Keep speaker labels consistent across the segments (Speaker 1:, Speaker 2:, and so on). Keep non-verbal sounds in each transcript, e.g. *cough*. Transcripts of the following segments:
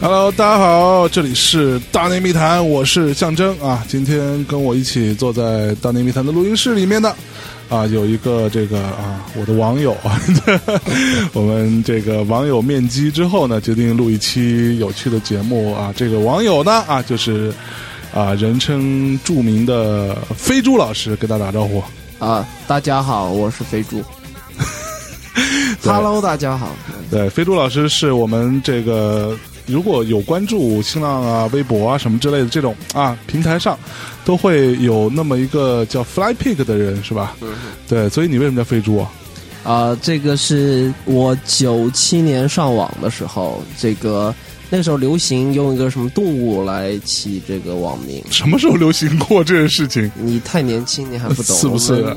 Speaker 1: Hello，大家好，这里是大内密谈，我是象征啊。今天跟我一起坐在大内密谈的录音室里面的啊，有一个这个啊，我的网友 *laughs* 啊，我们这个网友面基之后呢，决定录一期有趣的节目啊。这个网友呢啊，就是啊，人称著名的飞猪老师，跟大家打招呼。
Speaker 2: 啊，大家好，我是肥 *laughs* 猪。Hello，大家好。
Speaker 1: 对，飞猪老师是我们这个如果有关注新浪啊、微博啊什么之类的这种啊平台上，都会有那么一个叫 Fly Pig 的人是吧？
Speaker 2: 嗯
Speaker 1: 对，所以你为什么叫飞猪啊？
Speaker 2: 啊、这个是我九七年上网的时候，这个那时候流行用一个什么动物来起这个网名。
Speaker 1: 什么时候流行过这个事情？
Speaker 2: 你太年轻，你还 *laughs* 不懂。
Speaker 1: *laughs* 是不是啊？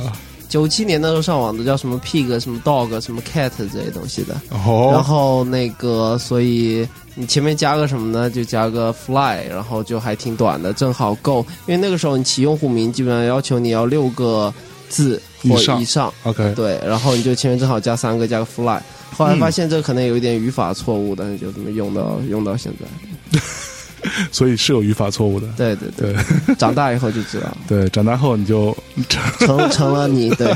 Speaker 2: 九七年那时候上网的叫什么 pig、什么 dog、什么 cat 这些东西的。然
Speaker 1: 哦，
Speaker 2: 后那个，所以你前面加个什么呢？就加个 fly，然后就还挺短的，正好够。因为那个时候你起用户名，基本上要求你要六个字
Speaker 1: 以
Speaker 2: 或
Speaker 1: 上
Speaker 2: 以上
Speaker 1: OK，
Speaker 2: 对，然后你就前面正好加三个加个 fly，后来
Speaker 1: 嗯
Speaker 2: 发现这可能有一点语法错误，但是就这么用到用到现在。
Speaker 1: 所以是有语法错误的。
Speaker 2: 对对
Speaker 1: 对 *laughs*
Speaker 2: 对，长大以后就知道了，
Speaker 1: 对，长大后你就
Speaker 2: 成成了你对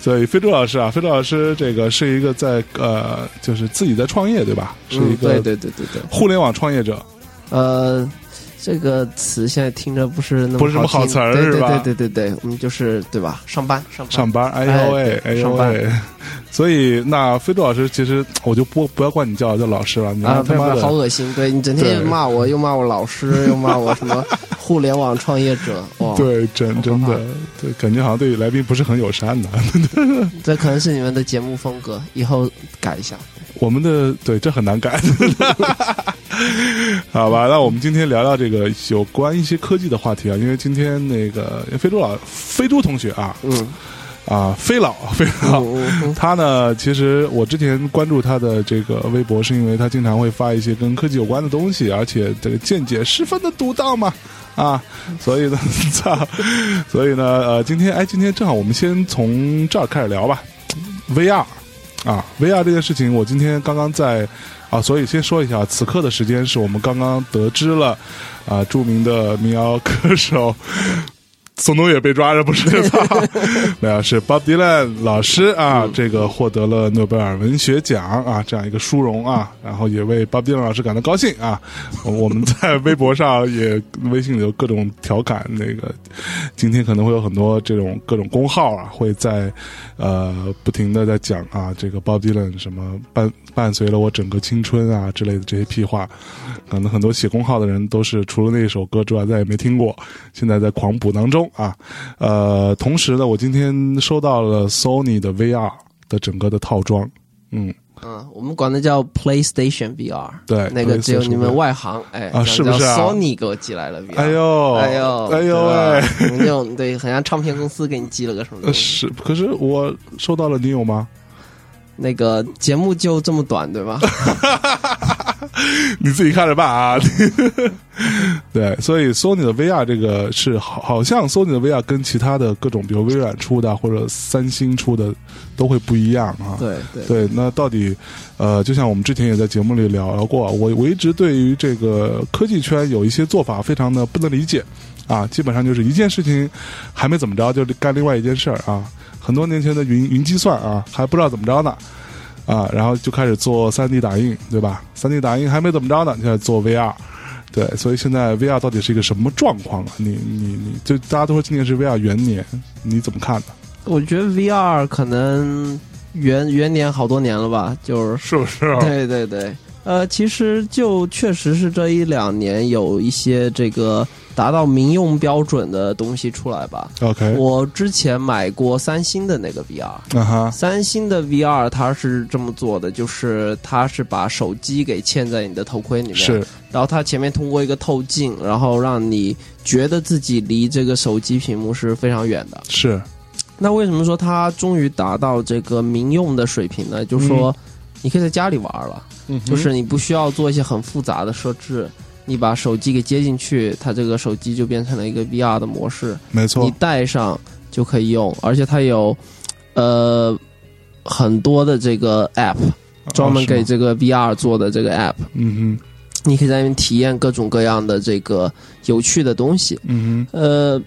Speaker 1: 所以飞猪老师啊，飞猪老师这个是一个在呃，就是自己在创业对吧？是一
Speaker 2: 嗯对
Speaker 1: 个
Speaker 2: 对对对对，
Speaker 1: 互联网创业者。
Speaker 2: 呃。这个词现在听着不是那么
Speaker 1: 不是什么好
Speaker 2: 听
Speaker 1: 词儿
Speaker 2: 对
Speaker 1: 是
Speaker 2: 对
Speaker 1: 吧
Speaker 2: 对对对对，我们就是对吧？上班上班
Speaker 1: 上班，哎呦喂，哎
Speaker 2: 对
Speaker 1: 呦
Speaker 2: 上班
Speaker 1: 喂， *laughs* 所以那飞度老师，其实我就不不要管你叫叫老师了，你
Speaker 2: 啊，
Speaker 1: 他
Speaker 2: 不
Speaker 1: 妈
Speaker 2: 要好
Speaker 1: 的
Speaker 2: 恶心！对你整天
Speaker 1: 对
Speaker 2: 骂我，又骂我
Speaker 1: *laughs*
Speaker 2: 老师，又骂我什么互联网创业者，哇，，
Speaker 1: 对，真真的，对，感觉好像对来宾不是很友善的。 *laughs*
Speaker 2: 这可能是你们的节目风格，以后改一下。
Speaker 1: 我们的对这很难改， *laughs* 好吧？那我们今天聊聊这个有关一些科技的话题啊，因为今天那个飞猪老飞猪同学啊
Speaker 2: 嗯，
Speaker 1: 啊飞老飞老，
Speaker 2: 嗯嗯
Speaker 1: *laughs* 他呢，其实我之前关注他的这个微博，是因为他经常会发一些跟科技有关的东西，而且这个见解十分的独到嘛，啊，所以呢， *laughs* 操，所以呢，呃，今天哎，今天正好我们先从这儿开始聊吧，VR 啊，VR 这件事情，我今天刚刚在啊，所以先说一下，此刻的时间是我们刚刚得知了啊，著名的民谣歌手。 *laughs* 宋冬野被抓了，不是？操 *laughs* 没有，是 Bob Dylan 老师啊，这个获得了诺贝尔文学奖啊，这样一个殊荣啊，然后也为 Bob Dylan 老师感到高兴啊。 *laughs* 我我们在微博上也、微信里有各种调侃，那个今天可能会有很多这种各种公号啊，会在呃不停的在讲啊，这个 Bob Dylan 什么伴伴随了我整个青春啊之类的这些屁话，可能很多写公号的人都是除了那首歌之外再也没听过，现在在狂补当中啊。呃，同时呢，我今天收到了 Sony 的 VR 的整个的套装，嗯，
Speaker 2: 嗯，我们管它叫 PlayStation VR，
Speaker 1: 对
Speaker 2: 那个只有你
Speaker 1: 哎 PlayStation VR
Speaker 2: 们外行哎，
Speaker 1: 啊是不是啊
Speaker 2: s o n y 给我寄来了 VR，
Speaker 1: 哎呦，
Speaker 2: 哎呦
Speaker 1: 哎呦
Speaker 2: 对吧
Speaker 1: 喂、
Speaker 2: 你们这种对，很像唱片公司给你寄了个什么
Speaker 1: 呃
Speaker 2: 东西。
Speaker 1: 是，可是我收到了，你有吗？
Speaker 2: 那个节目就这么短，对吧？
Speaker 1: *laughs* 你自己看着办啊。 *laughs* 对，所以 Sony 的 VR 这个是好，好像 Sony 的 VR 跟其他的各种，比如微软出的啊或者三星出的都会不一样啊。
Speaker 2: 对对
Speaker 1: 对，那到底，呃，就像我们之前也在节目里聊聊过，我我一直对于这个科技圈有一些做法非常的不能理解，啊，基本上就是一件事情还没怎么着就干另外一件事儿啊，很多年前的云云计算啊，还不知道怎么着呢。啊，然后就开始做 3D 打印，对吧？3D 打印还没怎么着呢，就在做 VR，对，所以现在 VR 到底是一个什么状况啊？你你你，就大家都说今年是 VR 元年，你怎么看呢？
Speaker 2: 我觉得 VR 可能元元年好多年了吧，就是
Speaker 1: 是不是、
Speaker 2: 对对对，呃，其实就确实是这一两年有一些这个达到民用标准的东西出来吧。
Speaker 1: ？OK，
Speaker 2: 我之前买过三星的那个 VR，
Speaker 1: 啊哈，
Speaker 2: 三星的 VR 它是这么做的，就是它是把手机给嵌在你的头盔里面，
Speaker 1: 是
Speaker 2: 然后它前面通过一个透镜，然后让你觉得自己离这个手机屏幕是非常远的。
Speaker 1: 是，
Speaker 2: 那为什么说它终于达到这个民用的水平呢？就说你可以在家里玩了。
Speaker 1: 嗯哼，
Speaker 2: 就是你不需要做一些很复杂的设置，你把手机给接进去，它这个手机就变成了一个 VR 的模式，
Speaker 1: 没
Speaker 2: 你
Speaker 1: 错，
Speaker 2: 带上就可以用，而且它有呃很多的这个 app 专门
Speaker 1: 哦
Speaker 2: 给
Speaker 1: 是吗
Speaker 2: 这个 VR 做的这个 app，、
Speaker 1: 嗯哼
Speaker 2: 你可以在里面体验各种各样的这个有趣的东西，
Speaker 1: 嗯
Speaker 2: 呃。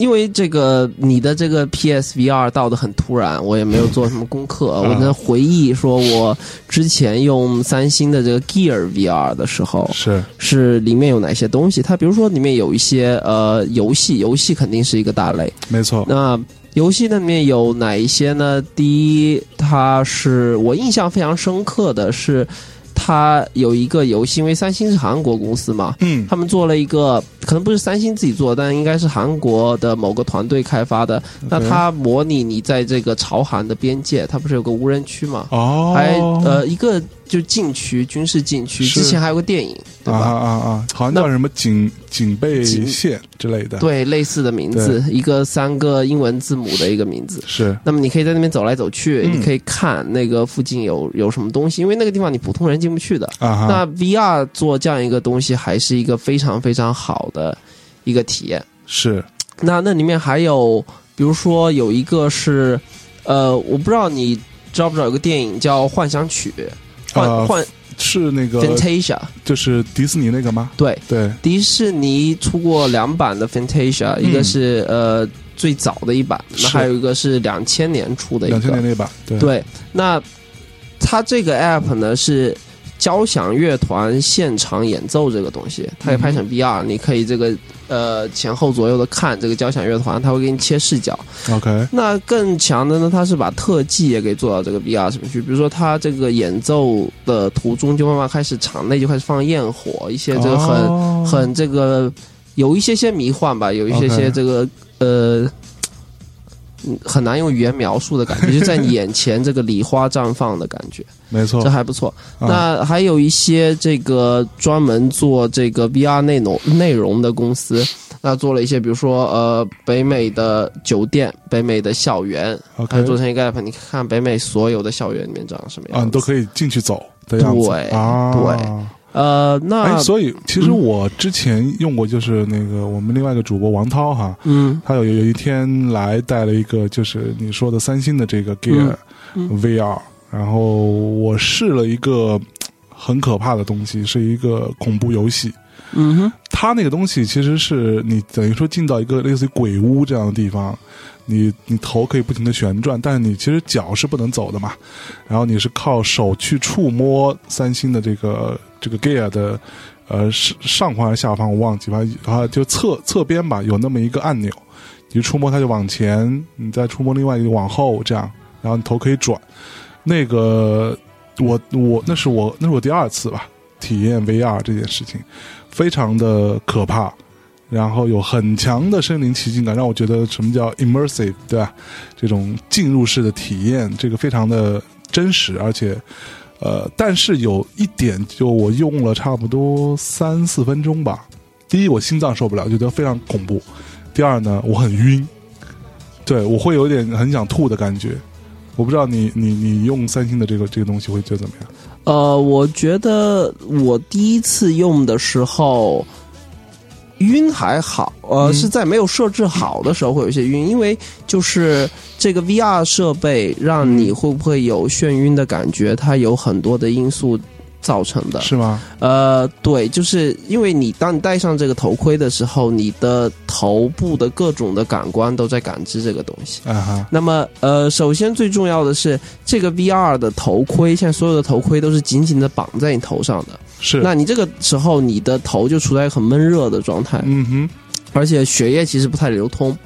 Speaker 2: 因为这个，你的这个 PSVR 到的很突然，我也没有做什么功课。
Speaker 1: 啊
Speaker 2: 我在回忆说，我之前用三星的这个 Gear VR 的时候
Speaker 1: 哼，，是
Speaker 2: 是里面有哪些东西？它比如说里面有一些呃游戏，游戏肯定是一个大类。
Speaker 1: 没错，
Speaker 2: 那游戏那里面有哪一些呢？第一，它是我印象非常深刻的是，它有一个游戏，因为三星是韩国公司嘛，
Speaker 1: 嗯
Speaker 2: 他们做了一个，可能不是三星自己做，但应该是韩国的某个团队开发的。那
Speaker 1: OK
Speaker 2: 它模拟你在这个朝韩的边界，它不是有个无人区嘛？
Speaker 1: 哦，
Speaker 2: 还呃一个就禁区，军事禁区。
Speaker 1: 是
Speaker 2: 之前还有个电影，对
Speaker 1: 啊
Speaker 2: 吧？
Speaker 1: 啊啊，好像叫什么警警备
Speaker 2: 警
Speaker 1: 线之类的，，
Speaker 2: 对，类似的名字，一个三个英文字母的一个名字。
Speaker 1: 是
Speaker 2: 那么你可以在那边走来走去，
Speaker 1: 嗯
Speaker 2: 你可以看那个附近有有什么东西，因为那个地方你普通人进不去的。
Speaker 1: 啊哈，
Speaker 2: 那 VR 做这样一个东西，还是一个非常非常好的一个体验。
Speaker 1: 是
Speaker 2: 那那里面还有，比如说有一个是，呃，我不知道你知道不知道有个电影叫《幻想曲》，幻、
Speaker 1: 呃
Speaker 2: 幻
Speaker 1: 是那个
Speaker 2: Fantasia，
Speaker 1: 就是迪士尼那个吗？
Speaker 2: 对，
Speaker 1: 对，
Speaker 2: 迪士尼出过两版的 Fantasia，、
Speaker 1: 嗯
Speaker 2: 一个是呃最早的一版，
Speaker 1: 是
Speaker 2: 那还有一个是两千年出的一
Speaker 1: 两千
Speaker 2: 个
Speaker 1: 年。那版，对，
Speaker 2: 对，那它这个 app 呢是交响乐团现场演奏这个东西，它可以拍
Speaker 1: 嗯
Speaker 2: 成 VR，、你可以这个呃前后左右的看这个交响乐团，它会给你切视角。
Speaker 1: ，OK，
Speaker 2: 那更强的呢，它是把特技也给做到这个 VR 上面去，比如说它这个演奏的途中就慢慢开始场内就开始放焰火，一些这个很。
Speaker 1: 哦
Speaker 2: 很这个有一些些迷幻吧，有一些
Speaker 1: OK
Speaker 2: 些这个呃。嗯很难用语言描述的感觉，就在你眼前这个礼花绽放的感觉，
Speaker 1: 没错
Speaker 2: 这，还不错。
Speaker 1: 啊
Speaker 2: 那还有一些这个专门做这个 VR 内容内容的公司，那做了一些，比如说呃北美的酒店、北美的校园，它
Speaker 1: OK
Speaker 2: 做成一个 app，你看北美所有的校园里面长什么
Speaker 1: 啊，
Speaker 2: 样
Speaker 1: 你
Speaker 2: 子。
Speaker 1: 都可以进去走的样子，
Speaker 2: 对
Speaker 1: 啊，
Speaker 2: 对。呃，
Speaker 1: 哎，
Speaker 2: 那
Speaker 1: 所以其实
Speaker 2: 嗯
Speaker 1: 我之前用过，就是那个我们另外一个主播王涛哈，
Speaker 2: 嗯
Speaker 1: 他有有一天来带了一个就是你说的三星的这个 Gear
Speaker 2: 嗯
Speaker 1: VR，然后我试了一个很可怕的东西，是一个恐怖游戏。
Speaker 2: 嗯哼
Speaker 1: 它那个东西其实是你等于说进到一个类似于鬼屋这样的地方，你你头可以不停的旋转，但是你其实脚是不能走的嘛，然后你是靠手去触摸三星的这个这个 gear 的。呃，是上方还是下方我忘记，反正啊，就侧侧边吧，有那么一个按钮，你触摸它就往前，你再触摸另外一个往后，这样，然后你头可以转。那个，我我那是我那是我第二次吧，体验 VR 这件事情。非常的可怕，然后有很强的身临其境感，让我觉得什么叫 immersive，对吧？这种进入式的体验，这个非常的真实，而且，呃，但是有一点，就我用了差不多三四分钟吧。第一，我心脏受不了，觉得非常恐怖；第二呢，我很晕，对我会有一点很想吐的感觉。我不知道你你你用三星的这个这个东西会觉得怎么样？
Speaker 2: 呃，我觉得我第一次用的时候晕还好，呃，
Speaker 1: 嗯
Speaker 2: 是在没有设置好的时候会有一些晕，因为就是这个 VR 设备让你会不会有眩晕的感觉，它有很多的因素造成的。
Speaker 1: 是吗？
Speaker 2: 呃，对，就是因为你当你戴上这个头盔的时候，你的头部的各种的感官都在感知这个东西。
Speaker 1: 啊哈，
Speaker 2: 那么，呃，首先最重要的是，这个 VR 的头盔，现在所有的头盔都是紧紧的绑在你头上的。
Speaker 1: 是，
Speaker 2: 那你这个时候，你的头就处在一个很闷热的状态，
Speaker 1: 嗯哼，
Speaker 2: 而且血液其实不太流通。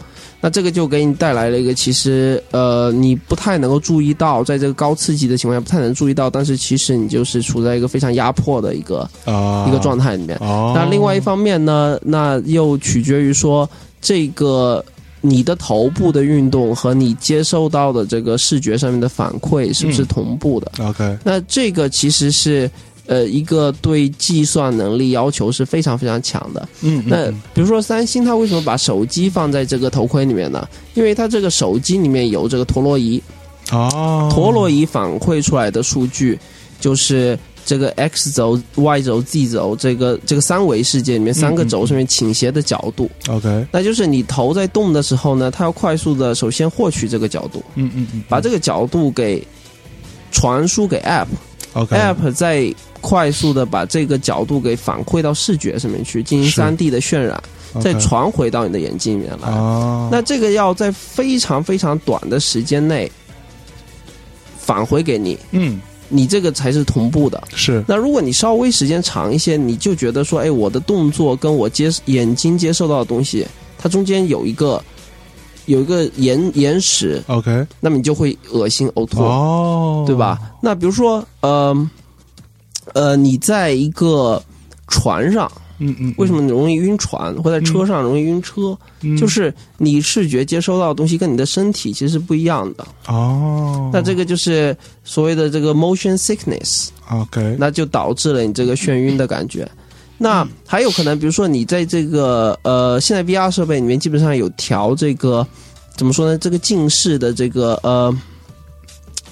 Speaker 2: 那这个就给你带来了一个，其实呃，你不太能够注意到，在这个高刺激的情况下不太能注意到，但是其实你就是处在一个非常压迫的一个、
Speaker 1: 啊、
Speaker 2: 一个状态里面。
Speaker 1: 哦，
Speaker 2: 那另外一方面呢，那又取决于说这个你的头部的运动和你接收到的这个视觉上面的反馈是不是
Speaker 1: 嗯
Speaker 2: 同步的。
Speaker 1: OK，
Speaker 2: 那这个其实是。呃，一个对计算能力要求是非常非常强的。
Speaker 1: 嗯，
Speaker 2: 那比如说三星，它为什么把手机放在这个头盔里面呢？因为它这个手机里面有这个陀螺仪，
Speaker 1: 哦，
Speaker 2: 陀螺仪反馈出来的数据就是这个 x 轴、y 轴、z 轴这个这个三维世界里面
Speaker 1: 嗯
Speaker 2: 三个轴上面倾斜的角度。
Speaker 1: ，OK，
Speaker 2: 那就是你头在动的时候呢，它要快速的首先获取这个角度，
Speaker 1: 嗯嗯嗯，
Speaker 2: 把这个角度给传输给 app，app、
Speaker 1: OK，
Speaker 2: App 再快速的把这个角度给反馈到视觉上面去，进行
Speaker 1: 是
Speaker 2: 三 D 的渲染，再
Speaker 1: OK
Speaker 2: 传回到你的眼睛里面来。
Speaker 1: 啊，
Speaker 2: 那这个要在非常非常短的时间内返回给你，
Speaker 1: 嗯
Speaker 2: 你这个才是同步的。
Speaker 1: 是
Speaker 2: 那如果你稍微时间长一些，你就觉得说，哎，我的动作跟我接眼睛接受到的东西，它中间有一个有一个延延时，
Speaker 1: OK，
Speaker 2: 那么你就会恶心呕吐，
Speaker 1: 哦，
Speaker 2: 对吧？？那比如说，呃，呃，你在一个船上，
Speaker 1: 嗯嗯，
Speaker 2: 为什么你容易晕船，或在车上容易晕车？
Speaker 1: 嗯
Speaker 2: 就是你视觉接收到的东西跟你的身体其实是不一样的。
Speaker 1: 哦，
Speaker 2: 那这个就是所谓的这个 motion sickness。
Speaker 1: OK，
Speaker 2: 那就导致了你这个眩晕的感觉。那还有可能，比如说你在这个呃，现在 VR 设备里面基本上有调这个怎么说呢？这个近视的这个呃，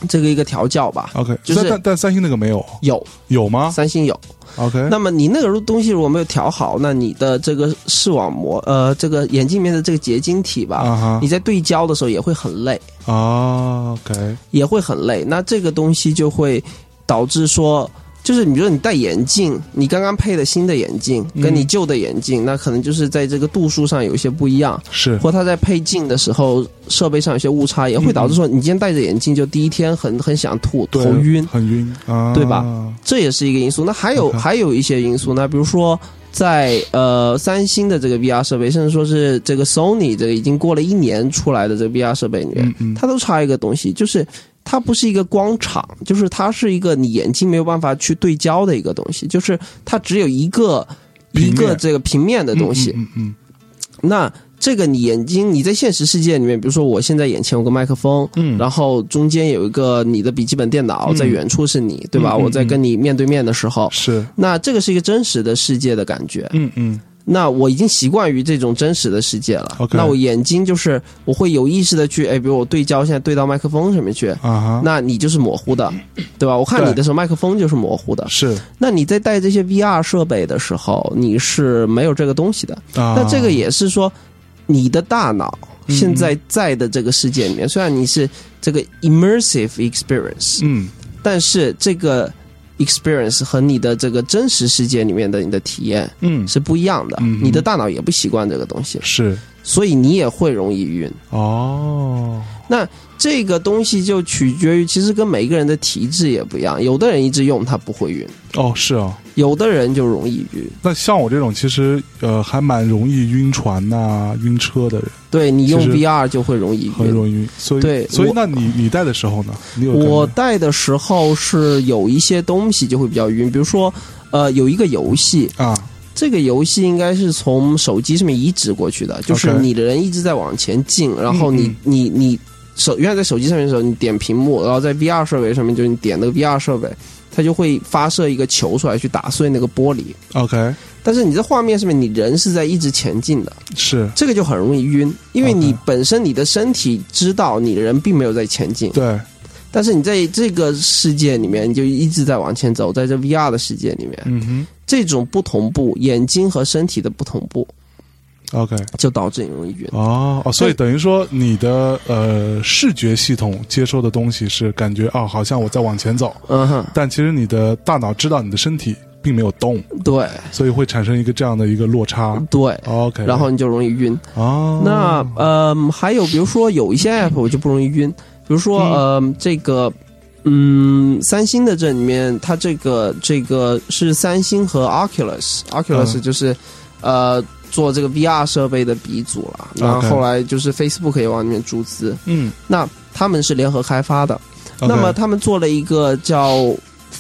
Speaker 2: 这个一个调教吧，
Speaker 1: OK，
Speaker 2: 就是
Speaker 1: 但但但三星那个没有，
Speaker 2: 有
Speaker 1: 有吗
Speaker 2: 三星有。
Speaker 1: ？OK，
Speaker 2: 那么你那个东西如果没有调好，那你的这个视网膜呃，这个眼睛里面的这个结晶体吧，
Speaker 1: 啊哈
Speaker 2: 你在对焦的时候也会很累。
Speaker 1: 啊，OK，
Speaker 2: 也会很累。那这个东西就会导致说，就是你比如说你戴眼镜，你刚刚配的新的眼镜
Speaker 1: 嗯
Speaker 2: 跟你旧的眼镜，那可能就是在这个度数上有一些不一样，
Speaker 1: 是
Speaker 2: 或它在配镜的时候设备上有些误差，也会导致说你今天戴着眼镜就第一天很很想吐、头
Speaker 1: 对
Speaker 2: 晕，
Speaker 1: 很晕啊，
Speaker 2: 对吧？这也是一个因素。那还有
Speaker 1: OK
Speaker 2: 还有一些因素，那比如说。在呃，三星的这个 VR 设备，甚至说是这个 Sony 这个已经过了一年出来的这个 VR 设备里面，
Speaker 1: 嗯嗯，
Speaker 2: 它都差一个东西，就是它不是一个光场，就是它是一个你眼睛没有办法去对焦的一个东西，就是它只有一个
Speaker 1: 平
Speaker 2: 一
Speaker 1: 面
Speaker 2: 个这个平面的
Speaker 1: 的
Speaker 2: 东西。
Speaker 1: 嗯嗯
Speaker 2: 那这个你眼睛，你在现实世界里面，比如说我现在眼前有个麦克风。
Speaker 1: 嗯，
Speaker 2: 然后中间有一个你的笔记本电脑，
Speaker 1: 嗯
Speaker 2: 在远处是你，对吧？
Speaker 1: 嗯嗯
Speaker 2: 我在跟你面对面的时候，
Speaker 1: 是，
Speaker 2: 那这个是一个真实的世界的感觉。
Speaker 1: 嗯嗯
Speaker 2: 那我已经习惯于这种真实的世界了。
Speaker 1: OK
Speaker 2: 那我眼睛就是我会有意识的去，哎，比如我对焦，现在对到麦克风上面去，
Speaker 1: 啊哈，
Speaker 2: 那你就是模糊的，对吧？我看你的时候，麦克风就是模糊的。
Speaker 1: 是
Speaker 2: 那你在带这些 VR 设备的时候，你是没有这个东西的。
Speaker 1: 啊，
Speaker 2: 那这个也是说，你的大脑
Speaker 1: 嗯
Speaker 2: 现在在的这个世界里面，虽然你是这个 immersive experience，
Speaker 1: 嗯
Speaker 2: 但是这个 experience 和你的这个真实世界里面的你的体验
Speaker 1: 嗯
Speaker 2: 是不一样的
Speaker 1: 嗯，哼
Speaker 2: 你的大脑也不习惯这个东西，
Speaker 1: 是
Speaker 2: 所以你也会容易晕。
Speaker 1: 哦，
Speaker 2: 这个东西就取决于，其实跟每一个人的体质也不一样。有的人一直用它不会晕，
Speaker 1: 哦是哦。
Speaker 2: 有的人就容易晕。
Speaker 1: 那像我这种其实呃还蛮容易晕船呐、晕车的人，
Speaker 2: 对你用
Speaker 1: 其实
Speaker 2: VR 就会容易
Speaker 1: 很
Speaker 2: 晕。
Speaker 1: 容易晕。所以
Speaker 2: 对
Speaker 1: 所以
Speaker 2: 我
Speaker 1: 那你你戴的时候呢？你有
Speaker 2: 我
Speaker 1: 感
Speaker 2: 戴的时候是有一些东西就会比较晕，比如说，呃，有一个游戏，
Speaker 1: 觉啊
Speaker 2: 这个游戏应该是从手机上面移植过去的，就是你的人一直在往前进，然后你
Speaker 1: 嗯
Speaker 2: 你你手原来在手机上面的时候，你点屏幕，然后在 VR 设备上面就是你点那个 VR 设备，它就会发射一个球出来去打碎那个玻璃。
Speaker 1: ，OK
Speaker 2: 但是你在画面上面，你人是在一直前进的，
Speaker 1: 是
Speaker 2: 这个就很容易晕，因为
Speaker 1: OK
Speaker 2: 你本身你的身体知道你的人并没有在前进，
Speaker 1: 对
Speaker 2: 但是你在这个世界里面，你就一直在往前走，在这 VR 的世界里面，
Speaker 1: 嗯
Speaker 2: 这种不同步，眼睛和身体的不同步，
Speaker 1: 哼 OK
Speaker 2: 就导致你容易晕。
Speaker 1: 哦哦，所以
Speaker 2: 对
Speaker 1: 等于说你的呃视觉系统接收的东西是感觉哦好像我在往前走，
Speaker 2: 嗯哼，
Speaker 1: 但其实你的大脑知道你的身体并没有动，
Speaker 2: 对
Speaker 1: 所以会产生一个这样的一个落差。
Speaker 2: 对，
Speaker 1: OK，
Speaker 2: 然后你就容易晕。
Speaker 1: 哦，
Speaker 2: 那嗯，还有比如说有一些 app 我就不容易晕，比如说嗯这个。嗯，三星的这里面，它这个这个是三星和 Oculus，Oculus
Speaker 1: 嗯
Speaker 2: 就是、呃做这个 VR 设备的鼻祖了。然后
Speaker 1: OK
Speaker 2: 后来就是 Facebook 也往里面注资，
Speaker 1: 嗯，
Speaker 2: 那他们是联合开发的。
Speaker 1: OK，
Speaker 2: 那么他们做了一个叫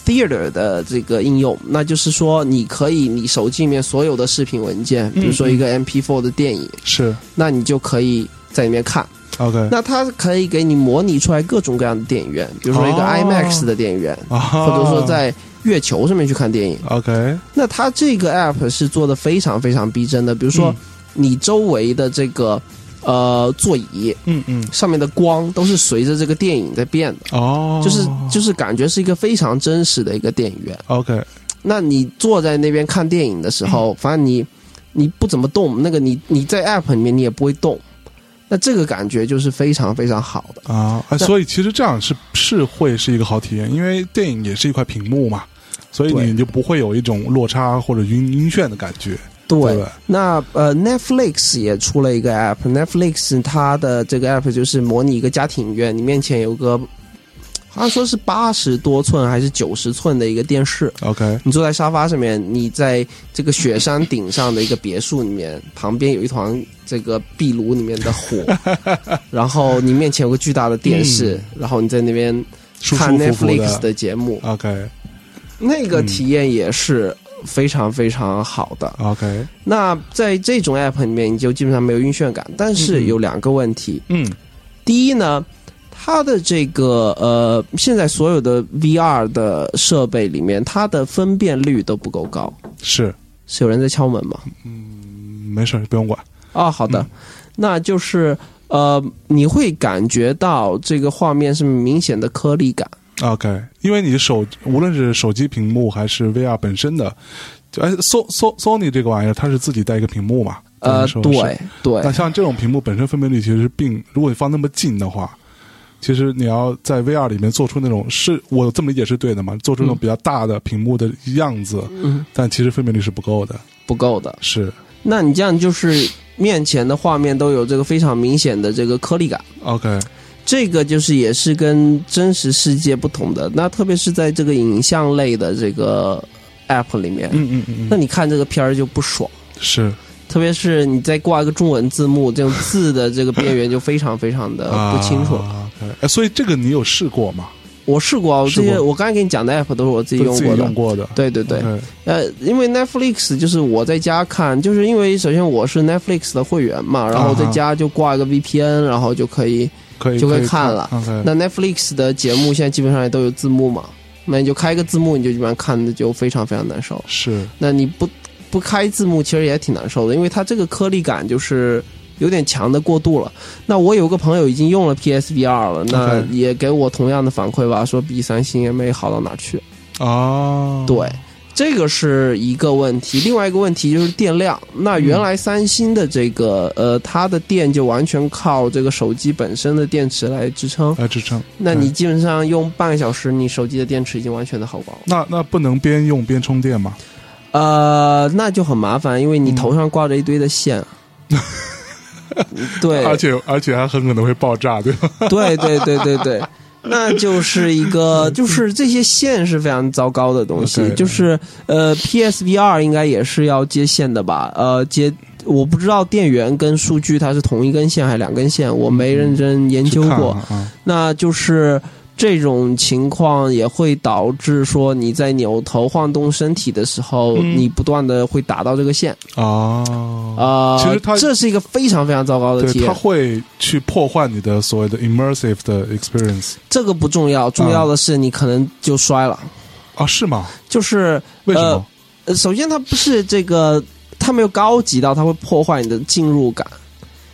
Speaker 2: Theater 的这个应用，那就是说你可以你手机里面所有的视频文件，
Speaker 1: 嗯
Speaker 2: 比如说一个 MP4 的电影，
Speaker 1: 是
Speaker 2: 那你就可以在里面看。
Speaker 1: OK
Speaker 2: 那它可以给你模拟出来各种各样的电影院，比如说一个
Speaker 1: 哦
Speaker 2: IMAX 的电影院，
Speaker 1: 啊，
Speaker 2: 或者说在月球上面去看电影。
Speaker 1: OK
Speaker 2: 那它这个 app 是做的非常非常逼真的，比如说
Speaker 1: 嗯
Speaker 2: 你周围的这个呃座椅
Speaker 1: 嗯嗯，
Speaker 2: 上面的光都是随着这个电影在变的，
Speaker 1: 哦，
Speaker 2: 就是就是感觉是一个非常真实的一个电影院。
Speaker 1: OK，
Speaker 2: 那你坐在那边看电影的时候，反正你你不怎么动，那个你你在 App 里面你也不会动，那这个感觉就是非常非常好的。
Speaker 1: 啊，哎
Speaker 2: 那
Speaker 1: 所以其实这样是是会是一个好体验，因为电影也是一块屏幕嘛，所以
Speaker 2: 对
Speaker 1: 你就不会有一种落差或者晕晕眩的感觉，对不对？
Speaker 2: 那呃，Netflix 也出了一个 app，Netflix 它的这个 app 就是模拟一个家庭院，你面前有个好像说是八十多寸还是九十寸的一个电视，
Speaker 1: OK，
Speaker 2: 你坐在沙发上面，你在这个雪山顶上的一个别墅里面，旁边有一团这个壁炉里面的火，然后你面前有个巨大的电视，然后你在那边
Speaker 1: 舒
Speaker 2: 看
Speaker 1: 舒服服
Speaker 2: Netflix
Speaker 1: 的。
Speaker 2: 的节目，
Speaker 1: OK
Speaker 2: 那个体验也是非常非常好的。
Speaker 1: OK，
Speaker 2: 那在这种 app 里面，你就基本上没有晕眩感，但
Speaker 1: 嗯
Speaker 2: 是
Speaker 1: 嗯
Speaker 2: 有两个问题。
Speaker 1: 嗯
Speaker 2: 第一呢，它的这个呃，现在所有的 VR 的设备里面，它的分辨率都不够高。
Speaker 1: 是，
Speaker 2: 是有人在敲门吗？
Speaker 1: 嗯没事儿不用管。
Speaker 2: 啊、好的，那就是呃，你会感觉到这个画面是明显的颗粒感。
Speaker 1: OK，因为你手无论是手机屏幕还是 VR 本身的，就哎，So So Sony 这个玩意儿它是自己带一个屏幕嘛？等于
Speaker 2: 呃，
Speaker 1: 说是
Speaker 2: 对对
Speaker 1: 那像这种屏幕本身分辨率其实并，如果你放那么近的话，其实你要在 VR 里面做出那种是我这么理解是对的嘛？做出那种
Speaker 2: 嗯
Speaker 1: 比较大的屏幕的样子，
Speaker 2: 嗯
Speaker 1: 但其实分辨率是不够的。
Speaker 2: 不够的。
Speaker 1: 是
Speaker 2: 那你这样就是面前的画面都有这个非常明显的这个颗粒感。
Speaker 1: OK，
Speaker 2: 哎这个就是也是跟真实世界不同的，那特别是在这个影像类的这个 app 里面，
Speaker 1: 嗯嗯嗯
Speaker 2: 那
Speaker 1: 嗯，
Speaker 2: 你看这个片儿就不爽，
Speaker 1: 是
Speaker 2: 特别是你再挂一个中文字幕，这种字的这个边缘就非常非常的
Speaker 1: 啊
Speaker 2: 呃不清楚了。
Speaker 1: OK，哎，所以这个你有试过吗？
Speaker 2: 我试过啊，我
Speaker 1: 试
Speaker 2: 这些
Speaker 1: 过
Speaker 2: 我刚才给你讲的 app 都是我自己
Speaker 1: 都
Speaker 2: 用
Speaker 1: 自己
Speaker 2: 过的
Speaker 1: 用。过的。
Speaker 2: 对对对
Speaker 1: OK，
Speaker 2: 呃，因为 Netflix 就是我在家看，就是因为首先我是 Netflix 的会员嘛，然后我在
Speaker 1: 啊哈
Speaker 2: 家就挂一个 VPN，然后就可以。
Speaker 1: 可以
Speaker 2: 就会
Speaker 1: 可以
Speaker 2: 看了
Speaker 1: OK，
Speaker 2: 那 Netflix 的节目现在基本上也都有字幕嘛，那你就开个字幕，你就基本上看的就非常非常难受。
Speaker 1: 是
Speaker 2: 那你不不开字幕，其实也挺难受的，因为它这个颗粒感就是有点强的过度了。那我有个朋友已经用了 PSVR 了，那
Speaker 1: OK
Speaker 2: 也给我同样的反馈吧，说比三星也没好到哪去。
Speaker 1: 哦，
Speaker 2: 对，这个是一个问题，另外一个问题就是电量。那原来三星的这个呃，它的电就完全靠这个手机本身的电池来支撑。
Speaker 1: 来支撑。
Speaker 2: 那你基本上用半个小时，你手机的电池已经完全的耗光了。
Speaker 1: 那那不能边用边充电吗？
Speaker 2: 呃，那就很麻烦，因为你头上挂着一堆的 *laughs* 线。对
Speaker 1: 而且而且还很可能会爆炸，对吧？ *laughs*
Speaker 2: 对对对对对，那就是一个，就是这些线是非常糟糕的东西。
Speaker 1: 嗯对
Speaker 2: 就是呃，PSVR 应该也是要接线的吧？呃，接我不知道电源跟数据它是同一根线还是两根线，我没认真研究
Speaker 1: 去看
Speaker 2: 过。
Speaker 1: 啊啊，
Speaker 2: 那就是这种情况也会导致说你在扭头晃动身体的时候，
Speaker 1: 嗯
Speaker 2: 你不断的会打到这个线
Speaker 1: 哦
Speaker 2: 啊、
Speaker 1: 其实它
Speaker 2: 这是一个非常非常糟糕的体
Speaker 1: 对，它
Speaker 2: 验。
Speaker 1: 会去破坏你的所谓的 immersive 的 experience
Speaker 2: 这个不重要，重要的是你可能就摔了。
Speaker 1: 啊？是吗？
Speaker 2: 就是
Speaker 1: 为什么？
Speaker 2: 呃，首先它不是这个，它没有高级到它会破坏你的进入感。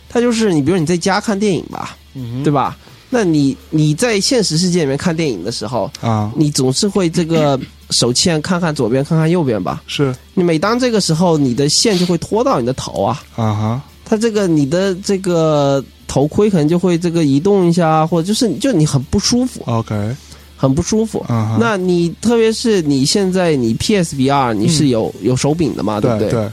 Speaker 2: 它就是你，比如你在家看电影吧，
Speaker 1: 嗯
Speaker 2: 对吧？那你你在现实世界里面看电影的时候，
Speaker 1: 啊，
Speaker 2: 你总是会这个手欠看看左边，看看右边吧。
Speaker 1: 是
Speaker 2: 你每当这个时候，你的线就会拖到你的头啊，
Speaker 1: 啊哈，
Speaker 2: 它这个你的这个头盔可能就会这个移动一下，或者就是就你很不舒服，
Speaker 1: OK
Speaker 2: 很不舒服。
Speaker 1: 啊哈，
Speaker 2: 那你特别是你现在你 PSVR 你是有、有手柄的嘛，对不
Speaker 1: 嗯对对，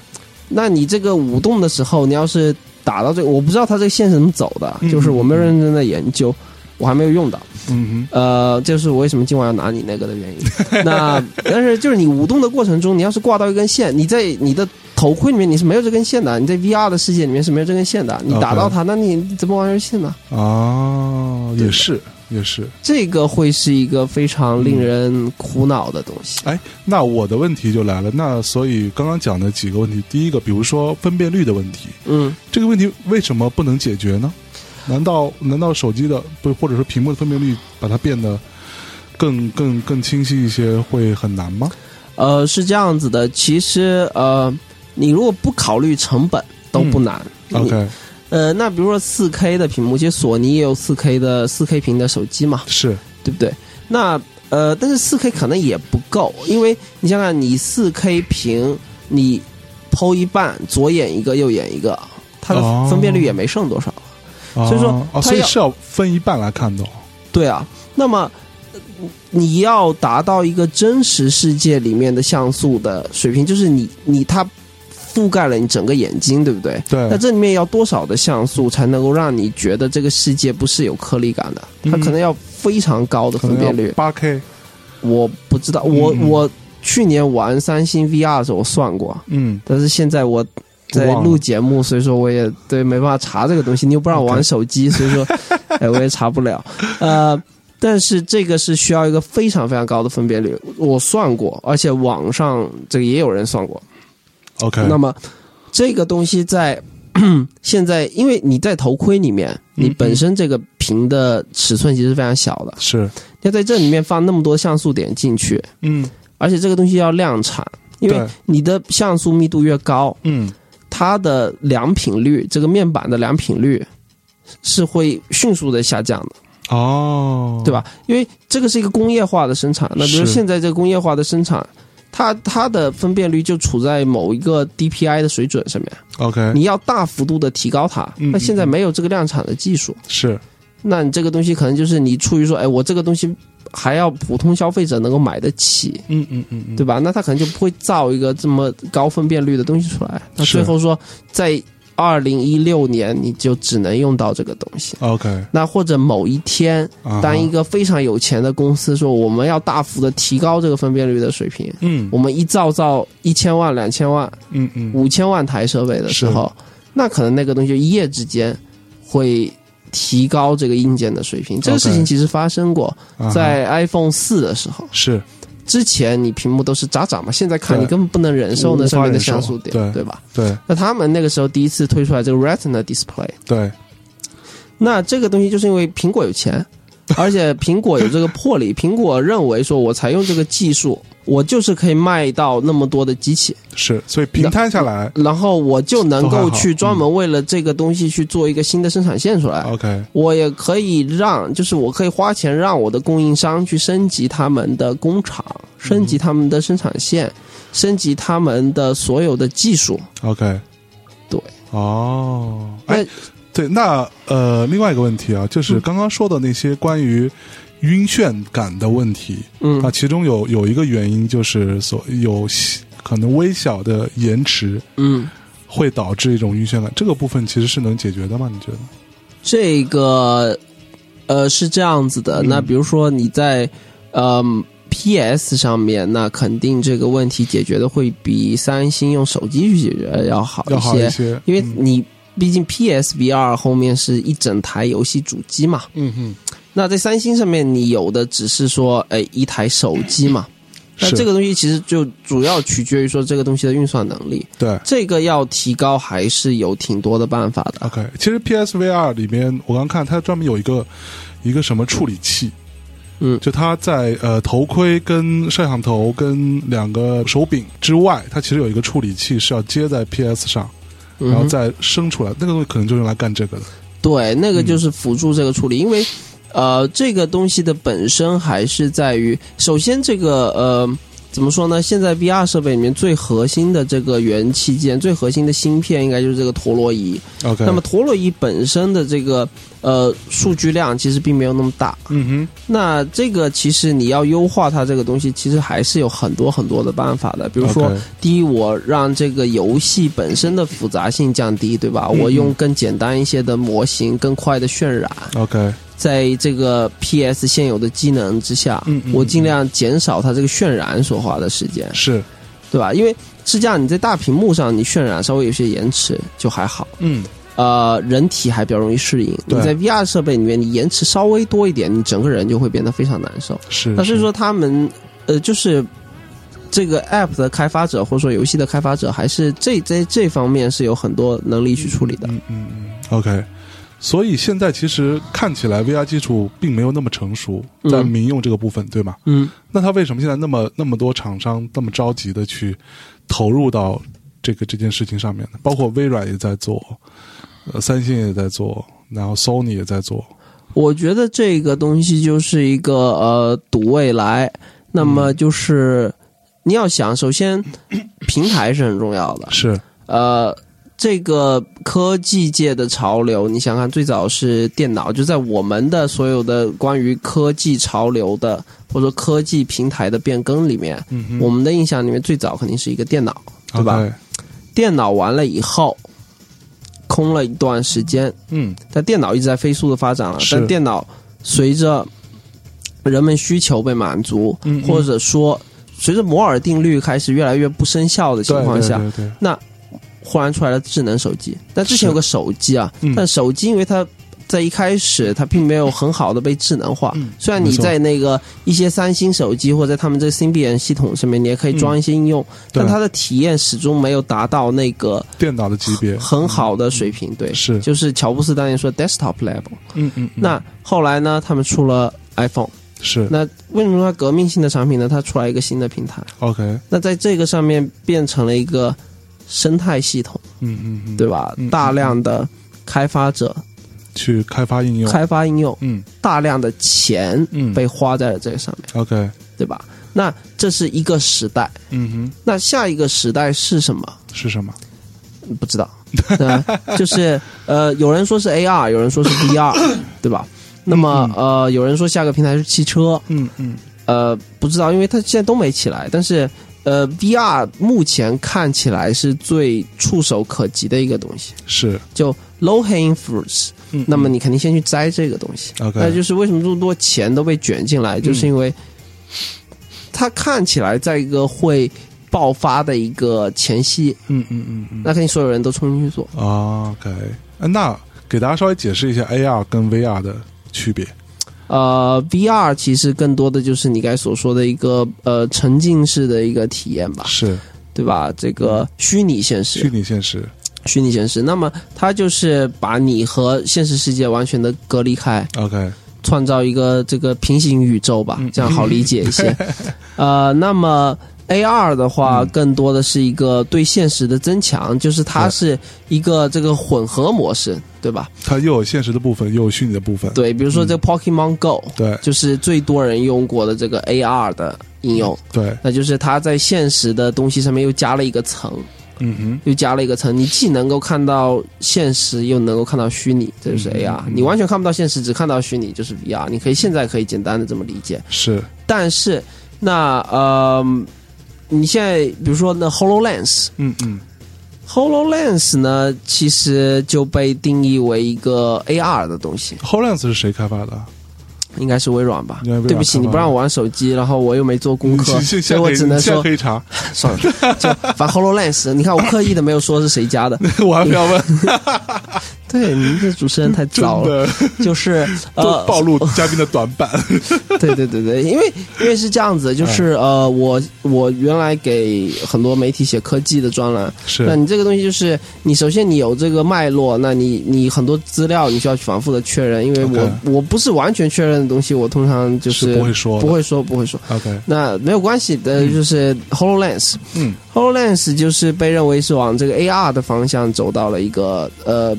Speaker 2: 那你这个舞动的时候，你要是打到这个，我不知道它这个线是怎么走的，
Speaker 1: 嗯
Speaker 2: 就是我没有认真的研究，我还没有用到。
Speaker 1: 嗯
Speaker 2: 呃，这是我为什么今晚要拿你那个
Speaker 1: *laughs*
Speaker 2: 的原因。那但是就是你舞动的过程中，你要是挂到一根线，你在你的头盔里面你是没有这根线的，你在 VR 的世界里面是没有这根线的，你
Speaker 1: OK
Speaker 2: 打到它，那你怎么玩游戏呢？
Speaker 1: 哼，哦，
Speaker 2: 对
Speaker 1: 也
Speaker 2: 的
Speaker 1: 是也是。
Speaker 2: 这个会是一个非常令人苦恼的东西。
Speaker 1: 哎，那我的问题就来了，那所以刚刚讲的几个问题，第一个，比如说分辨率的问题，
Speaker 2: 嗯，
Speaker 1: 这个问题为什么不能解决呢？难道难道手机的不或者说屏幕的分辨率把它变得更更更清晰一些会很难吗？
Speaker 2: 呃，是这样子的，其实呃，你如果不考虑成本都不难。
Speaker 1: 嗯 OK，
Speaker 2: 呃，那比如说四 K 的屏幕，其实索尼也有四 K 的四 K 屏的手机嘛，
Speaker 1: 是
Speaker 2: 对不对？那呃，但是四 K 可能也不够，因为你想想，你四 K 屏你剖一半，左眼一个，右眼一个，它
Speaker 1: 哦
Speaker 2: 的分辨率也没剩多少。所以说
Speaker 1: 哦哦，
Speaker 2: 它
Speaker 1: 所以
Speaker 2: 要
Speaker 1: 是要分一半来看的哦。
Speaker 2: 对啊，那么呃你要达到一个真实世界里面的像素的水平，就是你你它覆盖了你整个眼睛，对不对？
Speaker 1: 对
Speaker 2: 那，这里面要多少的像素才能够让你觉得这个世界不是有颗粒感的？它
Speaker 1: 嗯
Speaker 2: 可能要非常高的
Speaker 1: 可
Speaker 2: 分辨
Speaker 1: 能
Speaker 2: 率
Speaker 1: 要。八 K，
Speaker 2: 我不知道，我、
Speaker 1: 嗯嗯
Speaker 2: 我去年玩三星 VR 的时候我算过，啊
Speaker 1: 嗯，
Speaker 2: 但是现在我在
Speaker 1: 忘
Speaker 2: 录
Speaker 1: 了
Speaker 2: 节目，所以说我也对没办法查这个东西。你又不让我玩
Speaker 1: OK
Speaker 2: 手机，所以说， *laughs* 哎，我也查不了。呃，但是这个是需要一个非常非常高的分辨率，我算过，而且网上这个也有人算过。
Speaker 1: OK，
Speaker 2: 那么这个东西在 *clears throat* 现在，因为你在头盔里面，你
Speaker 1: 嗯
Speaker 2: 本
Speaker 1: 嗯
Speaker 2: 身这个屏的尺寸其实非常小的，
Speaker 1: 是，
Speaker 2: 要在这里面放那么多像素点进去，
Speaker 1: 嗯，
Speaker 2: 而且这个东西要量产，因为
Speaker 1: 对，
Speaker 2: 你的像素密度越高，
Speaker 1: 嗯，
Speaker 2: 它的良品率，这个面板的良品率是会迅速的下降的，
Speaker 1: 哦，
Speaker 2: 对？吧？因为这个是一个工业化的生产，那比如
Speaker 1: 是
Speaker 2: 现在这个工业化的生产，它它的分辨率就处在某一个 DPI 的水准上面，
Speaker 1: OK，
Speaker 2: 你要大幅度的提高它。
Speaker 1: 哎嗯
Speaker 2: 那现在没有这个量产的技术，
Speaker 1: 是，
Speaker 2: 那你这个东西可能就是你出于说，哎，我这个东西还要普通消费者能够买得起，
Speaker 1: 嗯嗯嗯嗯，
Speaker 2: 对吧？那他可能就不会造一个这么高分辨率的东西出来。那
Speaker 1: 是
Speaker 2: 最后说，在二零一六年你就只能用到这个东西。
Speaker 1: ？OK，
Speaker 2: 那或者某一天，
Speaker 1: 啊哈
Speaker 2: 当一，个非常有钱的公司说我们要大幅的提高这个分辨率的水平，
Speaker 1: 嗯
Speaker 2: 我们一造造一千万、两千万、
Speaker 1: 嗯嗯，
Speaker 2: 五千万台设备的时候，那可能那个东西就一夜之间会提高这个硬件的水平。这个
Speaker 1: OK
Speaker 2: 事情其实发生过
Speaker 1: 啊哈
Speaker 2: 在 iPhone 四的时候。
Speaker 1: 是
Speaker 2: 之前你屏幕都是渣渣嘛，现在看
Speaker 1: 对
Speaker 2: 你根本不能忍受
Speaker 1: 无
Speaker 2: 那
Speaker 1: 法
Speaker 2: 上面的
Speaker 1: 忍受
Speaker 2: 像素点，
Speaker 1: 对
Speaker 2: 吧？
Speaker 1: 对
Speaker 2: 那他们那个时候第一次推出来这个 Retina Display，
Speaker 1: 对，
Speaker 2: 那这个东西就是因为苹果有钱，而且苹果有这个魄力，苹果认为说我采用这个技术，我就是可以卖到那么多的机器，
Speaker 1: 是，所以平摊下来
Speaker 2: 然后我就能
Speaker 1: 都还
Speaker 2: 够
Speaker 1: 好嗯
Speaker 2: 去专门为了这个东西去做一个新的生产线出来。
Speaker 1: ，OK，
Speaker 2: 我也可以让，就是我可以花钱让我的供应商去升级他们的工厂，升级他们的生产线，升级他们的所有的技术。
Speaker 1: OK，
Speaker 2: 对，
Speaker 1: 哦，
Speaker 2: 那
Speaker 1: 哎，对，那呃，另外一个问题啊，
Speaker 2: 嗯
Speaker 1: 就是刚刚说的那些关于晕眩感的问题，
Speaker 2: 嗯
Speaker 1: 那其中有有一个原因就是所有细可能微小的延迟
Speaker 2: 嗯，
Speaker 1: 会导致一种晕眩感，这个部分其实是能解决的吗？你觉得？
Speaker 2: 这个呃是这样子的。
Speaker 1: 嗯
Speaker 2: 那比如说你在嗯、PS 上面，那肯定这个问题解决的会比三星用手机去解决要好
Speaker 1: 要
Speaker 2: 一
Speaker 1: 好
Speaker 2: 些，
Speaker 1: 一些，
Speaker 2: 因为
Speaker 1: 嗯
Speaker 2: 你毕竟 PSVR 后面是一整台游戏主机嘛。
Speaker 1: 嗯嗯，
Speaker 2: 那在三星上面，你有的只是说，哎，一台手机嘛。那
Speaker 1: 是
Speaker 2: 这个东西其实就主要取决于说这个东西的运算能力，
Speaker 1: 对。
Speaker 2: 这个要提高还是有挺多的办法的。
Speaker 1: OK，其实 PSVR 里面，我刚看它专门有一个一个什么处理器，
Speaker 2: 嗯
Speaker 1: 就它在呃头盔跟摄像头跟两个手柄之外，它其实有一个处理器是要接在 PS 上，然后
Speaker 2: 嗯哼，
Speaker 1: 再生出来，那个东西可能就用来干这个的。
Speaker 2: 对，那个就是辅助这个处理，因为呃，这个东西的本身还是在于，首先这个呃。怎么说呢？现在 VR 设备里面最核心的这个元器件、最核心的芯片，应该就是这个陀螺仪。
Speaker 1: OK，
Speaker 2: 那么陀螺仪本身的这个呃数据量其实并没有那么大，
Speaker 1: 嗯
Speaker 2: 那这个其实你要优化它这个东西，其实还是有很多很多的办法的。比
Speaker 1: 哼，
Speaker 2: 如说
Speaker 1: OK，
Speaker 2: 第一，我让这个游戏本身的复杂性降低，对吧？
Speaker 1: 嗯嗯
Speaker 2: 我用更简单一些的模型，更快的渲染，
Speaker 1: OK，
Speaker 2: 在这个 PS 现有的机能之下
Speaker 1: 嗯嗯，
Speaker 2: 我尽量减少它这个渲染所花的时间，
Speaker 1: 是，
Speaker 2: 对吧？因为是这样，你在大屏幕上，你渲染稍微有些延迟就还好。
Speaker 1: 嗯，
Speaker 2: 呃，人体还比较容易适应。你
Speaker 1: 对
Speaker 2: 在 VR 设备里面，你延迟稍微多一点，你整个人就会变得非常难受。
Speaker 1: 是。
Speaker 2: 那所以
Speaker 1: 是
Speaker 2: 说，他们呃，就是这个 App 的开发者或者说游戏的开发者，还是这这这方面是有很多能力去处理的。
Speaker 1: 嗯嗯嗯，OK。所以现在其实看起来 VR 技术并没有那么成熟，
Speaker 2: 嗯
Speaker 1: 在民用这个部分，对吗？
Speaker 2: 嗯，
Speaker 1: 那他为什么现在那么那么多厂商那么着急的去投入到这个这件事情上面呢？包括微软也在做，呃三星也在做，然后 Sony 也在做，
Speaker 2: 我觉得这个东西就是一个呃赌未来，那么就是、你要想，首先平台是很重要的，
Speaker 1: 是
Speaker 2: 呃。这个科技界的潮流，你想想看，最早是电脑，就在我们的所有的关于科技潮流的或者说科技平台的变更里面，
Speaker 1: 嗯哼
Speaker 2: 我们的印象里面最早肯定是一个电脑，对吧？
Speaker 1: OK，
Speaker 2: 电脑完了以后，空了一段时间，
Speaker 1: 嗯，
Speaker 2: 但电脑一直在飞速的发展了。
Speaker 1: 是
Speaker 2: 但电脑随着人们需求被满足，
Speaker 1: 嗯嗯
Speaker 2: 或者说随着摩尔定律开始越来越不生效的情
Speaker 1: 对
Speaker 2: 况下，
Speaker 1: 对对对，
Speaker 2: 忽然出来了智能手机。但之
Speaker 1: 是
Speaker 2: 前有个手机啊，
Speaker 1: 嗯
Speaker 2: 但手机因为它在一开始它并没有很好的被智能化。
Speaker 1: 嗯
Speaker 2: 虽然
Speaker 1: 没
Speaker 2: 你
Speaker 1: 错
Speaker 2: 在那个一些三星手机或者在他们这 Symbian 系统上面，你也可以装一些应用，但
Speaker 1: 嗯对
Speaker 2: 它的体验始终没有达到那个
Speaker 1: 电脑的级别嗯
Speaker 2: 很好的水平。对，
Speaker 1: 是，
Speaker 2: 就是乔布斯当年说 desktop level。
Speaker 1: 嗯嗯，嗯
Speaker 2: 那后来呢，他们出了 iPhone。
Speaker 1: 是
Speaker 2: 那为什么说它革命性的产品呢？它出来一个新的平台，
Speaker 1: OK，
Speaker 2: 那在这个上面变成了一个生态系统，
Speaker 1: 嗯嗯嗯，
Speaker 2: 对吧
Speaker 1: 嗯嗯？嗯
Speaker 2: 大量的开发者
Speaker 1: 去开发应用，
Speaker 2: 开发应用，
Speaker 1: 嗯
Speaker 2: 大量的钱
Speaker 1: 嗯，
Speaker 2: 被花在了这个上面，
Speaker 1: OK，
Speaker 2: 对吧？那这是一个时代，
Speaker 1: 嗯哼，
Speaker 2: 那下一个时代是什么？
Speaker 1: 是什么？
Speaker 2: 不知道，
Speaker 1: *laughs*
Speaker 2: 呃、就是呃，有人说是 AR，有人说是
Speaker 1: *coughs*
Speaker 2: VR，对吧？那么呃，有人说下个平台是汽车，
Speaker 1: 嗯嗯，
Speaker 2: 呃，不知道，因为它现在都没起来。但是，呃，VR 目前看起来是最触手可及的一个东西，
Speaker 1: 是，
Speaker 2: 就 low hanging fruits。
Speaker 1: 嗯
Speaker 2: 那么你肯定先去摘这个东西。
Speaker 1: OK，
Speaker 2: 那就是为什么这么多钱都被卷进来，
Speaker 1: 嗯
Speaker 2: 就是因为它看起来在一个会爆发的一个前夕，
Speaker 1: 嗯嗯嗯嗯
Speaker 2: 那肯定所有人都冲进去做。
Speaker 1: ，OK，呃那给大家稍微解释一下 AR 跟 VR 的区别。
Speaker 2: 呃，VR 其实更多的就是你该所说的一个呃沉浸式的一个体验吧，
Speaker 1: 是
Speaker 2: 对吧？这个虚拟现
Speaker 1: 嗯
Speaker 2: 实，
Speaker 1: 虚拟现实，
Speaker 2: 虚拟现实。那么它就是把你和现实世界完全的隔离开，
Speaker 1: OK，
Speaker 2: 创造一个这个平行宇宙吧
Speaker 1: 嗯，
Speaker 2: 这样好理解一
Speaker 1: *laughs*
Speaker 2: 些。呃，那么 AR 的话，
Speaker 1: 嗯
Speaker 2: 更多的是一个对现实的增强，就是它
Speaker 1: 对
Speaker 2: 是一个这个混合模式，对吧？
Speaker 1: 它又有现实的部分，又有虚拟的部分。
Speaker 2: 对，比如说这
Speaker 1: 嗯
Speaker 2: 个 Pokemon Go，
Speaker 1: 对
Speaker 2: 就是最多人用过的这个 AR 的应用。
Speaker 1: 对，
Speaker 2: 那就是它在现实的东西上面又加了一个层，
Speaker 1: 嗯哼，
Speaker 2: 又加了一个层，你既能够看到现实，又能够看到虚拟，这就是
Speaker 1: 嗯
Speaker 2: AR。
Speaker 1: 嗯
Speaker 2: 你完全看不到现实，只看到虚拟，就是 VR。你可以现在可以简单的这么理解，
Speaker 1: 是
Speaker 2: 但是那呃，你现在比如说那 Hololens。
Speaker 1: 嗯嗯
Speaker 2: HoloLens 呢，其实就被定义为一个 AR 的东西，
Speaker 1: ，Hololens 是谁开发的？
Speaker 2: 应该是微软吧
Speaker 1: 应该微？软
Speaker 2: 对不
Speaker 1: 开发
Speaker 2: 起，
Speaker 1: 的
Speaker 2: 你不让我玩手机，然后我又没做功课，
Speaker 1: 你现现
Speaker 2: 所以
Speaker 1: 在
Speaker 2: 我
Speaker 1: 可以
Speaker 2: 只能
Speaker 1: 你现在
Speaker 2: 说
Speaker 1: 可以查，
Speaker 2: 算了。就反正 HoloLens，你看我刻意的没有说是谁家
Speaker 1: *laughs*
Speaker 2: 的，
Speaker 1: 我还不要问，
Speaker 2: 对，您这主持人太
Speaker 1: 真
Speaker 2: 糟了。
Speaker 1: 的
Speaker 2: 就是
Speaker 1: 都
Speaker 2: 呃，
Speaker 1: 暴露嘉宾的短板。
Speaker 2: 对对对对，因为因为是这样子，就是
Speaker 1: 哎
Speaker 2: 呃，我我原来给很多媒体写科技的专栏，
Speaker 1: 是
Speaker 2: 那你这个东西就是你首先你有这个脉络，那你你很多资料你需要去反复的确认，因为我
Speaker 1: OK
Speaker 2: 我不是完全确认的东西，我通常就是嗯
Speaker 1: 不会说的
Speaker 2: 不会说不会说，
Speaker 1: OK，
Speaker 2: 那没有关系的，就是 Hololens。
Speaker 1: 嗯
Speaker 2: HoloLens 就是被认为是往这个 AR 的方向走到了一个呃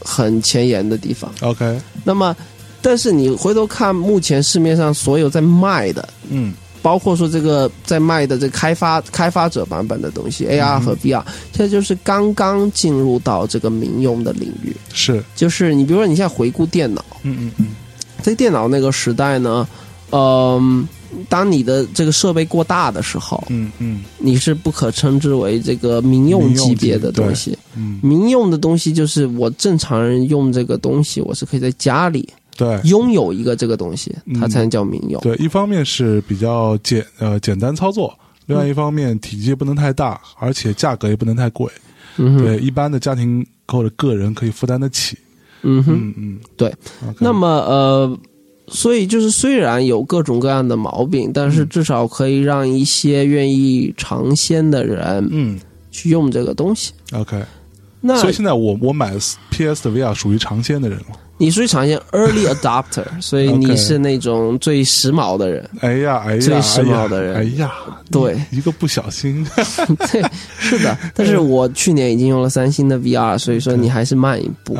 Speaker 2: 很前沿的地方。
Speaker 1: ，OK，
Speaker 2: 那么，但是你回头看目前市面上所有在卖的，
Speaker 1: 嗯
Speaker 2: 包括说这个在卖的这开发开发者版本的东西，AR 和 VR，、现在就是刚刚进入到这个民用的领域。
Speaker 1: 是，
Speaker 2: 就是你比如说你现在回顾电脑，
Speaker 1: 嗯嗯嗯，
Speaker 2: 在电脑那个时代呢，嗯、当你的这个设备过大的时候，
Speaker 1: 嗯嗯
Speaker 2: 你是不可称之为这个民用级别的东西。
Speaker 1: 嗯，
Speaker 2: 民用的东西就是我正常人用这个东西，我是可以在家里
Speaker 1: 对。
Speaker 2: 拥有一个这个东西，它
Speaker 1: 嗯
Speaker 2: 才能叫民用。
Speaker 1: 对，一方面是比较简呃简单操作，另
Speaker 2: 嗯
Speaker 1: 外一方面体积不能太大，而且价格也不能太贵。
Speaker 2: 嗯哼，
Speaker 1: 对，一般的家庭或者个人可以负担得起。
Speaker 2: 嗯哼。
Speaker 1: 嗯嗯，
Speaker 2: 对
Speaker 1: OK。
Speaker 2: 那么呃，所以就是虽然有各种各样的毛病，但
Speaker 1: 嗯
Speaker 2: 是至少可以让一些愿意尝鲜的人
Speaker 1: 嗯
Speaker 2: 去用这个东西。
Speaker 1: ，OK。
Speaker 2: 那
Speaker 1: 所以现在我我买 PS 的 VR 属于尝鲜的人了。
Speaker 2: 你属于产业
Speaker 1: *laughs*
Speaker 2: early adopter，所以你
Speaker 1: OK
Speaker 2: 是那种最时髦
Speaker 1: *laughs*
Speaker 2: 的人。
Speaker 1: 哎呀，哎呀，
Speaker 2: 最时髦的人
Speaker 1: 哎呀，
Speaker 2: 对，
Speaker 1: 一个不小心， *laughs*
Speaker 2: 对，是的。但是我去年已经用了三星的 VR，所以说你还是慢一
Speaker 1: *laughs*
Speaker 2: 步，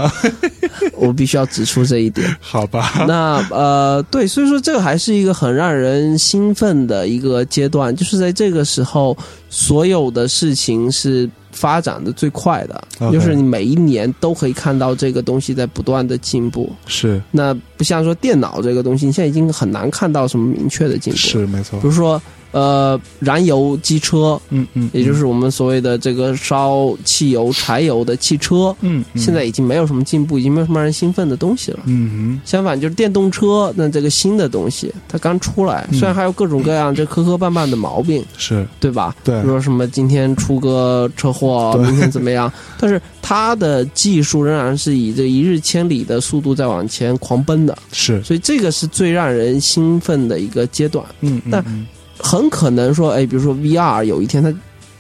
Speaker 2: 我必须要指出这一点。
Speaker 1: 好吧， *laughs*
Speaker 2: 那呃，对，所以说这个还是一个很让人兴奋的一个阶段，就是在这个时候，所有的事情是发展的最快的
Speaker 1: OK
Speaker 2: 就是你每一年都可以看到这个东西在不断的进步。
Speaker 1: 是
Speaker 2: 那不像说电脑这个东西，你现在已经很难看到什么明确的进步，
Speaker 1: 是没错
Speaker 2: 比，如说呃，燃油机车，
Speaker 1: 嗯嗯，
Speaker 2: 也就是我们所谓的这个烧汽油、柴油的汽车，
Speaker 1: 嗯，嗯
Speaker 2: 现在已经没有什么进步，已经没有什么让人兴奋的东西了。
Speaker 1: 嗯
Speaker 2: 相反，就是电动车，那这个新的东西它刚出来，
Speaker 1: 嗯
Speaker 2: 虽然还有各种各样这磕磕绊绊的毛病，
Speaker 1: 哼，是
Speaker 2: 对吧？
Speaker 1: 对
Speaker 2: 比如说什么今天出个车祸，
Speaker 1: 对
Speaker 2: 明天怎么样？ *laughs* 但是它的技术仍然是以这一日千里的速度在往前狂奔的，
Speaker 1: 是，
Speaker 2: 所以这个是最让人兴奋的一个阶段。
Speaker 1: 嗯，
Speaker 2: 但
Speaker 1: 嗯
Speaker 2: 很可能说，哎，比如说 VR 有一天它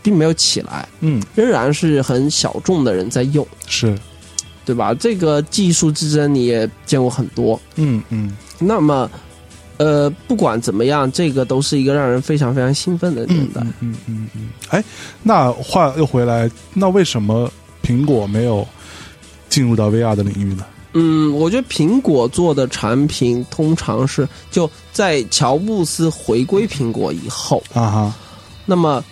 Speaker 2: 并没有起来，
Speaker 1: 嗯嗯
Speaker 2: 仍然是很小众的人在用，
Speaker 1: 是，嗯
Speaker 2: 对吧？这个技术之争你也见过很多，
Speaker 1: 嗯嗯
Speaker 2: 那么，呃，不管怎么样，这个都是一个让人非常非常兴奋的年
Speaker 1: 嗯
Speaker 2: 代。
Speaker 1: 嗯嗯嗯嗯，哎，那话又回来，那为什么苹果没有进入到 VR 的领域呢？
Speaker 2: 嗯，我觉得苹果做的产品通常是就在乔布斯回归苹果以后，
Speaker 1: 啊哈，
Speaker 2: 那么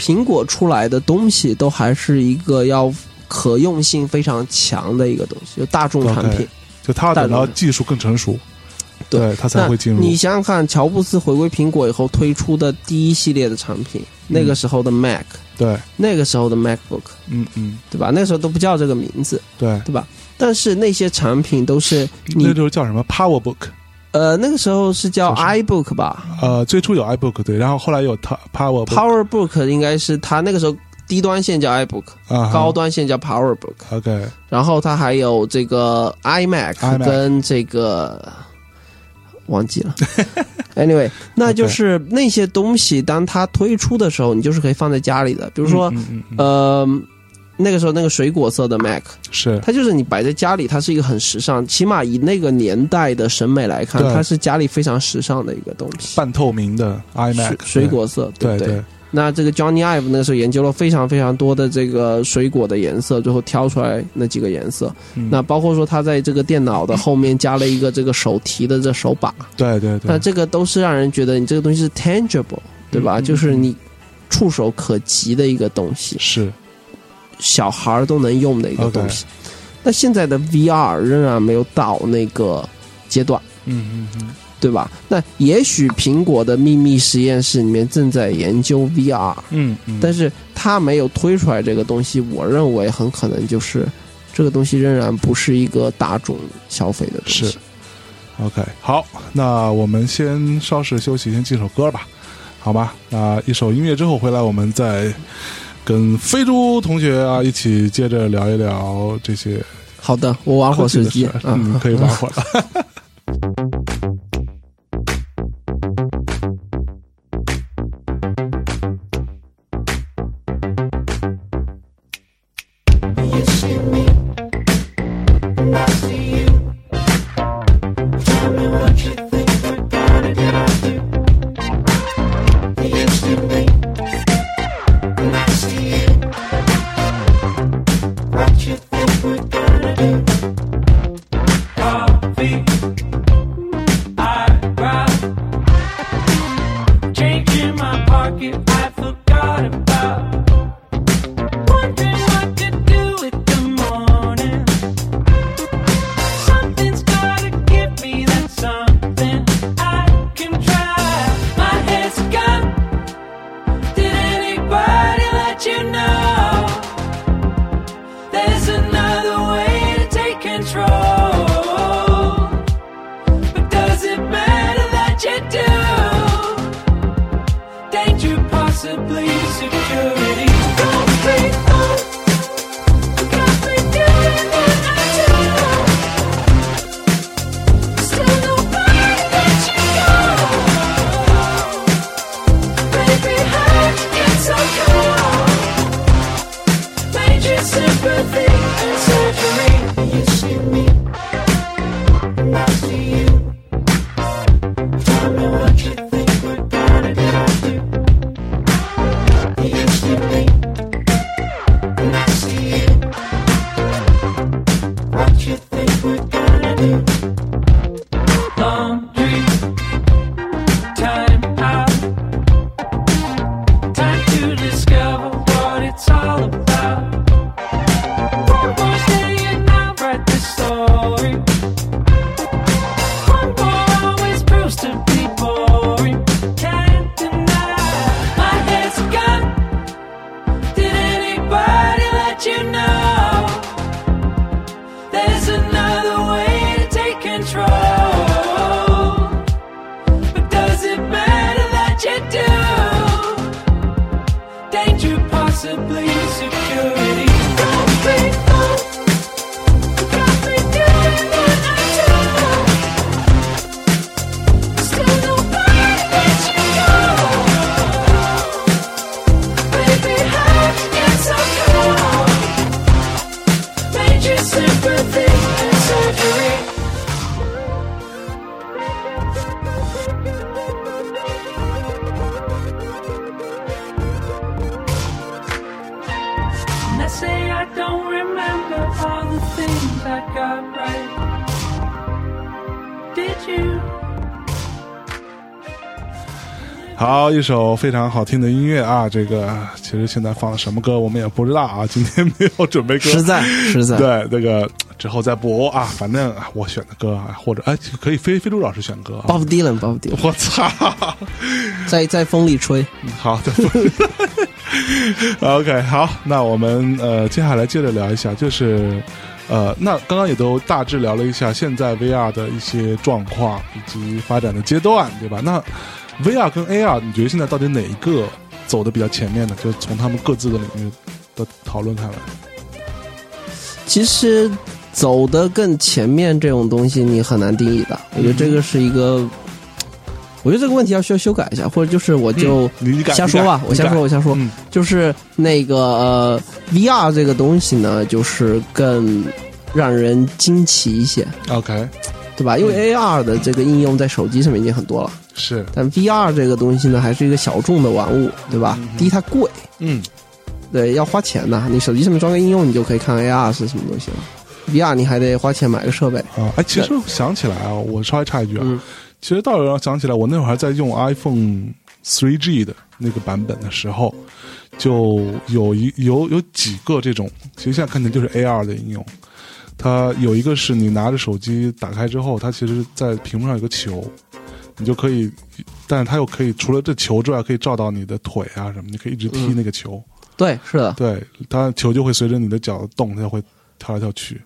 Speaker 2: 苹果出来的东西都还是一个要可用性非常强的一个东西，就大众产品
Speaker 1: OK。就它要
Speaker 2: 大
Speaker 1: 等到
Speaker 2: 众
Speaker 1: 技术更成熟，
Speaker 2: 对
Speaker 1: 对它才
Speaker 2: 那
Speaker 1: 会进入。
Speaker 2: 你想想看，乔布斯回归苹果以后推出的第一系列的产品，那个时候的 Mac，
Speaker 1: 对，
Speaker 2: 那个时候的 MacBook，
Speaker 1: 嗯嗯，
Speaker 2: 对吧？那时候都不叫这个名字。
Speaker 1: 对，
Speaker 2: 对吧？但是那些产品都是你
Speaker 1: 那时候叫什么 PowerBook，
Speaker 2: 呃那个时候是叫
Speaker 1: 叫什
Speaker 2: iBook 吧
Speaker 1: 呃，最初有 iBook 对，然后后来有 Ta- PowerBook
Speaker 2: ，PowerBook 应该是它那个时候低端线叫 iBook，
Speaker 1: 啊哈
Speaker 2: 高端线叫 PowerBook，
Speaker 1: OK
Speaker 2: 然后它还有这个 iMac
Speaker 1: iMac
Speaker 2: 跟这个忘记
Speaker 1: *laughs*
Speaker 2: 了。Anyway，那就是那些东西，当它推出的时候，你就是可以放在家里的，比如说、
Speaker 1: 嗯嗯嗯嗯
Speaker 2: 呃。那个时候，那个水果色的 Mac，
Speaker 1: 是
Speaker 2: 它就是你摆在家里，它是一个很时尚，起码以那个年代的审美来看，
Speaker 1: 对
Speaker 2: 它是家里非常时尚的一个东西。
Speaker 1: 半透明的 iMac
Speaker 2: 水水果色，
Speaker 1: 对
Speaker 2: 对不对
Speaker 1: 对
Speaker 2: 那这个 Johnny Ive 那个时候研究了非常非常多的这个水果的颜色，最后挑出来那几个颜色。
Speaker 1: 嗯
Speaker 2: 那包括说他在这个电脑的后面加了一个这个手提的这手把，
Speaker 1: 对对对
Speaker 2: 那这个都是让人觉得你这个东西是 tangible，对吧？
Speaker 1: 嗯嗯
Speaker 2: 就是你触手可及的一个东西。
Speaker 1: 是
Speaker 2: 小孩儿都能用的一个
Speaker 1: OK
Speaker 2: 东西。那现在的 VR 仍然没有到那个阶段，
Speaker 1: 嗯嗯嗯
Speaker 2: 对吧？那也许苹果的秘密实验室里面正在研究 VR，
Speaker 1: 嗯嗯，
Speaker 2: 但是它没有推出来这个东西，我认为很可能就是这个东西仍然不是一个大众消费的东西。
Speaker 1: 是 OK 好，那我们先稍事休息，先进首歌吧，好吧？那一首音乐之后回来，我们再跟飞猪同学啊一起接着聊一聊这些
Speaker 2: 好的，我玩会
Speaker 1: 科
Speaker 2: 儿
Speaker 1: 技
Speaker 2: 手
Speaker 1: 的
Speaker 2: 机
Speaker 1: 事
Speaker 2: 啊
Speaker 1: 儿，，嗯，可以玩会儿了。
Speaker 3: You see me, and I see you. Tell me what you think we're gonna get up to. You see me, and I see you. What you think we're gonna do? Coffee, eyebrow, change in my pocket I forgot about. Wondering what to do with the morning. Something's gotta give me that something I can try. My head's gone. Did anybody let you know? There's another way to take control. But does it matter that you do? danger, possibly security. Don't be fooled. Got me doing what I do. Still nobody let you go. Baby, how'd you get so cold? Major sympathy and surgery. You see me, possibly security. Got me on, got me doing what I do. Still nobody lets you go. Baby, how can so cold? Major sympathy and surgery. And I say I don't remember all the things I got right. Did you?
Speaker 1: 好，一首非常好听的音乐啊！这个其实现在放的什么歌我们也不知道啊，今天没有准备歌，
Speaker 2: *laughs* *laughs* 实在实在，
Speaker 1: 对那个之后再补啊。反正啊我选的歌啊，或者哎可以非非洲老师选歌啊。
Speaker 2: ，Bob Dylan，Bob Dylan，
Speaker 1: 我操！
Speaker 2: 在在风里吹，
Speaker 1: 好的 *laughs* ，OK，好，那我们呃接下来接着聊一下，就是呃，那刚刚也都大致聊了一下现在 VR 的一些状况以及发展的阶段，对吧？那 VR 跟 AR，你觉得现在到底哪一个走的比较前面呢？就是从他们各自的领域的讨论看来，
Speaker 2: 其实走得更前面这种东西你很难定义的，我觉得这个是一个，我觉得这个问题要需要修改一下，或者就是我嗯就
Speaker 1: 嗯你敢
Speaker 2: 瞎说吧，我瞎说，，我瞎说，
Speaker 1: 嗯
Speaker 2: 就是那个呃，VR 这个东西呢，就是更让人惊奇一些，
Speaker 1: ，OK，
Speaker 2: 对吧？因为 AR 的这个应用在手机上面已经很多了，
Speaker 1: 是，
Speaker 2: 但 VR 这个东西呢，还是一个小众的玩物，对吧？第一，它贵，
Speaker 1: 嗯，
Speaker 2: 对，要花钱的。你手机上面装个应用，你就可以看 AR 是什么东西了。VR 你还得花钱买个设备，
Speaker 1: 啊，哎，其实想起来啊，我稍微插一句啊，
Speaker 2: 嗯
Speaker 1: 其实倒是让我想起来，我那会儿还在用 iPhone 3G 的那个版本的时候，就有一有有几个这种，其实现在看起来就是 AR 的应用。它有一个是你拿着手机打开之后，它其实在屏幕上有个球，你就可以，但是它又可以除了这球之外，可以照到你的腿啊什么，你可以一直踢
Speaker 2: 嗯
Speaker 1: 那个球。
Speaker 2: 对，是的，
Speaker 1: 对，它球就会随着你的脚动，它会跳来跳去。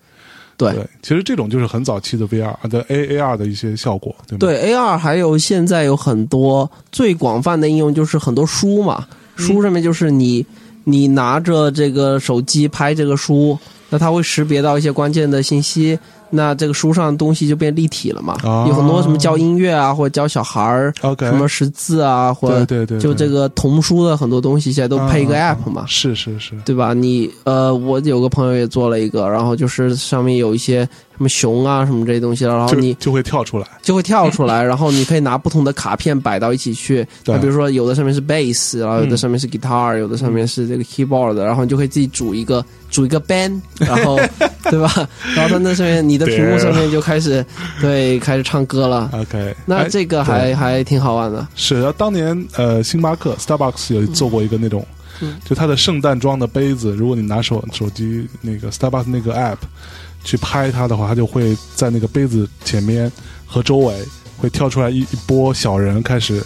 Speaker 2: 对
Speaker 1: 对，其实这种就是很早期的 VR 啊的 A AR 的一些效果，对吗？
Speaker 2: 对 AR 还有现在有很多最广泛的应用就是很多书嘛，
Speaker 1: 嗯
Speaker 2: 书上面就是你你拿着这个手机拍这个书，那它会识别到一些关键的信息，那这个书上的东西就变立体了嘛。
Speaker 1: 啊
Speaker 2: 有很多什么教音乐啊，或者教小孩儿
Speaker 1: OK
Speaker 2: 什么识字啊，或
Speaker 1: 对嗯
Speaker 2: 者
Speaker 1: 对对，
Speaker 2: 就这
Speaker 1: 个
Speaker 2: 个童书的很多东西现在都配一个 app 嘛。
Speaker 1: 是是是，
Speaker 2: 对吧？你呃，我有个朋友也做了一个，然后就是上面有一些什么熊啊什么这些东西，然后
Speaker 1: 就
Speaker 2: 你
Speaker 1: 就会跳出来。
Speaker 2: 就会跳出来，然后你可以拿不同的卡片摆到一起去。
Speaker 1: *laughs* 对嗯
Speaker 2: 那比如说有的上面是 bass，然后有的上面是 guitar，、有的上面是这个 keyboard 的，然后你就可以自己组一个组一个 band，然后对吧？然后它那上面你的屏幕上面就开始 *laughs* 对开始唱歌了。
Speaker 1: OK，
Speaker 2: 那
Speaker 1: 哎
Speaker 2: 这个还、
Speaker 1: 对
Speaker 2: 还挺好玩的，
Speaker 1: 是啊当年呃，星巴克 Starbucks 有做过一个那种。
Speaker 2: 嗯
Speaker 1: 就它的圣诞装的杯子，如果你拿手手机那个 Starbucks 那个 app 去拍它的话，它就会在那个杯子前面和周围会跳出来一一波小人开始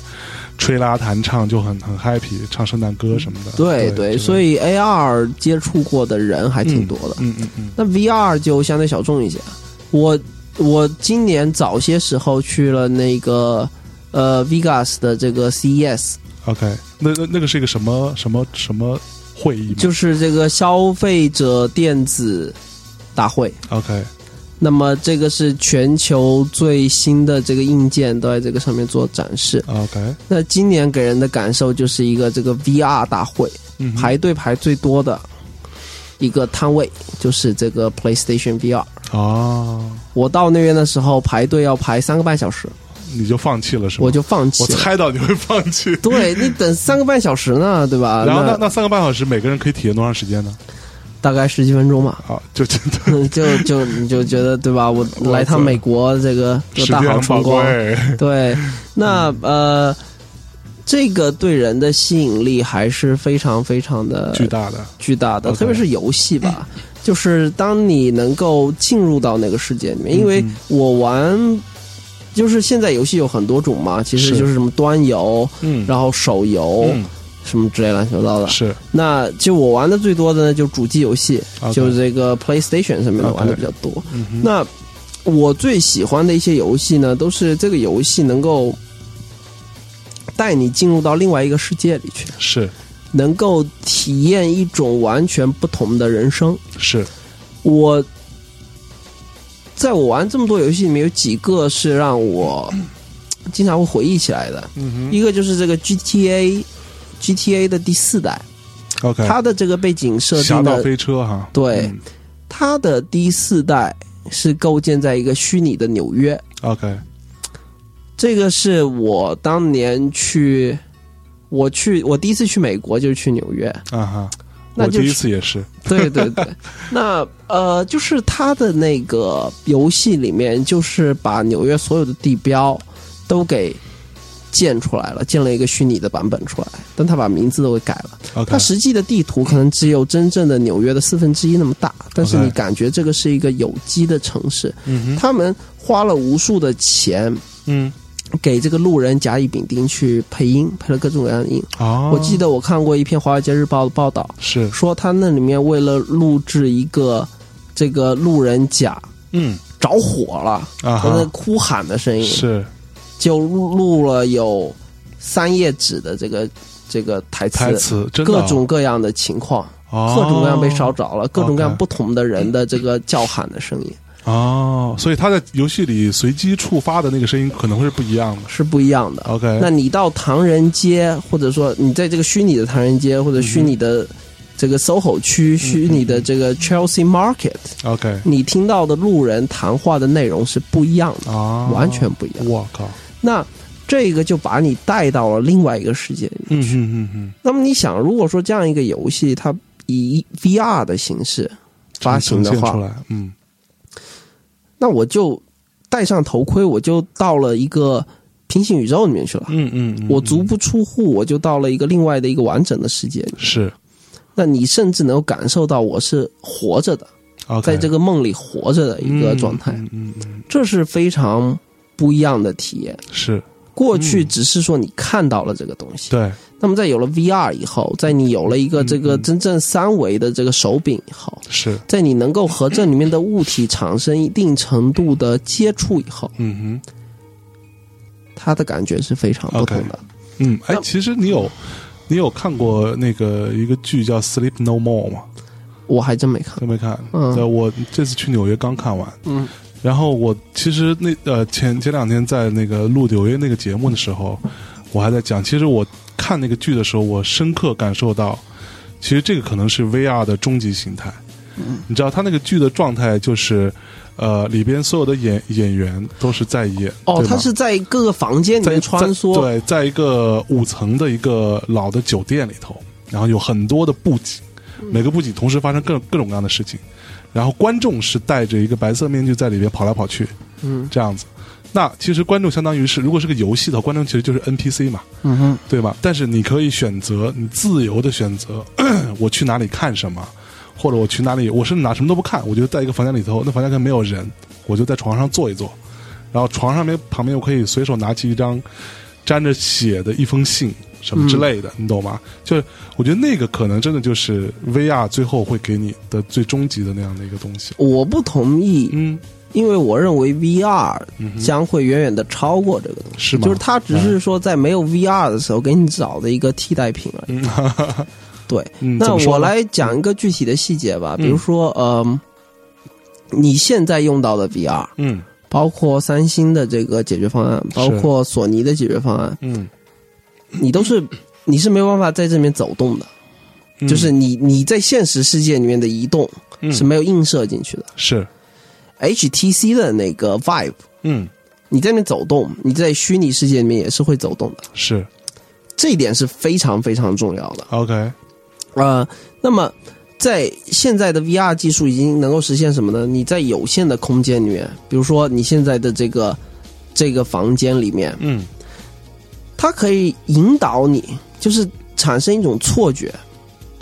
Speaker 1: 吹拉弹唱，就很很 happy，唱圣诞歌什么的。对，
Speaker 2: 对对，
Speaker 1: 这个
Speaker 2: 所以 AR 接触过的人还挺多的。
Speaker 1: 嗯嗯嗯，
Speaker 2: 那 VR 就相对小众一些。啊我我今年早些时候去了那个呃 Vegas 的这个 E CES，
Speaker 1: OK，那那那个是一个什么什么什么会议吗？
Speaker 2: 就是这个消费者电子大会。
Speaker 1: OK，
Speaker 2: 那么这个是全球最新的这个硬件都在这个上面做展示。
Speaker 1: OK，
Speaker 2: 那今年给人的感受就是一个这个 VR 大会，
Speaker 1: 嗯哼，
Speaker 2: 排队排最多的一个摊位就是这个 PlayStation VR。
Speaker 1: 哦，
Speaker 2: 我到那边的时候排队要排三个半小时，
Speaker 1: 你就放弃了是吗？
Speaker 2: 我就放弃
Speaker 1: 我
Speaker 2: 了。
Speaker 1: 猜到你会放弃。
Speaker 2: 对你等三个半小时呢，对吧？
Speaker 1: 然后那
Speaker 2: 啊那
Speaker 1: 那三个半小时，每个人可以体验多长时间呢？
Speaker 2: 大概十几分钟吧，
Speaker 1: 啊，就真的
Speaker 2: *laughs* 就就你就觉得对吧？我
Speaker 1: 我
Speaker 2: 来趟
Speaker 1: 操
Speaker 2: 美国，这个
Speaker 1: 时
Speaker 2: 有
Speaker 1: 间
Speaker 2: 大好
Speaker 1: 很宝 *laughs*
Speaker 2: 春光。
Speaker 1: 贵。
Speaker 2: 对，那呃，这个对人的吸引力还是非常非常的
Speaker 1: 巨大的，
Speaker 2: 巨大的，
Speaker 1: OK
Speaker 2: 特别是游戏吧。就是当你能够进入到那个世界里面，因为
Speaker 1: 嗯
Speaker 2: 我玩，就是现在游戏有很多种嘛，其实
Speaker 1: 是
Speaker 2: 就是什么端游，
Speaker 1: 嗯，
Speaker 2: 然后手游
Speaker 1: 嗯
Speaker 2: 什么之类乱七八糟的。
Speaker 1: 是
Speaker 2: 那就我玩的最多的呢，就主机游戏
Speaker 1: OK
Speaker 2: 就这个 PlayStation 上面的
Speaker 1: OK
Speaker 2: 玩的比较多。
Speaker 1: 哦嗯哼
Speaker 2: 那我最喜欢的一些游戏呢，都是这个游戏能够带你进入到另外一个世界里去。
Speaker 1: 是
Speaker 2: 能够体验一种完全不同的人生。
Speaker 1: 是
Speaker 2: 我在我玩这么多游戏里面，有几个是让我经常会回忆起来的。
Speaker 1: 嗯
Speaker 2: 一个就是这个 GTA。GTA 的第四代，
Speaker 1: 哼，OK，
Speaker 2: 它的这个背景设
Speaker 1: 哎侠
Speaker 2: 定
Speaker 1: 盗
Speaker 2: 的，
Speaker 1: 飞车哈，
Speaker 2: 对
Speaker 1: 嗯
Speaker 2: 它的第四代是构建在一个虚拟的纽约，
Speaker 1: ，OK，
Speaker 2: 这个是我当年去，我去我第一次去美国就是去纽约，
Speaker 1: 啊哈，
Speaker 2: 那
Speaker 1: 我
Speaker 2: 就
Speaker 1: 第一
Speaker 2: 是
Speaker 1: 次也是，
Speaker 2: 对对对。那呃，就是它的那个游戏里面，就是把纽约所有的地标都给建出来了，建了一个虚拟的版本出来，但它把名字都给改了。
Speaker 1: OK，
Speaker 2: 它实际的地图可能只有真正的纽约的四分之一那么大，但是
Speaker 1: OK
Speaker 2: 你感觉这个是一个有机的城市，
Speaker 1: 嗯哼，
Speaker 2: 他们花了无数的钱。
Speaker 1: 嗯，
Speaker 2: 给这个路人甲乙丙丁去配音，配了各种各样的音。
Speaker 1: 哦，
Speaker 2: 我记得我看过一篇《华尔街日报》的报道，
Speaker 1: 是，
Speaker 2: 说他那里面为了录制一个这个路人甲
Speaker 1: 嗯
Speaker 2: 着火了，
Speaker 1: 啊
Speaker 2: 他那
Speaker 1: 哈，
Speaker 2: 哭喊的声音，
Speaker 1: 是
Speaker 2: 就录录了有三页纸的这个这个台词，
Speaker 1: 台词，真的
Speaker 2: 各
Speaker 1: 啊
Speaker 2: 种各样的情况，
Speaker 1: 哦
Speaker 2: 各种各样被烧着了，各种各样
Speaker 1: OK
Speaker 2: 不同的人的这个叫喊的声音
Speaker 1: 哦，所以他在游戏里随机触发的那个声音可能会是不一样的。
Speaker 2: 是不一样的。
Speaker 1: OK，
Speaker 2: 那你到唐人街，或者说你在这个虚拟的唐人街，或者虚拟的这个 SOHO 区、虚拟的这个 Chelsea Market，
Speaker 1: OK
Speaker 2: 你听到的路人谈话的内容是不一样的，
Speaker 1: 啊，
Speaker 2: 完全不一样。
Speaker 1: 我靠，
Speaker 2: 那这个就把你带到了另外一个世界里。
Speaker 1: 嗯嗯嗯嗯，
Speaker 2: 那么你想，如果说这样一个游戏它以 VR 的形式发
Speaker 1: 呈
Speaker 2: 行的
Speaker 1: 现出
Speaker 2: 话，
Speaker 1: 来，嗯，
Speaker 2: 那我就戴上头盔，我就到了一个平行宇宙里面去了。
Speaker 1: 嗯嗯嗯
Speaker 2: 我足不出户，我就到了一个另外的一个完整的世界里。
Speaker 1: 是
Speaker 2: 那你甚至能够感受到我是活着的，
Speaker 1: OK，
Speaker 2: 在这个梦里活着的一个
Speaker 1: 嗯
Speaker 2: 状态，
Speaker 1: 嗯嗯嗯，
Speaker 2: 这是非常不一样的体验。
Speaker 1: 是
Speaker 2: 过去只是说你看到了这个东西，
Speaker 1: 嗯对，
Speaker 2: 那么在有了 VR 以后，在你有了一个这个
Speaker 1: 嗯嗯
Speaker 2: 真正三维的这个手柄以后，
Speaker 1: 是，
Speaker 2: 在你能够和这里面的物体产生一定程度的接触以后，
Speaker 1: 嗯哼，
Speaker 2: 它的感觉是非常不同的。
Speaker 1: 嗯，哎
Speaker 2: 那，
Speaker 1: 其实你有你有看过那个一个剧叫《Sleep No More》吗？
Speaker 2: 我还真没看，
Speaker 1: 都没看，
Speaker 2: 嗯
Speaker 1: 对，我这次去纽约刚看完，
Speaker 2: 嗯，
Speaker 1: 然后我其实那呃前前两天在那个录纽约那个节目的时候，我还在讲，其实我看那个剧的时候，我深刻感受到，其实这个可能是 VR 的终极形态。
Speaker 2: 嗯
Speaker 1: 你知道他那个剧的状态就是，呃，里边所有的演演员都是在演
Speaker 2: 哦，
Speaker 1: 对吧
Speaker 2: 它是在各个房间里
Speaker 1: 在
Speaker 2: 面穿梭，
Speaker 1: 在对，在一个五层的一个老的酒店里头，然后有很多的布景，
Speaker 2: 嗯
Speaker 1: 每个布景同时发生各各种各样的事情，然后观众是戴着一个白色面具在里边跑来跑去，
Speaker 2: 嗯
Speaker 1: 这样子。那其实观众相当于是，如果是个游戏的话，观众其实就是 NPC 嘛，
Speaker 2: 嗯哼，
Speaker 1: 对吧？但是你可以选择，你自由的选择， *clears throat* 我去哪里看什么，或者我去哪里，我甚至拿什么都不看，我就在一个房间里头，那房间可能没有人，我就在床上坐一坐，然后床上面旁边我可以随手拿起一张沾着血的一封信什么之类
Speaker 2: 嗯
Speaker 1: 的，你懂吗？就是我觉得那个可能真的就是 VR 最后会给你的最终极的那样的一个东西。
Speaker 2: 我不同意，
Speaker 1: 嗯，
Speaker 2: 因为我认为 VR
Speaker 1: 嗯哼
Speaker 2: 将会远远的超过这个东西。
Speaker 1: 是吗？
Speaker 2: 就是它只是说在没有 VR 的时候给你找的一个替代品而已。
Speaker 1: 嗯， *laughs* 哈哈哈
Speaker 2: 对，
Speaker 1: 嗯怎
Speaker 2: 那
Speaker 1: 么说
Speaker 2: 我
Speaker 1: 呢
Speaker 2: 来讲一个具体的细节吧，
Speaker 1: 嗯
Speaker 2: 比如说，嗯、你现在用到的 VR，
Speaker 1: 嗯
Speaker 2: 包括三星的这个解决方案，包括索尼的解决方
Speaker 1: *coughs*
Speaker 2: 案，
Speaker 1: 嗯，
Speaker 2: 你都是你是没有办法在这里面走动的，
Speaker 1: 嗯
Speaker 2: 就是你你在现实世界里面的移动
Speaker 1: 嗯
Speaker 2: 是没有映射进去的。
Speaker 1: 是
Speaker 2: HTC 的那个 Vive，
Speaker 1: 嗯
Speaker 2: 你在那边走动，你在虚拟世界里面也是会走动的，
Speaker 1: 是
Speaker 2: 这一点是非常非常重要的。
Speaker 1: OK
Speaker 2: 呃，那么在现在的 VR 技术已经能够实现什么呢？你在有限的空间里面，比如说你现在的这个这个房间里面，
Speaker 1: 嗯
Speaker 2: 它可以引导你，就是产生一种错觉，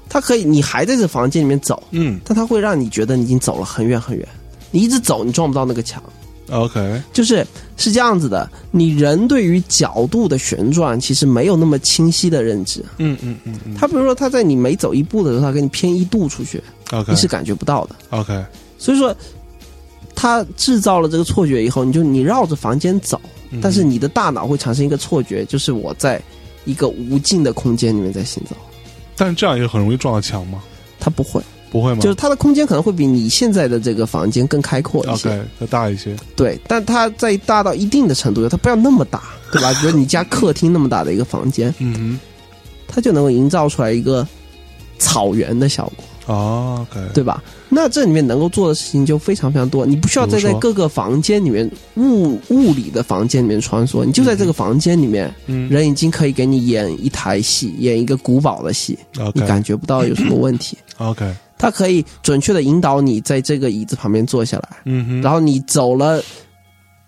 Speaker 2: 它可以你还在这房间里面走，
Speaker 1: 嗯
Speaker 2: 但它会让你觉得你已经走了很远很远，你一直走你撞不到那个墙。
Speaker 1: OK
Speaker 2: 就是是这样子的，你人对于角度的旋转其实没有那么清晰的认知。
Speaker 1: 嗯嗯嗯嗯
Speaker 2: 它比如说，它在你每走一步的时候，它给你偏一度出去，
Speaker 1: OK
Speaker 2: 你是感觉不到的。
Speaker 1: OK
Speaker 2: 所以说，它制造了这个错觉以后，你就你绕着房间走，
Speaker 1: 嗯
Speaker 2: 但是你的大脑会产生一个错觉，就是我在一个无尽的空间里面在行走。
Speaker 1: 嗯但是这样也很容易撞到墙吗？
Speaker 2: 它不会，
Speaker 1: 不会吗？
Speaker 2: 就是它的空间可能会比你现在的这个房间更开阔一些。
Speaker 1: OK，要大一些。
Speaker 2: 对，但它在大到一定的程度，它不要那么大，对吧？比如你家客厅那么大的一个房间，
Speaker 1: 嗯
Speaker 2: 它就能够营造出来一个草原的效果，
Speaker 1: 哼哦，OK，
Speaker 2: 对吧？那这里面能够做的事情就非常非常多，你不需要再
Speaker 1: 比如
Speaker 2: 在
Speaker 1: 说
Speaker 2: 各个房间里面物物理的房间里面穿梭，你就在这个房间里面，
Speaker 1: 嗯
Speaker 2: 人已经可以给你演一台戏，演一个古堡的戏，你
Speaker 1: ，OK，OK，、
Speaker 2: 感觉不到有什么问题。它可以准确的引导你在这个椅子旁边坐下来，
Speaker 1: 嗯哼，
Speaker 2: 然后你走了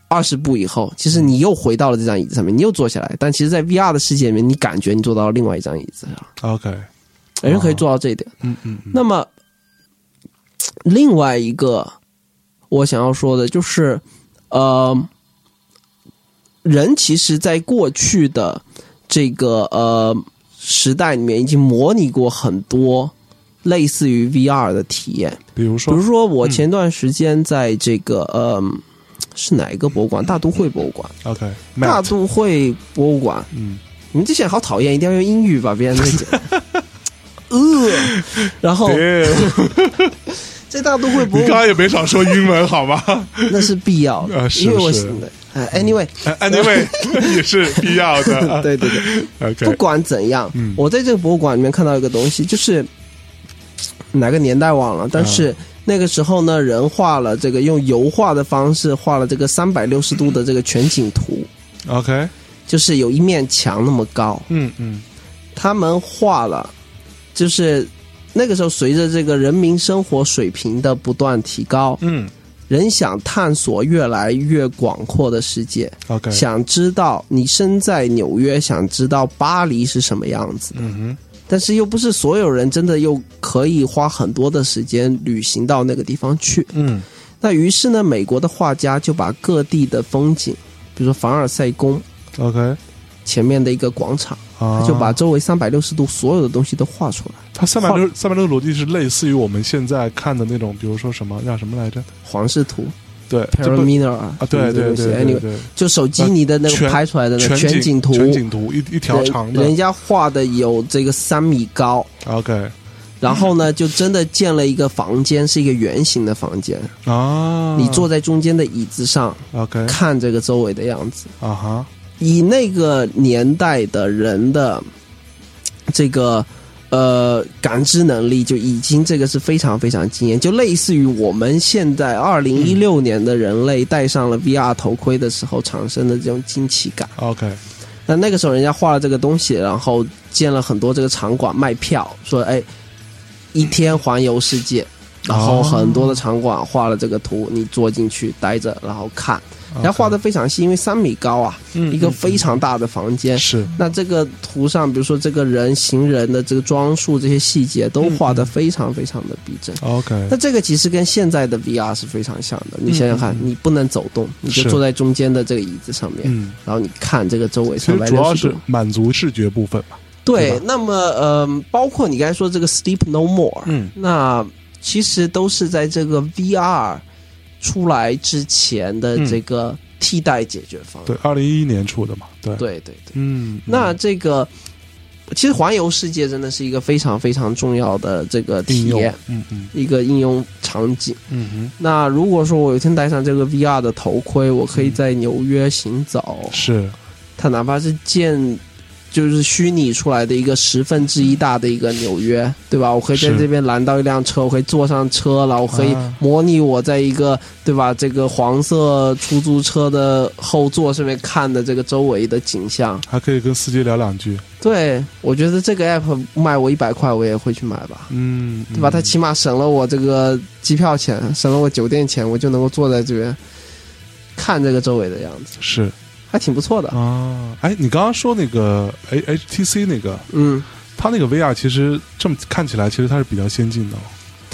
Speaker 2: 二十步以后，其实你又回到了这张椅子上面，你又坐下来。但其实，在 VR 的世界里面，你感觉你坐到了另外一张椅子上，
Speaker 1: OK，
Speaker 2: 人可以做到这一点。
Speaker 1: 嗯嗯嗯，
Speaker 2: 那么，另外一个我想要说的就是，呃，人其实在过去的这个呃时代里面，已经模拟过很多类似于 VR 的体验。
Speaker 1: 比如
Speaker 2: 比
Speaker 1: 说嗯
Speaker 2: 如，说，我前段时间在这个呃，是哪一个博物馆？大都会博物馆。
Speaker 1: OK，
Speaker 2: 大
Speaker 1: Matt，
Speaker 2: 都会博物馆，
Speaker 1: 嗯，
Speaker 2: 你们这些人好讨厌，一定要用英语把别人那讲。
Speaker 1: *laughs*
Speaker 2: 呃，然后
Speaker 1: 对，
Speaker 2: 在大都会博
Speaker 1: 你
Speaker 2: 物
Speaker 1: 刚
Speaker 2: 馆
Speaker 1: 刚也没少说英文 *laughs* 好吗
Speaker 2: 那是必要的，
Speaker 1: 啊是
Speaker 2: 因为我
Speaker 1: 是
Speaker 2: 哎，anyway，
Speaker 1: *laughs* ？Anyway，也
Speaker 2: *laughs*
Speaker 1: 是必要的。
Speaker 2: 对对对，不
Speaker 1: OK，
Speaker 2: 管怎样
Speaker 1: 啊嗯，
Speaker 2: 我在这个博物馆里面看到一个东西，就是哪个年代忘了，但
Speaker 1: 啊
Speaker 2: 是那个时候呢，人画了这个用油画的方式画了这个三百六十度的这个全景图，
Speaker 1: OK，
Speaker 2: 就是有一面墙那么高，
Speaker 1: 嗯嗯
Speaker 2: 他们画了，就是那个时候随着这个人民生活水平的不断提高，
Speaker 1: 嗯
Speaker 2: 人想探索越来越广阔的世界，
Speaker 1: ，OK，
Speaker 2: 想知道你身在纽约，想知道巴黎是什么样子，
Speaker 1: 嗯
Speaker 2: 但是又不是所有人真的又可以花很多的时间旅行到那个地方去。
Speaker 1: 哼，嗯
Speaker 2: 那于是呢，美国的画家就把各地的风景，比如说凡尔赛宫
Speaker 1: ，OK，
Speaker 2: 前面的一个广场，
Speaker 1: 啊，
Speaker 2: 他就把周围三百六十度所有的东西都画出来。
Speaker 1: 它三百六三百六十逻辑是类似于我们现在看的那种，比如说什么叫什么来着？
Speaker 2: 皇室图
Speaker 1: 对，
Speaker 2: p a
Speaker 1: 这
Speaker 2: r a
Speaker 1: 不
Speaker 2: m i n a 啊
Speaker 1: 啊，对对对对
Speaker 2: anyway，
Speaker 1: 对，
Speaker 2: 就手机你的那
Speaker 1: 全
Speaker 2: 个拍出来的那个
Speaker 1: 全
Speaker 2: 景
Speaker 1: 全景图一一条
Speaker 2: 人
Speaker 1: 长
Speaker 2: 人
Speaker 1: 的
Speaker 2: 家画的有这个三米高，
Speaker 1: ，OK
Speaker 2: 然后呢，就真的建了一个房间，是一个圆形的房间，
Speaker 1: 啊，
Speaker 2: 你坐在中间的椅子上
Speaker 1: OK
Speaker 2: 看这个周围的样子，
Speaker 1: 啊哈，
Speaker 2: 以那个年代的人的这个。呃，感知能力就已经这个是非常非常惊艳，就类似于我们现在二零一六年的人类戴上了 VR 头盔的时候产生的这种惊奇感。
Speaker 1: OK
Speaker 2: 那那个时候人家画了这个东西，然后建了很多这个场馆卖票，说哎，一天环游世界，然后很多的场馆画了这个图，你坐进去待着，然后看，人家画的非常细，因为三米高啊，
Speaker 1: 嗯
Speaker 2: 一个非常大的房间。
Speaker 1: 是
Speaker 2: 那这个图上，比如说这个人、行人的这个装束这些细节，都画的非常非常的逼真。
Speaker 1: OK
Speaker 2: 那这个其实跟现在的 VR 是非常像的。你想想看，你不能走动，你就是坐在中间的这个椅子上面，
Speaker 1: 嗯。
Speaker 2: 然后你看这个周围
Speaker 1: 其
Speaker 2: 三
Speaker 1: 实
Speaker 2: 百
Speaker 1: 主要
Speaker 2: 六十
Speaker 1: 是
Speaker 2: 度。
Speaker 1: 满足视觉部分嘛。对
Speaker 2: 对
Speaker 1: 吧，
Speaker 2: 那么呃，包括你刚才说这个 Sleep No More，、
Speaker 1: 嗯
Speaker 2: 那其实都是在这个 VR 出来之前的这个替代解决方案。
Speaker 1: 嗯对，二零一一年出的嘛。对，
Speaker 2: 对对对，
Speaker 1: 嗯，
Speaker 2: 那这个其实环游世界真的是一个非常非常重要的这个
Speaker 1: 应
Speaker 2: 体
Speaker 1: 用
Speaker 2: 验，，
Speaker 1: 嗯嗯
Speaker 2: 一个应用场景。
Speaker 1: 嗯哼，
Speaker 2: 那如果说我有一天戴上这个 VR 的头盔，我可以
Speaker 1: 嗯
Speaker 2: 在纽约行走，
Speaker 1: 是
Speaker 2: 它哪怕是建就是虚拟出来的一个十分之一大的一个纽约，对吧？我可以在
Speaker 1: 是
Speaker 2: 这边拦到一辆车，我可以坐上车了，我可以
Speaker 1: 啊
Speaker 2: 模拟我在一个对吧这个黄色出租车的后座上面看的这个周围的景象。
Speaker 1: 还可以跟司机聊两句，
Speaker 2: 对我觉得这个 app 卖我一百块，我也会去买吧。
Speaker 1: 嗯，
Speaker 2: 对吧？
Speaker 1: 嗯
Speaker 2: 它起码省了我这个机票钱，省了我酒店钱，我就能够坐在这边看这个周围的样子，
Speaker 1: 是
Speaker 2: 还挺不错的。
Speaker 1: 啊。哎，你刚刚说那个 H H T C 那个，
Speaker 2: 嗯，
Speaker 1: 它那个 V R 其实这么看起来，其实它是比较先进的哦。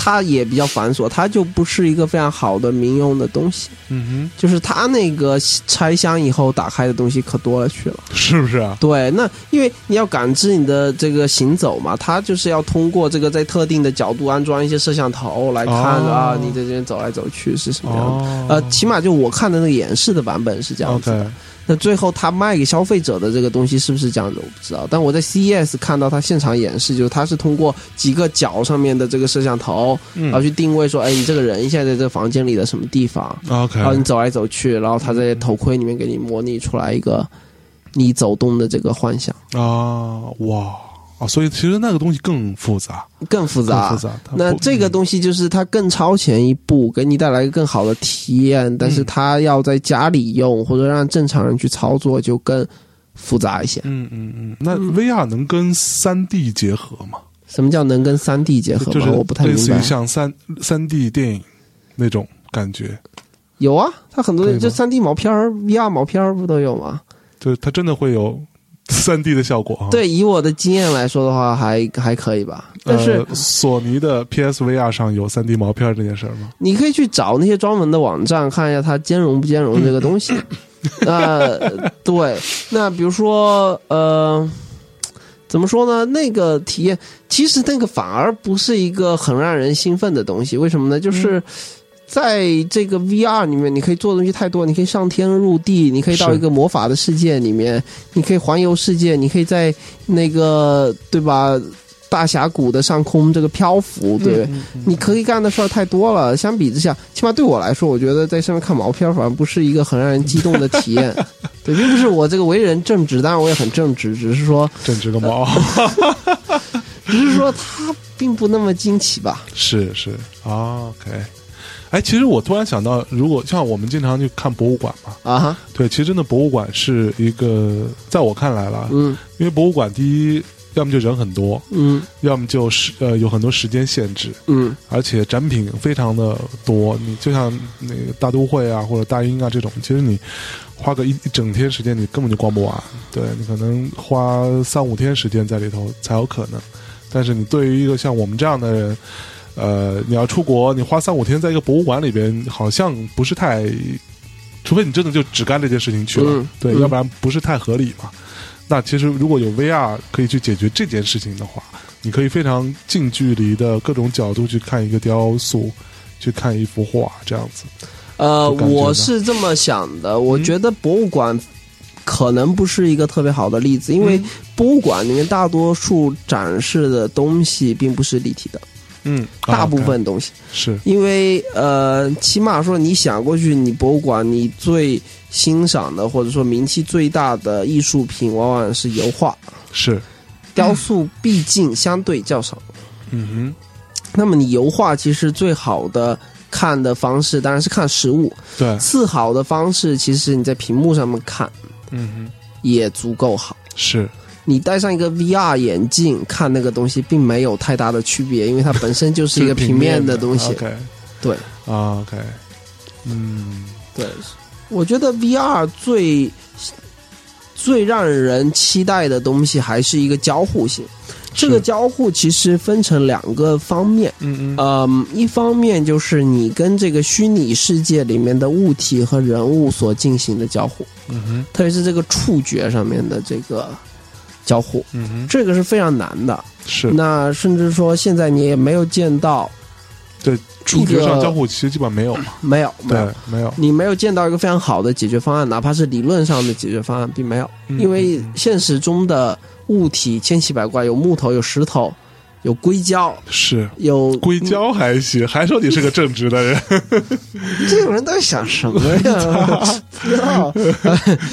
Speaker 2: 它也比较繁琐，它就不是一个非常好的民用的东西。
Speaker 1: 嗯
Speaker 2: 就是它那个拆箱以后打开的东西可多了去了。
Speaker 1: 哼，是不是啊？
Speaker 2: 对，那因为你要感知你的这个行走嘛，它就是要通过这个在特定的角度安装一些摄像头来看、
Speaker 1: 哦
Speaker 2: 啊，你在这边走来走去是什么样的。呃
Speaker 1: 哦，
Speaker 2: 呃，起码就我看的那个演示的版本是这样子的。
Speaker 1: OK，
Speaker 2: 那最后他卖给消费者的这个东西是不是这样的，我不知道。但我在 CES 看到他现场演示，就是他是通过几个角上面的这个摄像头，
Speaker 1: 嗯
Speaker 2: 然后去定位说，哎，你这个人现在在这个房间里的什么地方，
Speaker 1: OK，
Speaker 2: 然后你走来走去，然后他在头盔里面给你模拟出来一个你走动的这个幻想，
Speaker 1: 啊，哇啊，所以其实那个东西更复杂，
Speaker 2: 更复
Speaker 1: 更
Speaker 2: 杂。
Speaker 1: 复杂。它
Speaker 2: 那
Speaker 1: 不
Speaker 2: 这个东西就是它更超前一步，给你带来一个更好的体验，但
Speaker 1: 嗯
Speaker 2: 是它要在家里用或者让正常人去操作就更复杂一些。
Speaker 1: 嗯嗯嗯，那 VR 能跟三 D 结合吗？
Speaker 2: 什么叫能跟三 D 结合
Speaker 1: 就
Speaker 2: 吗？
Speaker 1: 是
Speaker 2: 我不太
Speaker 1: 类
Speaker 2: 明
Speaker 1: 似于
Speaker 2: 白。
Speaker 1: 像三三 D 电影那种感觉，
Speaker 2: 有啊，它很多
Speaker 1: 可以吗哦
Speaker 2: 就三 D 毛片儿、VR 毛片儿不都有吗？
Speaker 1: 就是它真的会有 *laughs* 三 D 的效果啊。
Speaker 2: 对，以我的经验来说的话，还还可以吧。但是
Speaker 1: 呃、索尼的 PSVR 上有三 D 毛片这件事儿吗？
Speaker 2: 嗯你可以去找那些专门的网站看一下它兼容不兼容这个东西。呃，对，那比如说呃，怎么说呢？那个体验其实那个反而不是一个很让人兴奋的东西，为什么呢？就是。在这个 VR 里面，你可以做的东西太多，你可以上天入地，你可以到
Speaker 1: 是
Speaker 2: 一个魔法的世界里面，你可以环游世界，你可以在那个对吧大峡谷的上空这个漂浮，对不对，你可以干的事儿太多了。相比之下，起码对我来说，我觉得在上面看毛片儿反而不是一个很让人激动的体
Speaker 1: *laughs*
Speaker 2: 验。对，并不是我这个为人正直，当然我也很正直，只是说，
Speaker 1: 正值个毛，
Speaker 2: 嗯只是说它并不那么惊奇吧。
Speaker 1: *laughs* 是是啊，OK。哎，其实我突然想到，如果像我们经常去看博物馆嘛，
Speaker 2: 啊哈，
Speaker 1: 对，其实真的博物馆是一个，在我看来了，
Speaker 2: 嗯
Speaker 1: 因为博物馆第一，要么就人很多，
Speaker 2: 嗯
Speaker 1: 要么就是呃有很多时间限制，
Speaker 2: 嗯
Speaker 1: 而且展品非常的多。你就像那个大都会啊，或者大英啊这种，其实你花个一一整天时间，你根本就逛不完。对你可能花三五天时间在里头才有可能。但是你对于一个像我们这样的人，呃，你要出国，你花三五天在一个博物馆里边，好像不是太，除非你真的就只干这件事情去了，
Speaker 2: 嗯
Speaker 1: 对，
Speaker 2: 嗯
Speaker 1: 要不然不是太合理嘛。那其实如果有 VR 可以去解决这件事情的话，你可以非常近距离的各种角度去看一个雕塑，去看一幅画，这样子。
Speaker 2: 呃，
Speaker 1: 就感觉呢
Speaker 2: 我是这么想的，我
Speaker 1: 嗯
Speaker 2: 觉得博物馆可能不是一个特别好的例子，因
Speaker 1: 嗯
Speaker 2: 为博物馆里面大多数展示的东西并不是立体的，
Speaker 1: 嗯，
Speaker 2: 大
Speaker 1: 啊
Speaker 2: 部
Speaker 1: OK，
Speaker 2: 分东西。
Speaker 1: 是
Speaker 2: 因为呃，起码说你想过去，你博物馆你最欣赏的或者说名气最大的艺术品，往往是油画、
Speaker 1: 是，
Speaker 2: 雕塑，毕竟相对较少。
Speaker 1: 嗯
Speaker 2: 那么你油画其实最好的看的方式当然是看实物，
Speaker 1: 哼，对，
Speaker 2: 次好的方式其实你在屏幕上面看
Speaker 1: 嗯
Speaker 2: 也足够好。
Speaker 1: 哼，是
Speaker 2: 你戴上一个 VR 眼镜看那个东西，并没有太大的区别，因为它本身就是一个平面的东西。
Speaker 1: OK，
Speaker 2: 对
Speaker 1: 啊，OK，嗯，
Speaker 2: 对，我觉得 VR 最最让人期待的东西还是一个交互性。这个
Speaker 1: 是
Speaker 2: 交互其实分成两个方面，
Speaker 1: 嗯嗯
Speaker 2: 嗯，一方面就是你跟这个虚拟世界里面的物体和人物所进行的交互，
Speaker 1: 嗯哼，
Speaker 2: 特别是这个触觉上面的这个交互，
Speaker 1: 嗯哼，
Speaker 2: 这个是非常难的。
Speaker 1: 是
Speaker 2: 那甚至说现在你也没有见到，
Speaker 1: 触觉
Speaker 2: 一
Speaker 1: 上
Speaker 2: 个嗯
Speaker 1: 交互其实基本上没有嘛，
Speaker 2: 没有，没有
Speaker 1: 对，没有，
Speaker 2: 你没有见到一个非常好的解决方案，哪怕是理论上的解决方案，并没有，
Speaker 1: 嗯
Speaker 2: 因为
Speaker 1: 嗯嗯
Speaker 2: 现实中的物体千奇百怪，有木头，有石头，有硅胶，
Speaker 1: 是。
Speaker 2: 有
Speaker 1: 硅。胶还
Speaker 2: 嗯
Speaker 1: 行，还说你是个正直的
Speaker 2: *laughs*
Speaker 1: 人，
Speaker 2: 这种人到底想什么
Speaker 1: *laughs*
Speaker 2: 呀？不知道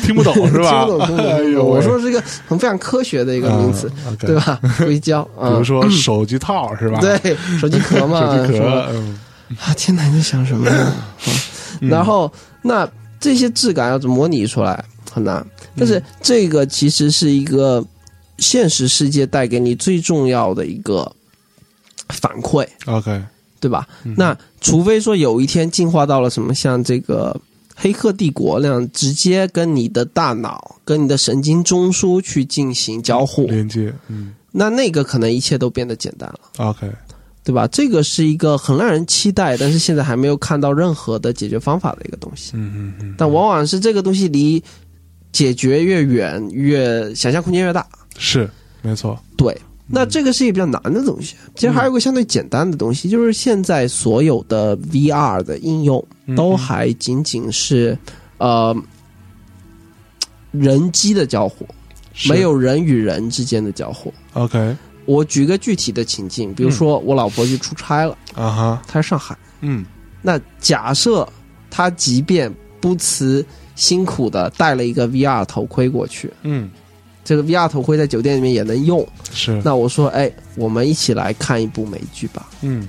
Speaker 1: 听不懂是吧？
Speaker 2: 听不懂听不懂
Speaker 1: 哎
Speaker 2: 听不
Speaker 1: 呦喂，
Speaker 2: 懂。我说是一个很非常科学的一个名词，
Speaker 1: 啊，OK
Speaker 2: 对吧？硅胶，
Speaker 1: 比
Speaker 2: 啊
Speaker 1: 如说手机套是吧？
Speaker 2: 对，手机壳嘛，
Speaker 1: *laughs* 手机
Speaker 2: 是吧
Speaker 1: 壳，嗯
Speaker 2: 啊，天哪，你在
Speaker 1: *coughs*
Speaker 2: 想什么呀？
Speaker 1: 嗯
Speaker 2: 然后那这些质感要怎么模拟出来很难，但是这个其实是一个现实世界带给你最重要的一个反馈，
Speaker 1: ，OK，
Speaker 2: 对吧？
Speaker 1: 嗯
Speaker 2: 那除非说有一天进化到了什么像这个。黑客帝国那样直接跟你的大脑、跟你的神经中枢去进行交互，
Speaker 1: 连接，嗯
Speaker 2: 那那个可能一切都变得简单了，
Speaker 1: ，OK，
Speaker 2: 对吧？这个是一个很让人期待，但是现在还没有看到任何的解决方法的一个东西。
Speaker 1: 嗯嗯嗯，
Speaker 2: 但往往是这个东西离解决越远，越想象空间越大。
Speaker 1: 是没错，
Speaker 2: 对，那这个是一个比较难的东西。其实还有一个相对简单的东西，就是现在所有的 VR 的应用
Speaker 1: 嗯
Speaker 2: 都还仅仅是呃人机的交互，
Speaker 1: 嗯是
Speaker 2: 没有人与人之间的交互。
Speaker 1: OK
Speaker 2: 我举个具体的情境，比如说我老婆去出差了，
Speaker 1: 啊哈，
Speaker 2: 她在上海。
Speaker 1: 嗯
Speaker 2: 那假设她即便不辞辛苦的带了一个 VR 头盔过去，
Speaker 1: 嗯，
Speaker 2: 这个 VR 头盔在酒店里面也能用。
Speaker 1: 是
Speaker 2: 那我说，哎，我们一起来看一部美剧吧。
Speaker 1: 嗯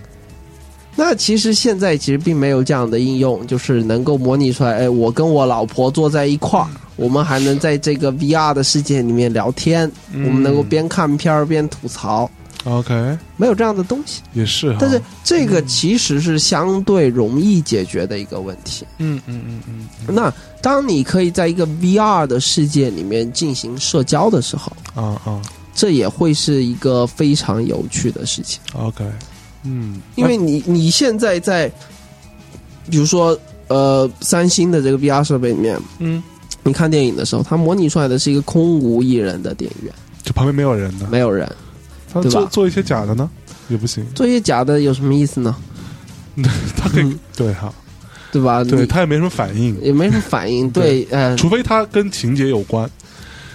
Speaker 2: 那其实现在其实并没有这样的应用，就是能够模拟出来，哎，我跟我老婆坐在一块儿，我们还能在这个 VR 的世界里面聊天，
Speaker 1: 嗯
Speaker 2: 我们能够边看片儿边吐槽，
Speaker 1: OK
Speaker 2: 没有这样的东西。
Speaker 1: 也是哈，
Speaker 2: 但是这个其实是相对容易解决的一个问题。
Speaker 1: 嗯嗯嗯嗯
Speaker 2: 那当你可以在一个 VR 的世界里面进行社交的时候，
Speaker 1: 啊啊
Speaker 2: 这也会是一个非常有趣的事情，
Speaker 1: OK，嗯，
Speaker 2: 因为你你现在在，比如说呃三星的这个 VR 设备里面，
Speaker 1: 嗯，
Speaker 2: 你看电影的时候，它模拟出来的是一个空无一人的电影院，
Speaker 1: 就旁边没有人呢，
Speaker 2: 没有人，
Speaker 1: 他
Speaker 2: 对吧
Speaker 1: 做做一些假的呢也不行，
Speaker 2: 做一些假的有什么意思呢？
Speaker 1: *laughs* 他可以
Speaker 2: 嗯
Speaker 1: 对哈，
Speaker 2: 对吧？
Speaker 1: 对
Speaker 2: 你
Speaker 1: 他也没什么反应，
Speaker 2: 也没什么反应，对，呃
Speaker 1: 除非他跟情节有关，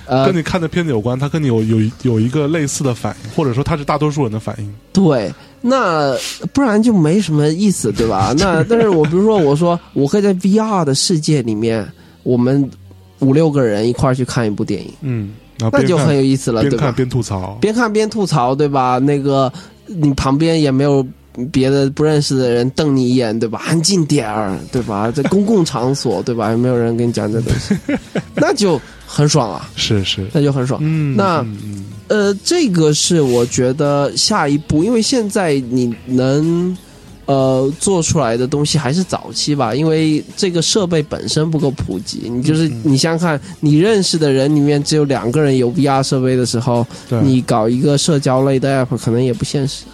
Speaker 2: 呃
Speaker 1: 跟，你看的片子有关，他跟你有有有一个类似的反应，或者说他是大多数人的反应。
Speaker 2: 对，那不然就没什么意思，
Speaker 1: *laughs*
Speaker 2: 对吧？那但是我比如说，我说我可以在 VR 的世界里面，我们五六个人一块儿去看一部电影，
Speaker 1: 嗯，然后
Speaker 2: 那
Speaker 1: 边
Speaker 2: 就
Speaker 1: 看
Speaker 2: 很有意思了，
Speaker 1: 边
Speaker 2: 对
Speaker 1: 看
Speaker 2: 吧？
Speaker 1: 边吐槽，
Speaker 2: 边看边吐槽，对吧？那个你旁边也没有。别的不认识的人瞪你一眼，对吧？安静点儿，对吧？在公共场所，对吧？也没有人跟你讲这东
Speaker 1: *laughs*
Speaker 2: 西，那就很爽啊，
Speaker 1: 是是，
Speaker 2: 那就很爽。
Speaker 1: 嗯，
Speaker 2: 那
Speaker 1: 嗯嗯
Speaker 2: 呃，这个是我觉得下一步，因为现在你能呃做出来的东西还是早期吧，因为这个设备本身不够普及。你就是
Speaker 1: 嗯嗯
Speaker 2: 你想想看，你认识的人里面只有两个人有 VR 设备的时候，
Speaker 1: 对，
Speaker 2: 你搞一个社交类的 app 可能也不现实。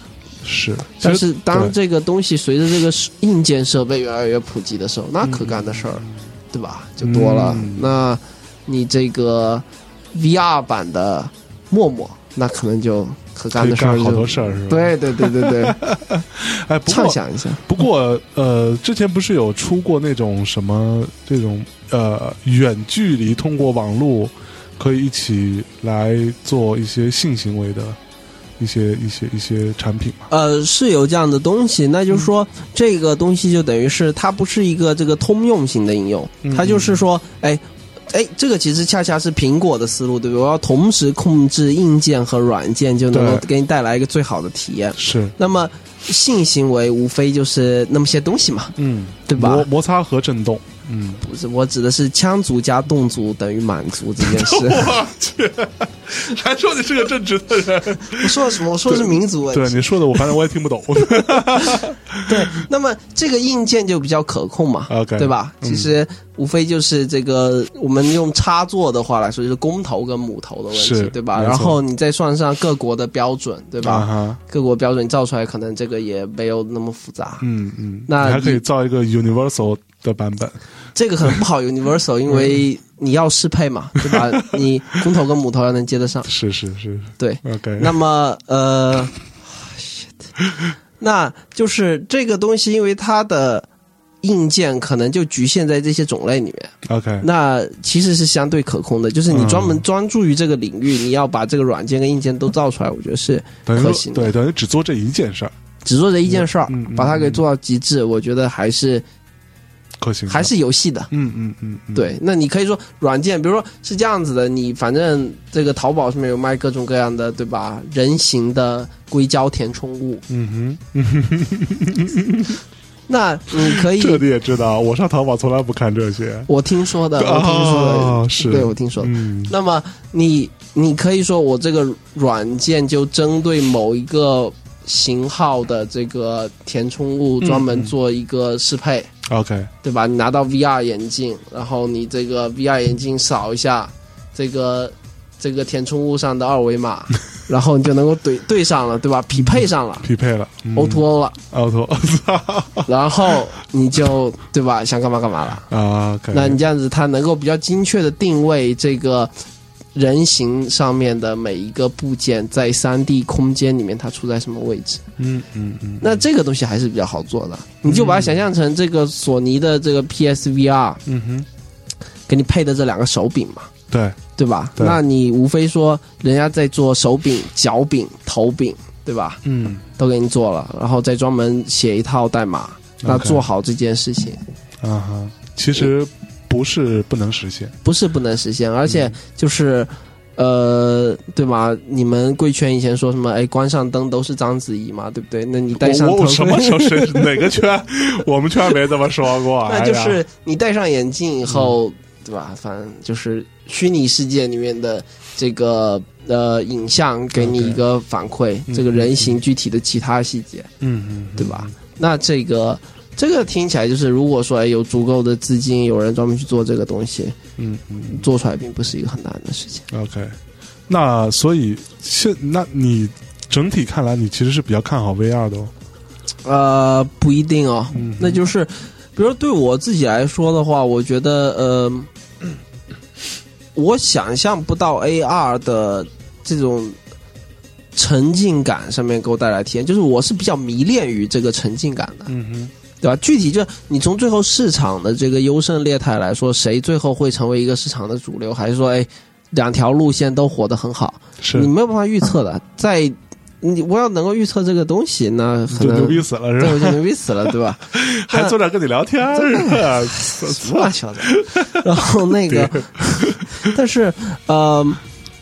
Speaker 1: 是，
Speaker 2: 但
Speaker 1: 其实
Speaker 2: 是当
Speaker 1: 对
Speaker 2: 这个东西随着这个硬件设备越来越普及的时候，那可干的事儿，对吧？就多了。
Speaker 1: 嗯
Speaker 2: 那你这个 VR 版的陌陌，那可能就可干
Speaker 1: 可以
Speaker 2: 的事儿
Speaker 1: 干
Speaker 2: 就
Speaker 1: 好多事儿是吧？，
Speaker 2: 对对对对对，
Speaker 1: 哎， *laughs* 不
Speaker 2: 畅
Speaker 1: 过
Speaker 2: 想一下，
Speaker 1: 不过呃，之前不是有出过那种什么这种呃远距离通过网络可以一起来做一些性行为的一些一些一些产品嘛？
Speaker 2: 呃，是有这样的东西，那就是说、这个东西就等于是它不是一个这个通用型的应用，
Speaker 1: 嗯
Speaker 2: 它就是说，哎。哎，这个其实恰恰是苹果的思路，对不对？我要同时控制硬件和软件，就能够
Speaker 1: 对
Speaker 2: 给你带来一个最好的体验。
Speaker 1: 是，
Speaker 2: 那么性行为无非就是那么些东西嘛，
Speaker 1: 嗯，
Speaker 2: 对吧
Speaker 1: 摩摩擦和震动，嗯，
Speaker 2: 不是我指的是羌族加侗族等于满族这件
Speaker 1: *laughs*
Speaker 2: 事。
Speaker 1: 我去，还说你是个正直的人，
Speaker 2: 我说的什么？我说的是民族
Speaker 1: *laughs*
Speaker 2: 问
Speaker 1: 对
Speaker 2: 题。
Speaker 1: 你说的我反正我也听不
Speaker 2: *laughs*
Speaker 1: 懂。
Speaker 2: 对，那么这个硬件就比较可控嘛
Speaker 1: OK，
Speaker 2: 对吧？
Speaker 1: 嗯
Speaker 2: 其实无非就是这个，我们用插座的话来说，就是公头跟母头的问
Speaker 1: 是
Speaker 2: 题，对吧？
Speaker 1: 没错
Speaker 2: 然后你再算上各国的标准，对
Speaker 1: 啊
Speaker 2: 吧？
Speaker 1: 哈，
Speaker 2: 各国标准造出来，可能这个也没有那么复杂。
Speaker 1: 嗯嗯，
Speaker 2: 那
Speaker 1: 你还可以
Speaker 2: 你
Speaker 1: 造一个 universal 的版本，
Speaker 2: 这个很不
Speaker 1: *laughs*
Speaker 2: 好 universal，因为你要适配嘛，
Speaker 1: 嗯
Speaker 2: 对吧？你公头跟母头要能接得上。
Speaker 1: 是是是
Speaker 2: 对，
Speaker 1: ，OK，
Speaker 2: 那么呃，shit，那就是这个东西，因为它的硬件可能就局限在这些种类里面，
Speaker 1: OK，
Speaker 2: 那其实是相对可控的。就是你专门
Speaker 1: 嗯
Speaker 2: 专注于这个领域，你要把这个软件跟硬件都造出来，我觉得是
Speaker 1: 等于
Speaker 2: 可
Speaker 1: 说
Speaker 2: 行的
Speaker 1: 对，等于只做这一件事儿，
Speaker 2: 只做这一件事儿
Speaker 1: 嗯嗯，
Speaker 2: 把它给做到极致，我觉得还是
Speaker 1: 可行的，
Speaker 2: 还是有戏的。
Speaker 1: 嗯嗯嗯，嗯，
Speaker 2: 对，那你可以说软件，比如说是这样子的，你反正这个淘宝上面有卖各种各样的，对吧？人形的硅胶填充物，
Speaker 1: 嗯
Speaker 2: 那你
Speaker 1: *laughs*
Speaker 2: 可
Speaker 1: 哼，这
Speaker 2: 以，
Speaker 1: 你也知道，我上淘宝从来不看这些，
Speaker 2: 我听说的，我听说
Speaker 1: 哦
Speaker 2: 的，
Speaker 1: 是
Speaker 2: 对我听说的。
Speaker 1: 嗯
Speaker 2: 那么你你可以说我这个软件就针对某一个型号的这个填充物专门做一个适配，
Speaker 1: ，OK，
Speaker 2: 对吧？你拿到 VR 眼镜，然后你这个 VR 眼镜扫一下这个这个填充物上的二维码， *laughs* 然后你就能够对对上了，对吧？匹配上了
Speaker 1: 匹配了嗯
Speaker 2: O to O 了，
Speaker 1: ，O to O
Speaker 2: 然后你就对吧？想干嘛干嘛了。
Speaker 1: *laughs* 啊，OK，
Speaker 2: 那你这样子，它能够比较精确的定位这个人形上面的每一个部件在三 D 空间里面它处在什么位置？
Speaker 1: 嗯嗯嗯，
Speaker 2: 那这个东西还是比较好做的，你就把它想象成这个索尼的这个 PSVR
Speaker 1: 嗯哼，
Speaker 2: 给你配的这两个手柄嘛，
Speaker 1: 对
Speaker 2: 对吧？
Speaker 1: 对
Speaker 2: 那你无非说人家在做手柄、脚柄、头柄，对吧？
Speaker 1: 嗯
Speaker 2: 都给你做了，然后再专门写一套代码，那
Speaker 1: OK
Speaker 2: 做好这件事情
Speaker 1: 啊哈，其实不是不能实现，
Speaker 2: 不是不能实现，而且
Speaker 1: 嗯
Speaker 2: 就是。呃，对吧？你们贵圈以前说什么？哎，关上灯都是章子怡嘛，对不对？那你戴上
Speaker 1: 我
Speaker 2: 头
Speaker 1: 我
Speaker 2: 盔，
Speaker 1: 什
Speaker 2: *laughs*
Speaker 1: 么时候是哪个圈？我们圈没这么说过。
Speaker 2: 那
Speaker 1: 哎
Speaker 2: 就
Speaker 1: 呀
Speaker 2: 是你戴上眼镜以后，对吧？反正就是虚拟世界里面的这个呃影像给你
Speaker 1: OK
Speaker 2: 一个反馈，
Speaker 1: 嗯
Speaker 2: 这个人形具体的其他细节，
Speaker 1: 嗯嗯，
Speaker 2: 对吧？那这个这个听起来就是，如果说哎有足够的资金，有人专门去做这个东西，
Speaker 1: 嗯嗯
Speaker 2: 做出来并不是一个很难的事情。
Speaker 1: ，OK。那所以现那你整体看来，你其实是比较看好 VR 的哦。
Speaker 2: 呃，不一定哦，
Speaker 1: 嗯
Speaker 2: 那就是，比如对我自己来说的话，我觉得呃， *clears throat* 我想象不到 AR 的这种沉浸感上面给我带来体验，就是我是比较迷恋于这个沉浸感的，
Speaker 1: 嗯哼，
Speaker 2: 对吧？具体就你从最后市场的这个优胜劣汰来说，谁最后会成为一个市场的主流，还是说哎？两条路线都活得很好，
Speaker 1: 是
Speaker 2: 你没有办法预测的。在你我要能够预测这个东西，那可
Speaker 1: 就
Speaker 2: 能
Speaker 1: 牛逼死
Speaker 2: *laughs*
Speaker 1: 了是
Speaker 2: 对，
Speaker 1: 吧？
Speaker 2: 我就牛逼死了，对吧？
Speaker 1: *laughs* 还坐这儿跟你聊天儿 *laughs* 是吧？
Speaker 2: 什么乱七八糟。然后那个，但是呃，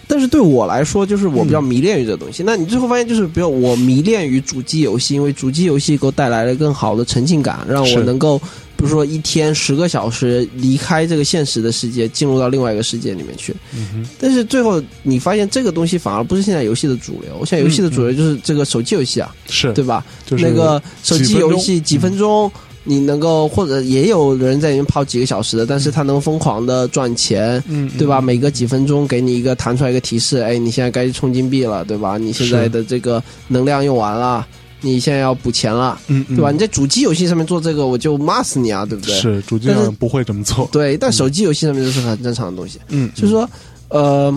Speaker 2: 但是对我来说，就是我比较迷恋于这个东西。那你最后发现，就是比如我迷恋于主机游戏，因为主机游戏给我带来了更好的沉浸感，让
Speaker 1: 是
Speaker 2: 我能够。比如说一天十个小时离开这个现实的世界，进入到另外一个世界里面去。
Speaker 1: 嗯哼，
Speaker 2: 但是最后你发现这个东西反而不是现在游戏的主流，现在游戏的主流就是这个手机游戏啊，
Speaker 1: 是
Speaker 2: 对吧？
Speaker 1: 就是
Speaker 2: 那个手
Speaker 1: 几
Speaker 2: 机
Speaker 1: 分
Speaker 2: 游
Speaker 1: 钟嗯
Speaker 2: 戏几分钟，你能够或者也有人在里面泡几个小时的，但是他能疯狂的赚钱，
Speaker 1: 嗯，
Speaker 2: 对吧？
Speaker 1: 嗯
Speaker 2: 每隔几分钟给你一个弹出来一个提示，哎，你现在该充金币了，对吧？你现在的这个能量用完了，你现在要补钱了，
Speaker 1: 嗯，嗯
Speaker 2: 对吧？你在主机游戏上面做这个，我就骂死你啊，对不对？
Speaker 1: 是主机
Speaker 2: 但是
Speaker 1: 上不会这么做。
Speaker 2: 对，但手机游戏上面就是很正常的东西。
Speaker 1: 嗯，
Speaker 2: 就是说，呃，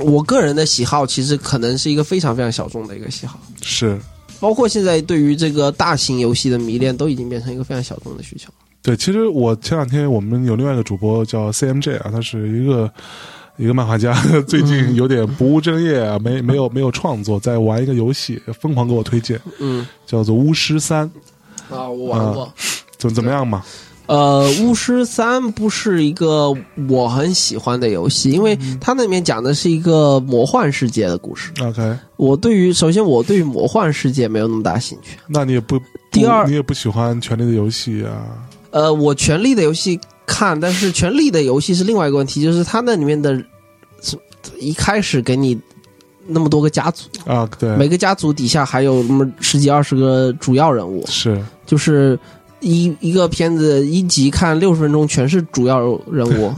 Speaker 2: 我个人的喜好其实可能是一个非常非常小众的一个喜好。
Speaker 1: 嗯是
Speaker 2: 包括现在对于这个大型游戏的迷恋，都已经变成一个非常小众的需求。
Speaker 1: 对，其实我前两天我们有另外一个主播叫 CMJ 啊，他是一个一个漫画家， *laughs* 最
Speaker 2: 嗯
Speaker 1: 近有点不务正业啊，没没有没有创作，在玩一个游戏，疯狂给我推荐，
Speaker 2: 嗯，
Speaker 1: 叫做《巫师三》，
Speaker 2: 啊，我
Speaker 1: 玩过。怎么怎么样嘛？
Speaker 2: 呃，《巫师三》不是一个我很喜欢的游戏，因为它那里面讲的是一个魔幻世界的故事。
Speaker 1: ？OK，
Speaker 2: 我对于首先我对于魔幻世界没有那么大兴趣。
Speaker 1: 那你也不
Speaker 2: 第二
Speaker 1: 不你也不喜欢《权力的游戏》啊？
Speaker 2: 呃，我《权力的游戏》看，但是《权力的游戏》是另外一个问题，就是它那里面的，是一开始给你那么多个家族，
Speaker 1: 啊，对，
Speaker 2: 每个家族底下还有那么十几二十个主要人物，
Speaker 1: 是
Speaker 2: 就是一一个片子一集看六十分钟全是主要人
Speaker 1: *laughs*
Speaker 2: 物，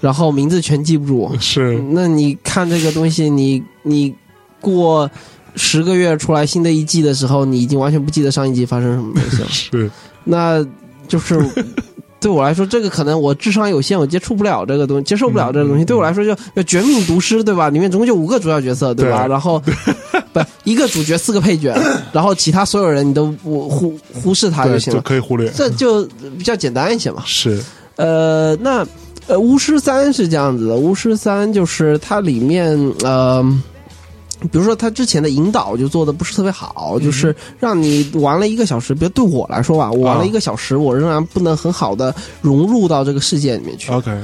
Speaker 2: 然后名字全记不住。
Speaker 1: 是，。
Speaker 2: 那你看这个东西，你你过十个月出来新的一季的时候，你已经完全不记得上一季发生什么东西了
Speaker 1: *laughs* 是
Speaker 2: 那就是
Speaker 1: *laughs*
Speaker 2: 对我来说，这个可能我智商有限，我接触不了这个东西，接受不了这个东西。
Speaker 1: 嗯嗯
Speaker 2: 对我来说就，就绝命毒师》对吧？里面总共就五个主要角色对吧？
Speaker 1: 对啊
Speaker 2: 然后不一个主角四个
Speaker 1: *laughs*
Speaker 2: 配角，然后其他所有人你都我忽忽视他就
Speaker 1: 对，
Speaker 2: 行
Speaker 1: 就
Speaker 2: 了。
Speaker 1: 可以忽略。
Speaker 2: 这就比较简单一些嘛。
Speaker 1: 是
Speaker 2: 呃，那呃，巫师三是这样子的，巫师三就是它里面呃。比如说，它之前的引导就做的不是特别好，就是让你玩了一个小时。比如对我来说吧，我玩
Speaker 1: 啊
Speaker 2: 了一个小时，我仍然不能很好的融入到这个世界里面去，
Speaker 1: OK，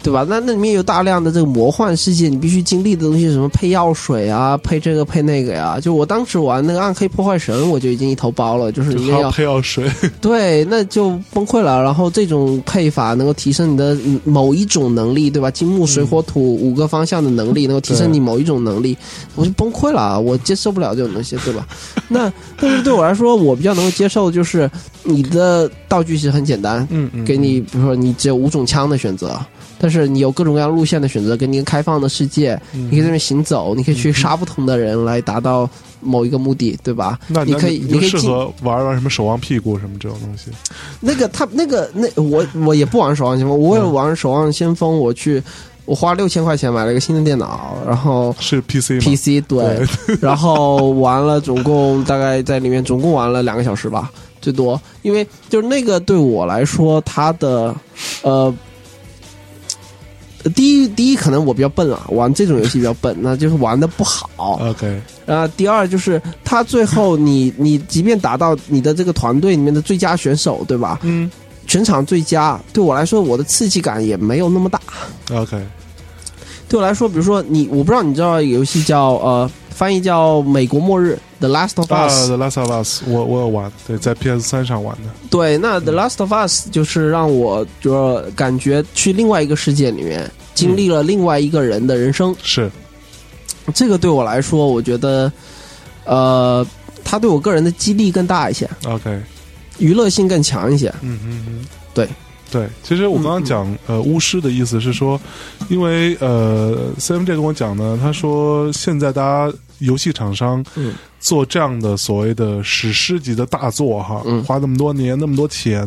Speaker 2: 对吧？那那里面有大量的这个魔幻世界，你必须经历的东西，什么配药水啊，配这个配那个呀、就我当时玩那个《暗黑破坏神》，我就已经一头包了，就是
Speaker 1: 就
Speaker 2: 里
Speaker 1: 还
Speaker 2: 面
Speaker 1: 要
Speaker 2: 要
Speaker 1: 配药
Speaker 2: *laughs*
Speaker 1: 水，
Speaker 2: 对，那就崩溃了。然后这种配法能够提升你的嗯某一种能力，对吧？金木水火土五个方向的能力，能够提升你某一种能力，我就崩溃了，我接受不了这种东西，
Speaker 1: *laughs*
Speaker 2: 对吧？那但是对我来说，我比较能够接受，就是你的道具其实很简单，
Speaker 1: 嗯嗯，
Speaker 2: 给你比如说你只有五种枪的选择，但是你有各种各样路线的选择，给你一个开放的世界，
Speaker 1: 嗯
Speaker 2: 你可以在那边行走，你可以去杀不同的人来达到某一个目的，对吧？
Speaker 1: 那
Speaker 2: 你
Speaker 1: 那
Speaker 2: 可以
Speaker 1: 你就
Speaker 2: 你可以
Speaker 1: 适
Speaker 2: 进
Speaker 1: 合玩玩什么守望屁股什么这种东西。
Speaker 2: 那个他那个那我我也不玩守望先锋，我为了玩守望先锋，我去我花六千块钱买了一个新的电脑，然后
Speaker 1: 是 PC 吗
Speaker 2: PC 对， *laughs* 然后玩了总共大概在里面总共玩了两个小时吧，最多，因为就是那个对我来说，它的呃第一，第一可能我比较笨啊，玩这种游戏比较笨，那就是玩的不好。
Speaker 1: OK，
Speaker 2: 啊，第二就是他最后你你即便达到你的这个团队里面的最佳选手，对吧？
Speaker 1: 嗯
Speaker 2: 全场最佳，对我来说我的刺激感也没有那么大。
Speaker 1: ，OK，
Speaker 2: 对我来说，比如说你，我不知道你知道有个游戏叫呃，翻译叫《美国末日》The Last of
Speaker 1: 啊
Speaker 2: Us，、
Speaker 1: ，The Last of Us，我我有玩，对，在 PS 三上玩的，
Speaker 2: 对，那 The Last of Us 就是让我就是感觉去另外一个世界里面，经历了另外一个人的人生。
Speaker 1: 是
Speaker 2: 这个对我来说，我觉得，呃，它对我个人的激励更大一些，
Speaker 1: OK，
Speaker 2: 娱乐性更强一些。
Speaker 1: 嗯嗯嗯，
Speaker 2: 对嗯
Speaker 1: 对。其实我刚刚讲、呃巫师的意思是说，因为呃 CMJ 跟我讲呢，他说现在大家游戏厂商
Speaker 2: 嗯
Speaker 1: 做这样的所谓的史诗级的大作哈，
Speaker 2: 嗯
Speaker 1: 花那么多年那么多钱，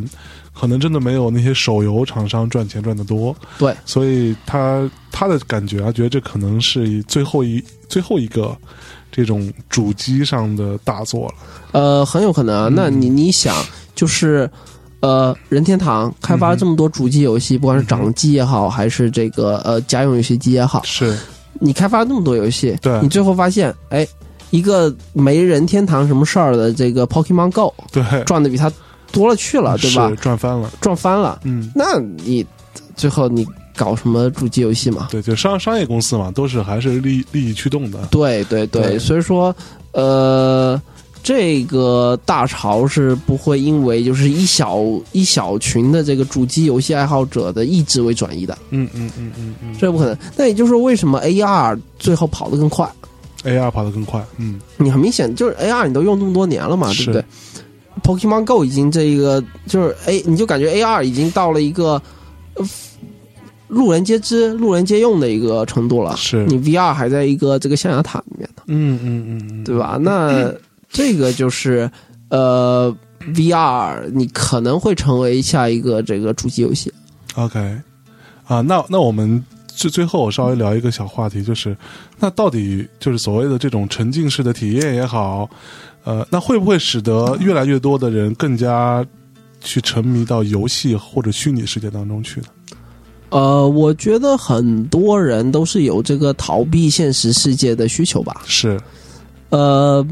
Speaker 1: 可能真的没有那些手游厂商赚钱赚得多。
Speaker 2: 对，
Speaker 1: 所以他他的感觉啊，觉得这可能是最后一最后一个这种主机上的大作了。
Speaker 2: 呃，很有可能啊。那你你想，就是呃，任天堂开发了这么多主机游戏，不管是掌机也好，还是这个呃家用游戏机也好，
Speaker 1: 是
Speaker 2: 你开发了那么多游戏，
Speaker 1: 对
Speaker 2: 你最后发现，哎，一个没任天堂什么事儿的这个 Pokemon Go
Speaker 1: 对，
Speaker 2: 赚的比它多了去了，对吧
Speaker 1: 是？赚翻了，
Speaker 2: 赚翻了，
Speaker 1: 嗯。
Speaker 2: 那你最后你搞什么主机游戏嘛？
Speaker 1: *laughs* 对，就商商业公司嘛，都是还是利利益驱动的。
Speaker 2: 对对对，
Speaker 1: 对
Speaker 2: 所以说，呃，这个大潮是不会因为就是一小一小群的这个主机游戏爱好者的意志为转移的，
Speaker 1: 嗯嗯嗯嗯嗯
Speaker 2: 这不可能。那也就是说，为什么 AR 最后跑得更快？
Speaker 1: ，AR 跑得更快。嗯，
Speaker 2: 你很明显就是 AR 你都用这么多年了嘛，对
Speaker 1: 是
Speaker 2: 不对？Pokemon Go 已经这一个就是 A，你就感觉 AR 已经到了一个呃路人皆知、路人皆用的一个程度了。
Speaker 1: 是，
Speaker 2: 你 VR 还在一个这个象牙塔里面呢，
Speaker 1: 嗯嗯嗯，
Speaker 2: 对吧？那这个就是呃，VR 你可能会成为下一个这个主机游戏。
Speaker 1: ？OK，啊，那那我们最最后稍微聊一个小话题，就是那到底就是所谓的这种沉浸式的体验也好，呃，那会不会使得越来越多的人更加去沉迷到游戏或者虚拟世界当中去呢？
Speaker 2: 呃，我觉得很多人都是有这个逃避现实世界的需求吧。
Speaker 1: 是，
Speaker 2: 呃，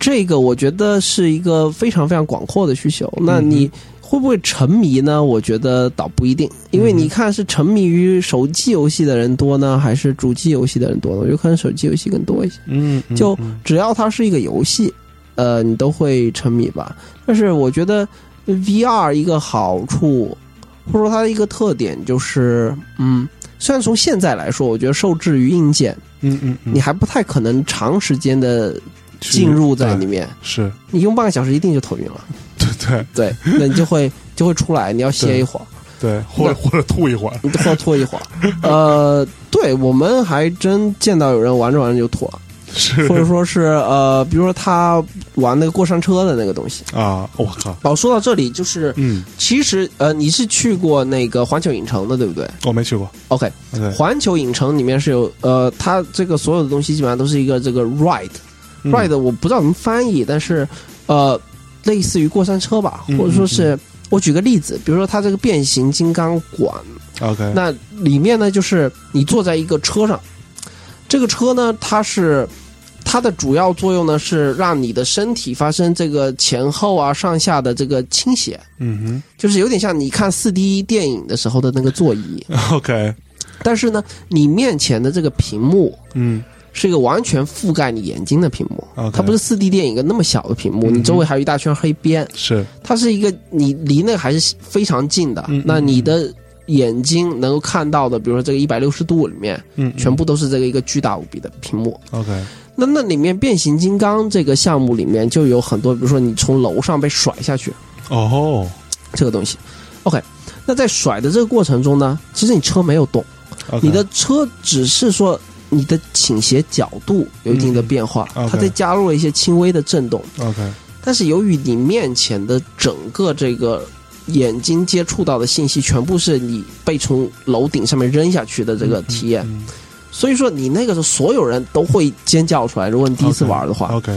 Speaker 2: 这个我觉得是一个非常非常广阔的需求。那你会不会沉迷呢？我觉得倒不一定，因为你看是沉迷于手机游戏的人多呢，还是主机游戏的人多呢？我觉得可能手机游戏更多一些。
Speaker 1: 嗯，嗯
Speaker 2: 就
Speaker 1: 嗯
Speaker 2: 只要它是一个游戏，呃，你都会沉迷吧。但是我觉得 VR 一个好处，或者说它的一个特点就是，嗯，虽然从现在来说，我觉得受制于硬件，
Speaker 1: 嗯嗯嗯，
Speaker 2: 你还不太可能长时间的
Speaker 1: 去
Speaker 2: 进入在
Speaker 1: 对
Speaker 2: 里面，
Speaker 1: 是， *laughs*
Speaker 2: 你用半个小时一定就头晕了，
Speaker 1: 对对
Speaker 2: 对，那你就会就会出来，你要
Speaker 1: 对
Speaker 2: 歇一会儿，
Speaker 1: 对，或者或者吐一会儿。
Speaker 2: 你或者拖
Speaker 1: *laughs*
Speaker 2: 一会儿，呃，对我们还真见到有人玩着玩着
Speaker 1: *laughs*
Speaker 2: 就吐了，
Speaker 1: 是
Speaker 2: 或者说是呃，比如说他玩那个过山车的那个东西。
Speaker 1: 啊，我靠，
Speaker 2: 哦，说到这里就是，
Speaker 1: 嗯，
Speaker 2: 其实呃，你是去过那个环球影城的，对不对
Speaker 1: 我没去过，
Speaker 2: ？OK，
Speaker 1: 对，
Speaker 2: 环球影城里面是有呃，它这个所有的东西基本上都是一个这个 ride。
Speaker 1: 嗯
Speaker 2: ride 我不知道怎么翻译，但是呃，类似于过山车吧，
Speaker 1: 嗯
Speaker 2: 或者说是、我举个例子，比如说它这个变形金刚馆，
Speaker 1: OK，
Speaker 2: 那里面呢就是你坐在一个车上，这个车呢它是。它的主要作用呢是让你的身体发生这个前后啊、上下的这个倾斜，
Speaker 1: 嗯
Speaker 2: 就是有点像你看四 D 电影的时候的那个座椅。
Speaker 1: 哼，OK，
Speaker 2: 但是呢，你面前的这个屏幕
Speaker 1: 嗯
Speaker 2: 是一个完全覆盖你眼睛的屏幕
Speaker 1: OK
Speaker 2: 嗯它不是四 D 电影一个那么小的屏幕，
Speaker 1: 嗯哼
Speaker 2: 你周围还有一大圈黑边，
Speaker 1: 是，
Speaker 2: 它是一个你离那个还是非常近的。
Speaker 1: 嗯嗯
Speaker 2: 那你的眼睛能够看到的，比如说这个一百六十度里面，
Speaker 1: 嗯，
Speaker 2: 全部都是这个一个巨大无比的屏幕。
Speaker 1: OK，
Speaker 2: 那那里面变形金刚这个项目里面就有很多，比如说你从楼上被甩下去
Speaker 1: 哦吼
Speaker 2: 这个东西，OK。那在甩的这个过程中呢，其实你车没有动，
Speaker 1: ，OK，
Speaker 2: 你的车只是说你的倾斜角度有一定的变化，
Speaker 1: 嗯，OK
Speaker 2: 它再加入了一些轻微的震动，
Speaker 1: OK，嗯
Speaker 2: 但是由于你面前的整个这个眼睛接触到的信息全部是你被从楼顶上面扔下去的这个体验，
Speaker 1: 嗯
Speaker 2: 所以说你那个时候所有人都会尖叫出来。如果你第一次
Speaker 1: OK
Speaker 2: 玩的话
Speaker 1: ，OK，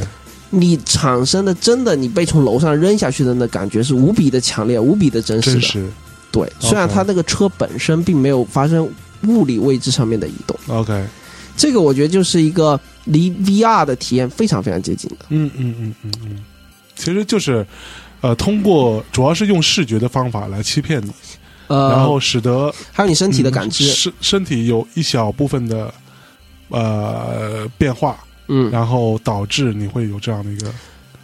Speaker 2: 你产生的真的你被从楼上扔下去的那感觉是无比的强烈、无比的真实
Speaker 1: 真
Speaker 2: 的。
Speaker 1: 实，
Speaker 2: 对，虽然它那个车本身并没有发生物理位置上面的移动。
Speaker 1: OK，
Speaker 2: 这个我觉得就是一个离 VR 的体验非常非常接近的。
Speaker 1: 嗯嗯嗯嗯嗯，其实就是，呃，通过主要是用视觉的方法来欺骗你，
Speaker 2: 呃，
Speaker 1: 然后使得嗯
Speaker 2: 还有你身体的感知，
Speaker 1: 身、身体有一小部分的呃变化，
Speaker 2: 嗯，
Speaker 1: 然后导致你会有这样的一个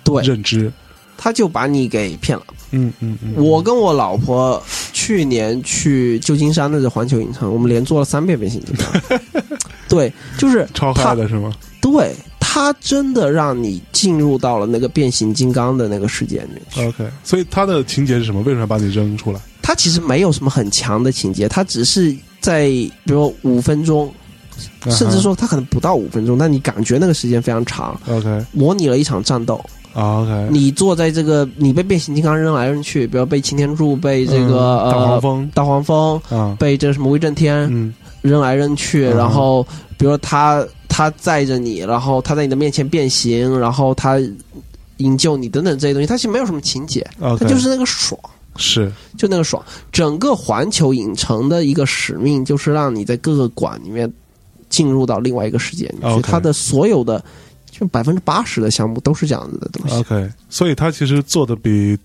Speaker 2: 对，
Speaker 1: 认知。
Speaker 2: 他就把你给骗了。
Speaker 1: 嗯嗯嗯，
Speaker 2: 我跟我老婆去年去旧金山的这环球影城，我们连坐了三遍
Speaker 1: *laughs*
Speaker 2: 变形金刚。对，就是
Speaker 1: 超
Speaker 2: 他
Speaker 1: 嗨的是吗？
Speaker 2: 对，它真的让你进入到了那个变形金刚的那个世界里面去。
Speaker 1: OK，所以它的情节是什么？为什么要把你扔出来？
Speaker 2: 它其实没有什么很强的情节，它只是在比如说五分钟，
Speaker 1: 啊
Speaker 2: 甚
Speaker 1: 嗯
Speaker 2: 至说它可能不到五分钟，但你感觉那个时间非常长。
Speaker 1: OK 啊
Speaker 2: 模拟了一场战斗，
Speaker 1: OK，
Speaker 2: 你坐在这个，你被变形金刚扔来扔去，比如被擎天柱、被这个、
Speaker 1: 嗯大黄
Speaker 2: 呃
Speaker 1: 蜂
Speaker 2: 大黄蜂、
Speaker 1: 啊，
Speaker 2: 被这个什么威震天、
Speaker 1: 嗯
Speaker 2: 扔来扔去，
Speaker 1: 嗯哼
Speaker 2: 然后比如说他他载着你，然后他在你的面前变形，然后他营救你等等这些东西，它其实没有什么情节，
Speaker 1: ，OK，
Speaker 2: 它就是那个爽，
Speaker 1: 是
Speaker 2: 就那个爽。整个环球影城的一个使命就是让你在各个馆里面进入到另外一个世界里面去，
Speaker 1: OK
Speaker 2: 它的所有的就百分之八十的项目都是这样子的东西。
Speaker 1: OK，所以它其实做的比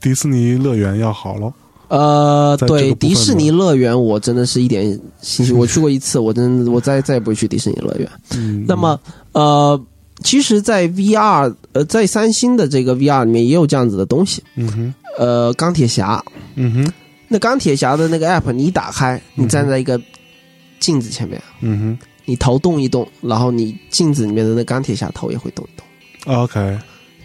Speaker 1: 迪士尼乐园要好咯。
Speaker 2: 呃，
Speaker 1: 在这个
Speaker 2: 对，
Speaker 1: 部分
Speaker 2: 迪士
Speaker 1: 呢
Speaker 2: 尼乐园我真的是一点兴趣，我去过一次，我真的我再再也不会去迪士尼乐园。
Speaker 1: 嗯，
Speaker 2: 那么呃，其实，在 VR 呃，在三星的这个 VR 里面也有这样子的东西。
Speaker 1: 嗯哼
Speaker 2: 呃，钢铁侠，
Speaker 1: 嗯哼
Speaker 2: 那钢铁侠的那个 app，你一打开，
Speaker 1: 嗯
Speaker 2: 你
Speaker 1: 哼
Speaker 2: 站在一个镜子前面，
Speaker 1: 嗯
Speaker 2: 你头动一动，然后你镜子里面的那钢铁侠头也会动一动。
Speaker 1: 哼，OK，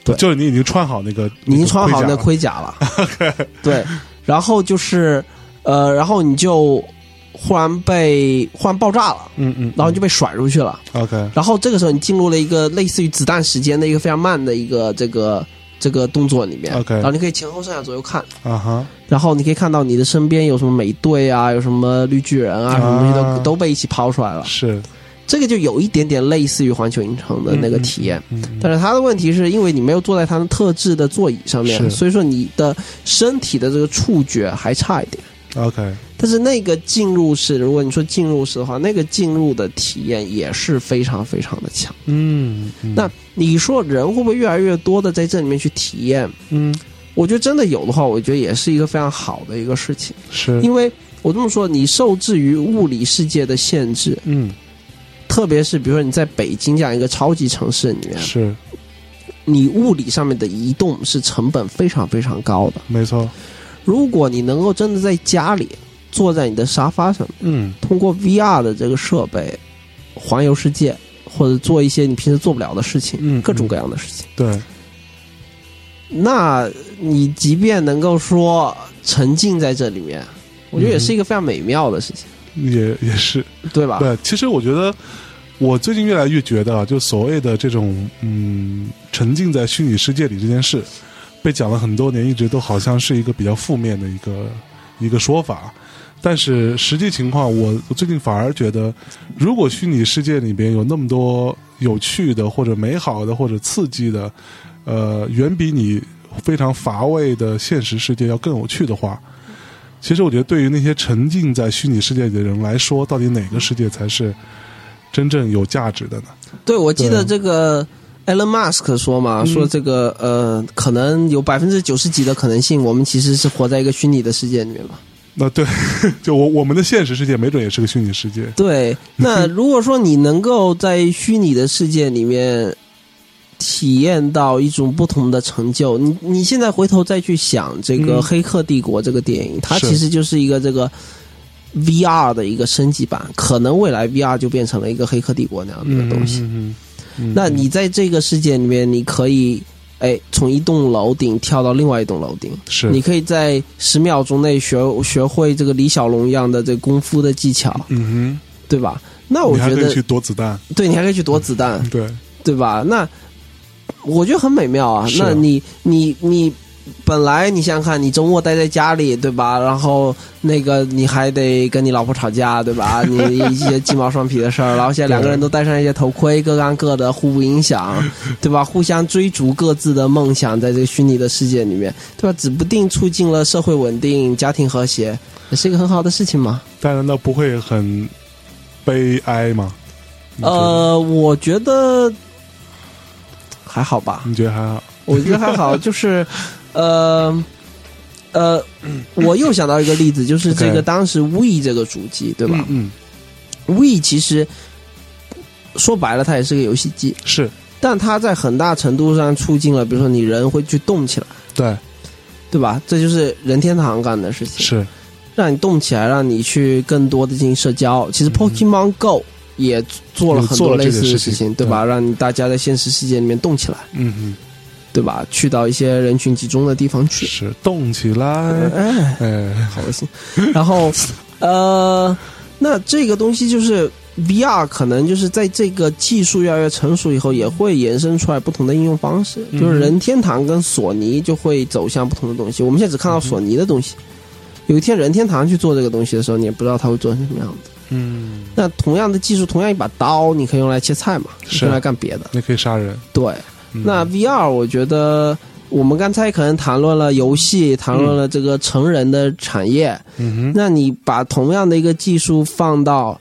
Speaker 2: 对
Speaker 1: 就是你已经穿好那个，
Speaker 2: 你已经穿好
Speaker 1: 那
Speaker 2: 那
Speaker 1: 个盔
Speaker 2: 盔甲了，
Speaker 1: *laughs*
Speaker 2: 对，然后就是呃，然后你就忽然被忽然爆炸了，
Speaker 1: 甲了，嗯嗯，
Speaker 2: 然后你就被甩出去了。
Speaker 1: 嗯 OK，
Speaker 2: 然后这个时候你进入了一个类似于子弹时间的一个非常慢的一个这个这个动作里面
Speaker 1: OK
Speaker 2: 然后你可以前后上下左右看，
Speaker 1: 啊哈，
Speaker 2: 然后你可以看到你的身边有什么美队啊，有什么绿巨人啊，
Speaker 1: 啊
Speaker 2: 什么东西都、都被一起抛出来了。
Speaker 1: 是，
Speaker 2: 这个就有一点点类似于环球影城的那个体验。
Speaker 1: 嗯嗯
Speaker 2: 但是它的问题是因为你没有坐在它的特制的座椅上面，
Speaker 1: 是
Speaker 2: 所以说你的身体的这个触觉还差一点。
Speaker 1: ，OK，
Speaker 2: 但是那个进入式，如果你说进入式的话，那个进入的体验也是非常非常的强。
Speaker 1: 嗯，嗯
Speaker 2: 那你说人会不会越来越多的在这里面去体验？
Speaker 1: 嗯
Speaker 2: 我觉得真的有的话，我觉得也是一个非常好的一个事情，
Speaker 1: 是，
Speaker 2: 因为我这么说，你受制于物理世界的限制，
Speaker 1: 嗯
Speaker 2: 特别是比如说你在北京这样一个超级城市里面，
Speaker 1: 是
Speaker 2: 你物理上面的移动是成本非常非常高的。
Speaker 1: 没错，
Speaker 2: 如果你能够真的在家里坐在你的沙发上，
Speaker 1: 嗯
Speaker 2: 通过 VR 的这个设备环游世界，或者做一些你平时做不了的事情，
Speaker 1: 嗯
Speaker 2: 各种
Speaker 1: 嗯
Speaker 2: 各样的事情。
Speaker 1: 对，
Speaker 2: 那你即便能够说沉浸在这里面，我觉得也是一个非常美妙的事情，
Speaker 1: 也也是，
Speaker 2: 对吧？
Speaker 1: 嗯对，其实我觉得，我最近越来越觉得啊，就所谓的这种嗯，沉浸在虚拟世界里这件事，被讲了很多年，一直都好像是一个比较负面的一个一个说法。但是实际情况，我我最近反而觉得，如果虚拟世界里边有那么多有趣的或者美好的或者刺激的，呃，远比你非常乏味的现实世界要更有趣的话，其实我觉得，对于那些沉浸在虚拟世界里的人来说，到底哪个世界才是真正有价值的呢？
Speaker 2: 对，我记
Speaker 1: 对
Speaker 2: 得
Speaker 1: 嗯
Speaker 2: 这个 Elon Musk 说嘛，说这个呃，可能有百分之九十几的可能性，我们其实是活在一个虚拟的世界里面嘛。
Speaker 1: 那对， *laughs* 就我我们的现实世界，没准也是个虚拟世界。
Speaker 2: 对，那如果说你能够在虚拟的世界里面。体验到一种不同的成就，你你现在回头再去想这
Speaker 1: 嗯
Speaker 2: 个《黑客帝国》这个电影，它
Speaker 1: 是
Speaker 2: 其实就是一个这个 VR 的一个升级版，可能未来 VR 就变成了一个《黑客帝国》那样的东西。
Speaker 1: 嗯嗯
Speaker 2: 那你在这个世界里面，你可以哎从一栋楼顶跳到另外一栋楼顶，
Speaker 1: 是
Speaker 2: 你可以在十秒钟内学学会这个李小龙一样的这个功夫的技巧，
Speaker 1: 嗯
Speaker 2: 对吧？那
Speaker 1: 哼，
Speaker 2: 我
Speaker 1: 你还
Speaker 2: 觉
Speaker 1: 可以
Speaker 2: 得嗯
Speaker 1: 去嗯躲子弹，
Speaker 2: 对你还可以去躲子弹，
Speaker 1: 对，
Speaker 2: 对吧？那我觉得很美妙啊。
Speaker 1: 是啊
Speaker 2: 那你你你本来你想想看，你周末待在家里，对吧？然后那个你还得跟你老婆吵架，对
Speaker 1: *laughs*
Speaker 2: 吧？你一些鸡毛蒜皮的事儿，然后现在两个人都戴上一些头盔，各干各的，互不影
Speaker 1: *laughs*
Speaker 2: 响，对吧？互相追逐各自的梦想，在这个虚拟的世界里面，对吧？指不定促进了社会稳定、家庭和谐，也是一个很好的事情嘛。
Speaker 1: 但难道不会很悲哀吗？你觉得，
Speaker 2: 呃，我觉得还好吧。
Speaker 1: 你觉得还好？
Speaker 2: 我觉得还好，就是， *laughs* 呃，呃，我又想到一个例子，就是这
Speaker 1: OK
Speaker 2: 个当时 We 这个主机，对吧、
Speaker 1: 嗯，嗯
Speaker 2: w e 其实说白了，它也是个游戏机，
Speaker 1: 是
Speaker 2: 但它在很大程度上促进了，比如说你人会去动起来，
Speaker 1: 对，
Speaker 2: 对吧？这就是任天堂干的事情，
Speaker 1: 是
Speaker 2: 让你动起来，让你去更多的进行社交。其实
Speaker 1: 嗯
Speaker 2: Pokemon Go 也做了
Speaker 1: 也
Speaker 2: 很
Speaker 1: 做
Speaker 2: 多
Speaker 1: 了这
Speaker 2: 类似
Speaker 1: 个
Speaker 2: 的
Speaker 1: 事情
Speaker 2: 对吧？让你大家在现实世界里面动起来，
Speaker 1: 嗯嗯
Speaker 2: 对吧？去到一些人群集中的地方去。
Speaker 1: 是动起来，
Speaker 2: 哎，
Speaker 1: 嗯哎，
Speaker 2: 好恶心。 *laughs* 然后，呃，那这个东西就是 VR，可能就是在这个技术越来越成熟以后，也会延伸出来不同的应用方式。
Speaker 1: 嗯
Speaker 2: 就是任天堂跟索尼就会走向不同的东西。我们现在只看
Speaker 1: 嗯
Speaker 2: 到索尼的东西。有一天任天堂去做这个东西的时候，你也不知道它会做成什么样子。
Speaker 1: 嗯，
Speaker 2: 那同样的技术，同样一把刀，你可以用来切菜嘛，你
Speaker 1: 是嗯
Speaker 2: 可以用来干别的。
Speaker 1: 你可以杀人。
Speaker 2: 对，
Speaker 1: 嗯
Speaker 2: 那 VR，我觉得我们刚才可能谈论了游戏，谈论了这个成人的产业，
Speaker 1: 嗯哼，
Speaker 2: 那你把同样的一个技术放到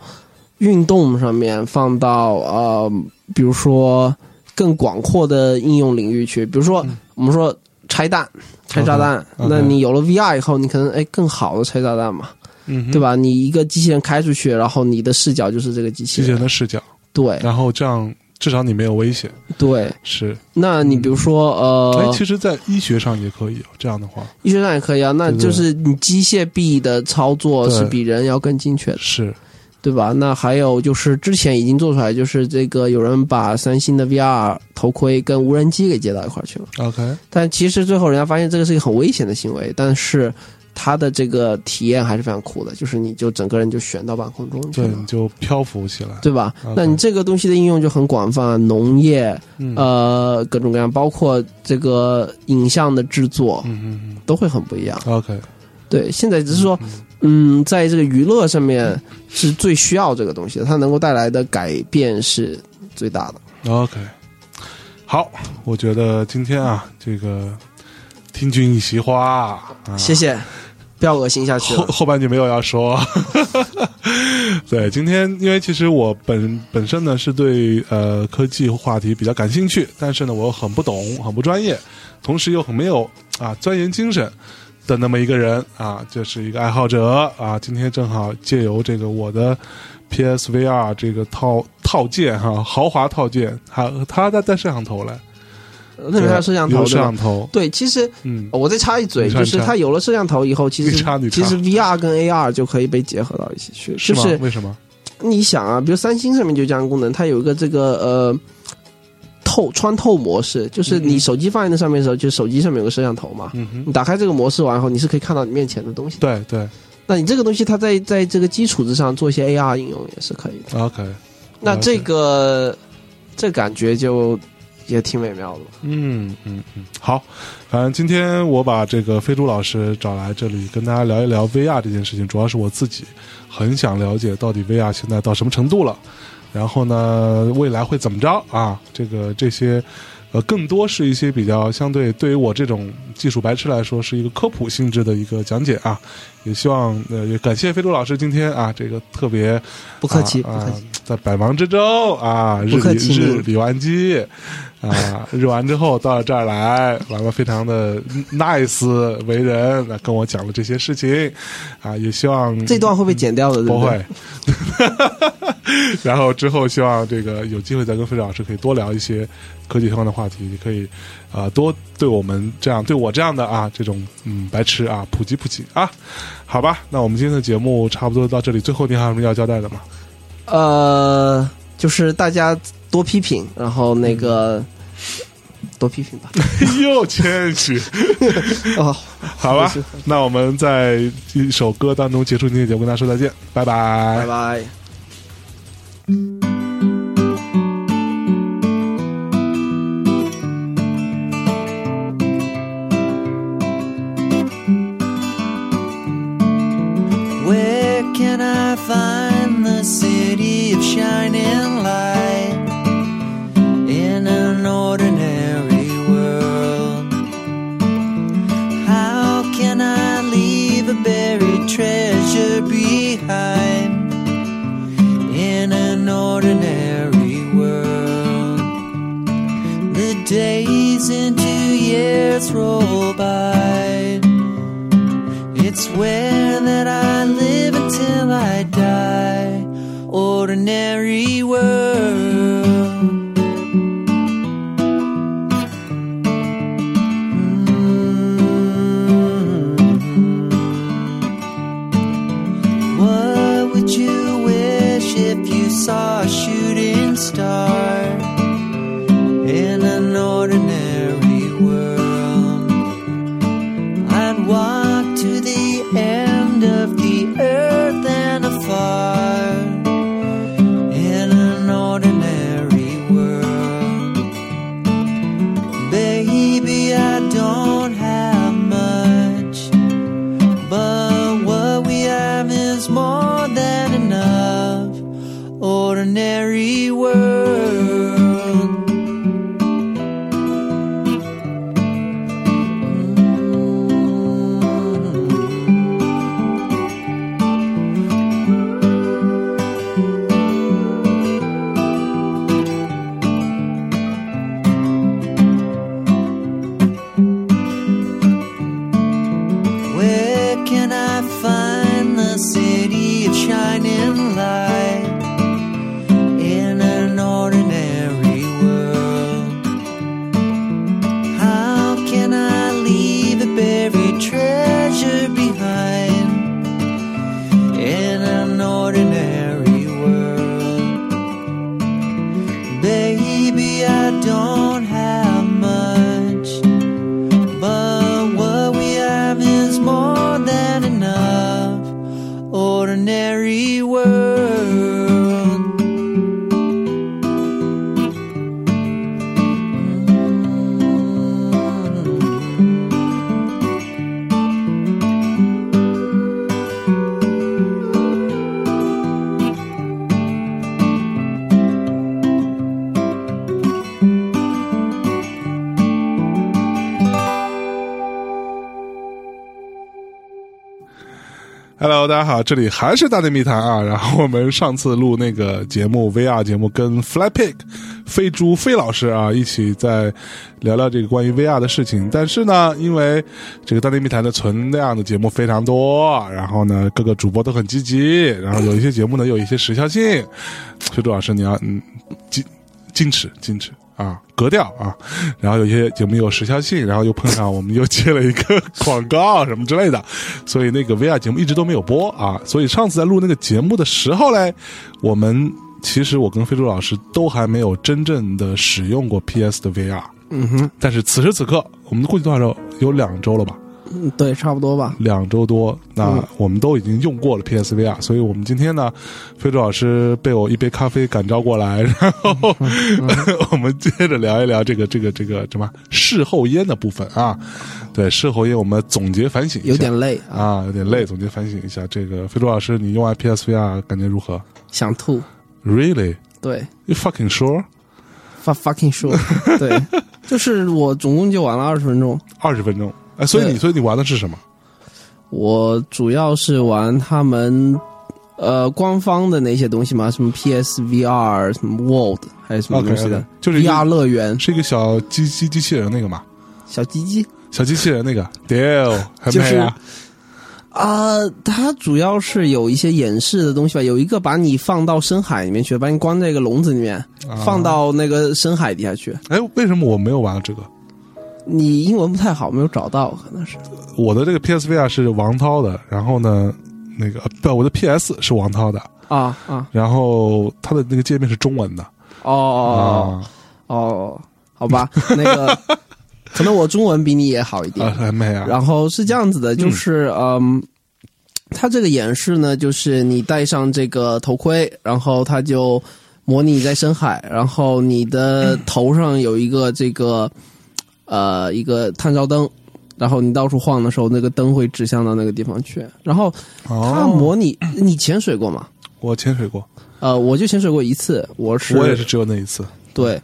Speaker 2: 运动上面，放到呃，比如说更广阔的应用领域去，比如说、
Speaker 1: 嗯
Speaker 2: 我们说拆弹、拆炸弹
Speaker 1: OK，OK
Speaker 2: 那你有了 VR 以后，你可能哎更好的拆炸弹嘛，
Speaker 1: 嗯哼，
Speaker 2: 对？吧？你一个机器人开出去，然后你的视角就是这个机器
Speaker 1: 机器人
Speaker 2: 人，
Speaker 1: 的视角，
Speaker 2: 对
Speaker 1: 然后这样至少你没有危险。
Speaker 2: 对。
Speaker 1: 是，
Speaker 2: 那你比如说
Speaker 1: 哎，
Speaker 2: 呃，
Speaker 1: 其实，在医学上也可以有这样的话，
Speaker 2: 医学上也可以啊，那
Speaker 1: 对对
Speaker 2: 就是你机械臂的操作
Speaker 1: 对
Speaker 2: 是比人要更精确的。
Speaker 1: 是，
Speaker 2: 对吧？那还有就是之前已经做出来，就是这个有人把三星的 VR 头盔跟无人机给接到一块儿去了，
Speaker 1: OK，
Speaker 2: 但其实最后人家发现这个是一个很危险的行为，但是它的这个体验还是非常酷的，就是你就整个人就悬到半空中去
Speaker 1: 对，
Speaker 2: 了
Speaker 1: 你。就漂浮起来。
Speaker 2: 对吧
Speaker 1: OK？
Speaker 2: 那你这个东西的应用就很广泛，啊农业，
Speaker 1: 嗯，
Speaker 2: 呃，各种各样，包括这个影像的制作，
Speaker 1: 嗯嗯
Speaker 2: 都会很不一样。
Speaker 1: 嗯，OK，
Speaker 2: 对，现在只是说，嗯，在这个娱乐上面是最需要这个东西的，它能够带来的改变是最大的。
Speaker 1: OK，好，我觉得今天啊，这个听君一席话啊，
Speaker 2: 谢谢，不要恶心下去
Speaker 1: 后
Speaker 2: 了。
Speaker 1: 后半句没有要说。 *laughs* 对，今天因为其实我本本身呢是对呃科技话题比较感兴趣，但是呢我很不懂，很不专业，同时又很没有啊钻研精神的那么一个人啊，就是一个爱好者啊。今天正好借由这个我的 PSVR 这个套套件哈、豪华套件，它它带带摄像头来，哦
Speaker 2: 那边还有摄像头
Speaker 1: 有
Speaker 2: 对
Speaker 1: 摄
Speaker 2: 吧
Speaker 1: 像？头，
Speaker 2: 对，其实呃
Speaker 1: 嗯，
Speaker 2: 我再插一嘴，
Speaker 1: 你插
Speaker 2: 就是
Speaker 1: 你插
Speaker 2: 它有了摄像头以后，其实
Speaker 1: 你插你插
Speaker 2: 其实 VR 跟 AR 就可以被结合到一起去。
Speaker 1: 是
Speaker 2: 就
Speaker 1: 吗？
Speaker 2: 是
Speaker 1: 为什么？
Speaker 2: 你想啊，比如三星上面就有这样的功能，它有一个这个呃。透穿透模式，就是
Speaker 1: 嗯
Speaker 2: 你
Speaker 1: 嗯
Speaker 2: 手机放在那上面的时候，就是手机上面有个摄像头嘛。
Speaker 1: 嗯
Speaker 2: 你
Speaker 1: 哼，
Speaker 2: 打开这个模式完后，你是可以看到你面前的东西的。
Speaker 1: 对对
Speaker 2: 那你这个东西，它在在这个基础之上做一些 AR 应用也是可以的。
Speaker 1: ，OK，
Speaker 2: 那
Speaker 1: 了解
Speaker 2: 这个这感觉就也挺美妙的吧。
Speaker 1: 嗯嗯嗯，好，反正今天我把这个飞猪老师找来这里跟大家聊一聊 VR 这件事情，主要是我自己很想了解到底 VR 现在到什么程度了，然后呢，未来会怎么着啊？这个这些。呃，更多是一些比较相对对于我这种技术白痴来说，是一个科普性质的一个讲解啊。也希望呃，也感谢飞猪老师今天啊，这个特别
Speaker 2: 不客气，
Speaker 1: 啊
Speaker 2: 不客
Speaker 1: 啊
Speaker 2: 气。
Speaker 1: 在百忙之中啊，日
Speaker 2: 不客
Speaker 1: 理
Speaker 2: 气
Speaker 1: 日理完机啊，日完之后到这儿来，完了非常的 nice 为人，那跟我讲了这些事情啊，也希望
Speaker 2: 这段会被剪掉的，对
Speaker 1: 不
Speaker 2: 对？
Speaker 1: 会。 *laughs* 然后之后希望这个有机会再跟费老师可以多聊一些科技相关的话题，也可以啊、呃多对我们这样对我这样的啊这种嗯白痴啊普及普及啊，好吧，那我们今天的节目差不多到这里，最后您还有什么要交代的吗？
Speaker 2: 呃，就是大家多批评，然后那个。多批 *laughs* 评吧，
Speaker 1: *laughs* 又谦虚，
Speaker 2: 哦，
Speaker 1: 好吧
Speaker 2: *laughs* 是，
Speaker 1: 那我们在一首歌当中结束今天的节目，跟大家说再见，拜拜
Speaker 2: 拜拜。
Speaker 4: minutes roll by. It's where that I live until I die. Ordinary world. What would you wish if you saw a shooting star in an ordinary world? I'd walk to the end of the earth and afar in an ordinary world. Baby, I don't have much. But what we have is more than enough. Ordinary world. Where can I find the city of shining light in an ordinary world? How can I leave a buried treasure behind in an ordinary world? Baby, I don't have much. But what we have is more than enough. Ordinary world.
Speaker 1: Hello，大家好，这里还是大内密谈啊。然后我们上次录那个节目 VR 节目，跟 Fly Pig 飞猪飞老师啊一起在聊聊这个关于 VR 的事情。但是呢，因为这个大内密谈的存量的节目非常多，然后呢各个主播都很积极，然后有一些节目呢有一些时效性。飞猪老师，你要嗯矜矜持矜持。啊，格调啊，然后有一些节目有时效性，然后又碰上我们又接了一个广告什么之类的，所以那个 VR 节目一直都没有播啊。所以上次在录那个节目的时候嘞，我们其实我跟飞猪老师都还没有真正的使用过 PS 的 VR。
Speaker 2: 嗯哼，
Speaker 1: 但是此时此刻，我们估计多少周？有两周了吧？
Speaker 2: 嗯对，差不多吧。
Speaker 1: 两周多，那
Speaker 2: 嗯
Speaker 1: 我们都已经用过了 PSVR，所以我们今天呢，飞猪老师被我一杯咖啡感召过来，然后、我们接着聊一聊这个这个这个什么事后烟的部分啊，对事后烟我们总结反省一下，
Speaker 2: 有点累啊，
Speaker 1: 啊有点累，总结反省一下。这个飞猪老师，你用完 PSVR 感觉如何
Speaker 2: 想吐。
Speaker 1: ？Really?
Speaker 2: 对
Speaker 1: You fucking sure？
Speaker 2: ，fuck
Speaker 1: *laughs*
Speaker 2: fucking sure。对，就是我总共就玩了二十分钟。
Speaker 1: 二十分钟，哎，所以你
Speaker 2: 对
Speaker 1: 所以你玩的是什么？
Speaker 2: 我主要是玩他们呃官方的那些东西嘛，什么 PSVR、什么 World 还是什么东西
Speaker 1: OK，OK，
Speaker 2: 的
Speaker 1: 就是一个
Speaker 2: VR 乐园
Speaker 1: 是一个小机机机器人那个嘛，
Speaker 2: 小鸡鸡
Speaker 1: 小机器人那个，屌，还
Speaker 2: 就
Speaker 1: 美
Speaker 2: 是
Speaker 1: 啊！
Speaker 2: 啊、它主要是有一些演示的东西吧，有一个把你放到深海里面去，把你关在一个笼子里面，
Speaker 1: 啊
Speaker 2: 放到那个深海底下去。
Speaker 1: 哎，为什么我没有玩到这个？
Speaker 2: 你英文不太好，没有找到，可能是
Speaker 1: 我的这个 PSVR 是王涛的，然后呢，那个呃不，我的 PS 是王涛的，
Speaker 2: 啊啊
Speaker 1: 然后它的那个界面是中文的
Speaker 2: 哦哦
Speaker 1: 啊
Speaker 2: 哦哦，好吧，
Speaker 1: *laughs*
Speaker 2: 那个可能我中文比你也好一点
Speaker 1: 啊，。还没啊，
Speaker 2: 然后是这样子的，就是嗯。它这个演示呢，就是你戴上这个头盔，然后它就模拟在深海，然后你的头上有一个这个呃一个探照灯，然后你到处晃的时候，那个灯会指向到那个地方去。然后它
Speaker 1: 哦，
Speaker 2: 模拟，你潜水过吗？
Speaker 1: 我潜水过，
Speaker 2: 呃，我就潜水过一次，我是
Speaker 1: 我也是只有那一次，
Speaker 2: 对。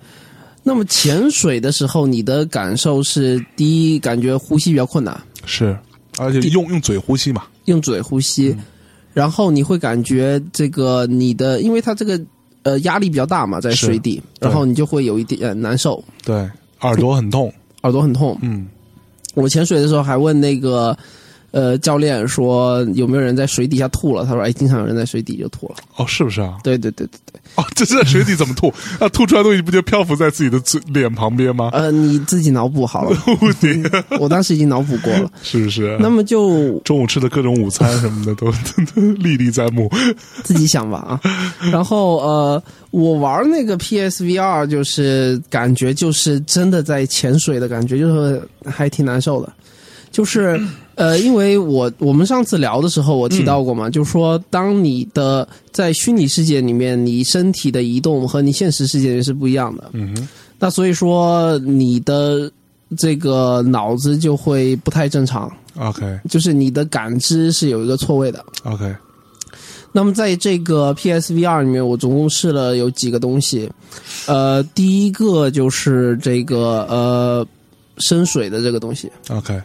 Speaker 2: 那么潜水的时候，你的感受是：第一，感觉呼吸比较困难，
Speaker 1: 是，而且用用嘴呼吸嘛，
Speaker 2: 用嘴呼吸，
Speaker 1: 嗯
Speaker 2: 然后你会感觉这个你的，因为它这个呃压力比较大嘛，在
Speaker 1: 是
Speaker 2: 水底，
Speaker 1: 对
Speaker 2: 然后你就会有一点、呃难受，
Speaker 1: 对，耳朵很痛，
Speaker 2: 耳朵很痛，
Speaker 1: 嗯，
Speaker 2: 我潜水的时候还问那个呃教练说有没有人在水底下吐了，他说哎，经常有人在水底就吐了。
Speaker 1: 哦，是不是啊？
Speaker 2: 对对对对对，
Speaker 1: 哦， *laughs* 这是在水底怎么 *laughs* 吐？那吐出来的东西不就漂浮在自己的嘴脸旁边 *laughs* 吗？
Speaker 2: 呃，你自己脑补好了，
Speaker 1: 不行，
Speaker 2: 我当时已经脑补过了。
Speaker 1: 是不是？
Speaker 2: 那么就
Speaker 1: 中午吃的各种午餐什么的都 *laughs* 都历历在目。
Speaker 2: 自己想吧啊。然后呃，我玩那个 PSVR，就是感觉就是真的在潜水的感觉，就是还挺难受的。就是呃，因为我我们上次聊的时候我提到过嘛，就是说当你的在虚拟世界里面，你身体的移动和你现实世界里面是不一样的。
Speaker 1: 嗯哼，
Speaker 2: 那所以说你的这个脑子就会不太正常，
Speaker 1: OK
Speaker 2: 就是你的感知是有一个错位的。
Speaker 1: OK，
Speaker 2: 那么在这个 PSVR 里面，我总共试了有几个东西，呃，第一个就是这个呃深水的这个东西，
Speaker 1: OK，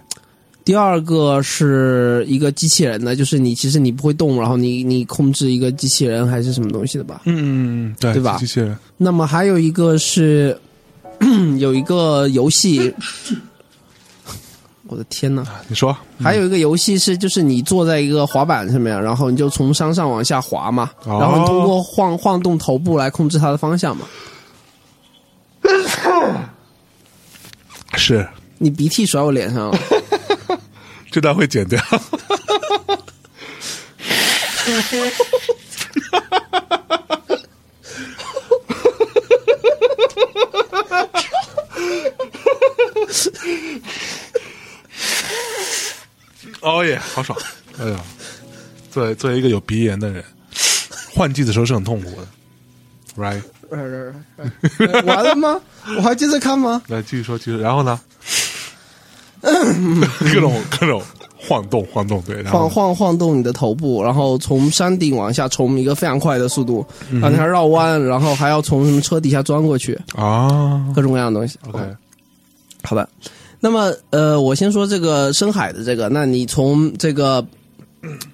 Speaker 2: 第二个是一个机器人的，就是你其实你不会动，然后你你控制一个机器人还是什么东西的吧？
Speaker 1: 嗯嗯嗯，对
Speaker 2: 对吧
Speaker 1: 机器人，
Speaker 2: 那么还有一个是 *clears throat* 有一个游戏， *coughs* 我的天呐！
Speaker 1: 你说
Speaker 2: 还有一个游戏是，就是你坐在一个滑板上面，然后你就从山上往下滑嘛，
Speaker 1: 哦
Speaker 2: 然后你通过晃晃动头部来控制它的方向嘛。
Speaker 1: 是
Speaker 2: 你鼻涕甩我脸上了，
Speaker 1: 这段会剪掉。哦耶，好爽！哎呀，作为作为一个有鼻炎的人，换季的时候是很痛苦的。Right，
Speaker 2: 完了吗？我还接着看吗？
Speaker 1: 来继续说，继续说。然后呢？ *laughs* 各种各种晃动晃动，对，然后
Speaker 2: *laughs* 晃晃晃动你的头部，然后从山顶往下冲一个非常快的速度，
Speaker 1: 嗯
Speaker 2: 然后你还绕弯，然后还要从什么车底下钻过去，
Speaker 1: 啊
Speaker 2: 各种各样的东西。
Speaker 1: ，OK，
Speaker 2: 好的，那么呃，我先说这个深海的这个，那你从这个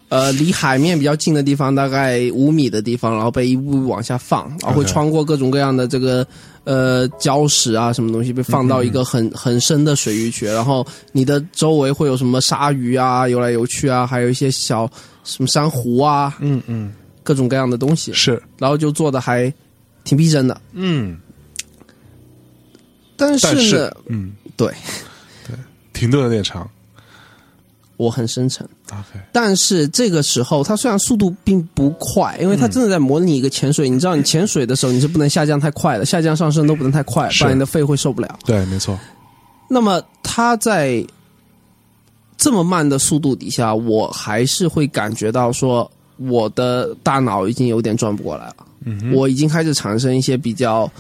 Speaker 2: 呃离海面比较近的地方，大概五米的地方，然后被一步步往下放，然后会
Speaker 1: OK
Speaker 2: 穿过各种各样的这个呃礁石啊，什么东西，被放到一个
Speaker 1: 嗯
Speaker 2: 很很深的水域去，然后你的周围会有什么鲨鱼啊游来游去啊，还有一些小什么珊瑚啊，
Speaker 1: 嗯嗯，
Speaker 2: 各种各样的东西，
Speaker 1: 是，
Speaker 2: 然后就做的还挺逼真的，
Speaker 1: 嗯，
Speaker 2: 但是
Speaker 1: 但
Speaker 2: 呢，
Speaker 1: 是，嗯，
Speaker 2: 对
Speaker 1: 停顿有点长
Speaker 2: 我很深沉。
Speaker 1: ，OK，
Speaker 2: 但是这个时候，它虽然速度并不快，因为它真的在模拟一个潜水。你知道，你潜水的时候你是不能下降太快的，下降上升都不能太快，
Speaker 1: 是
Speaker 2: 不然你的肺会受不了。
Speaker 1: 对，没错，
Speaker 2: 那么它在这么慢的速度底下，我还是会感觉到说，我的大脑已经有点转不过来了，
Speaker 1: 嗯哼，
Speaker 2: 我已经开始产生一些比较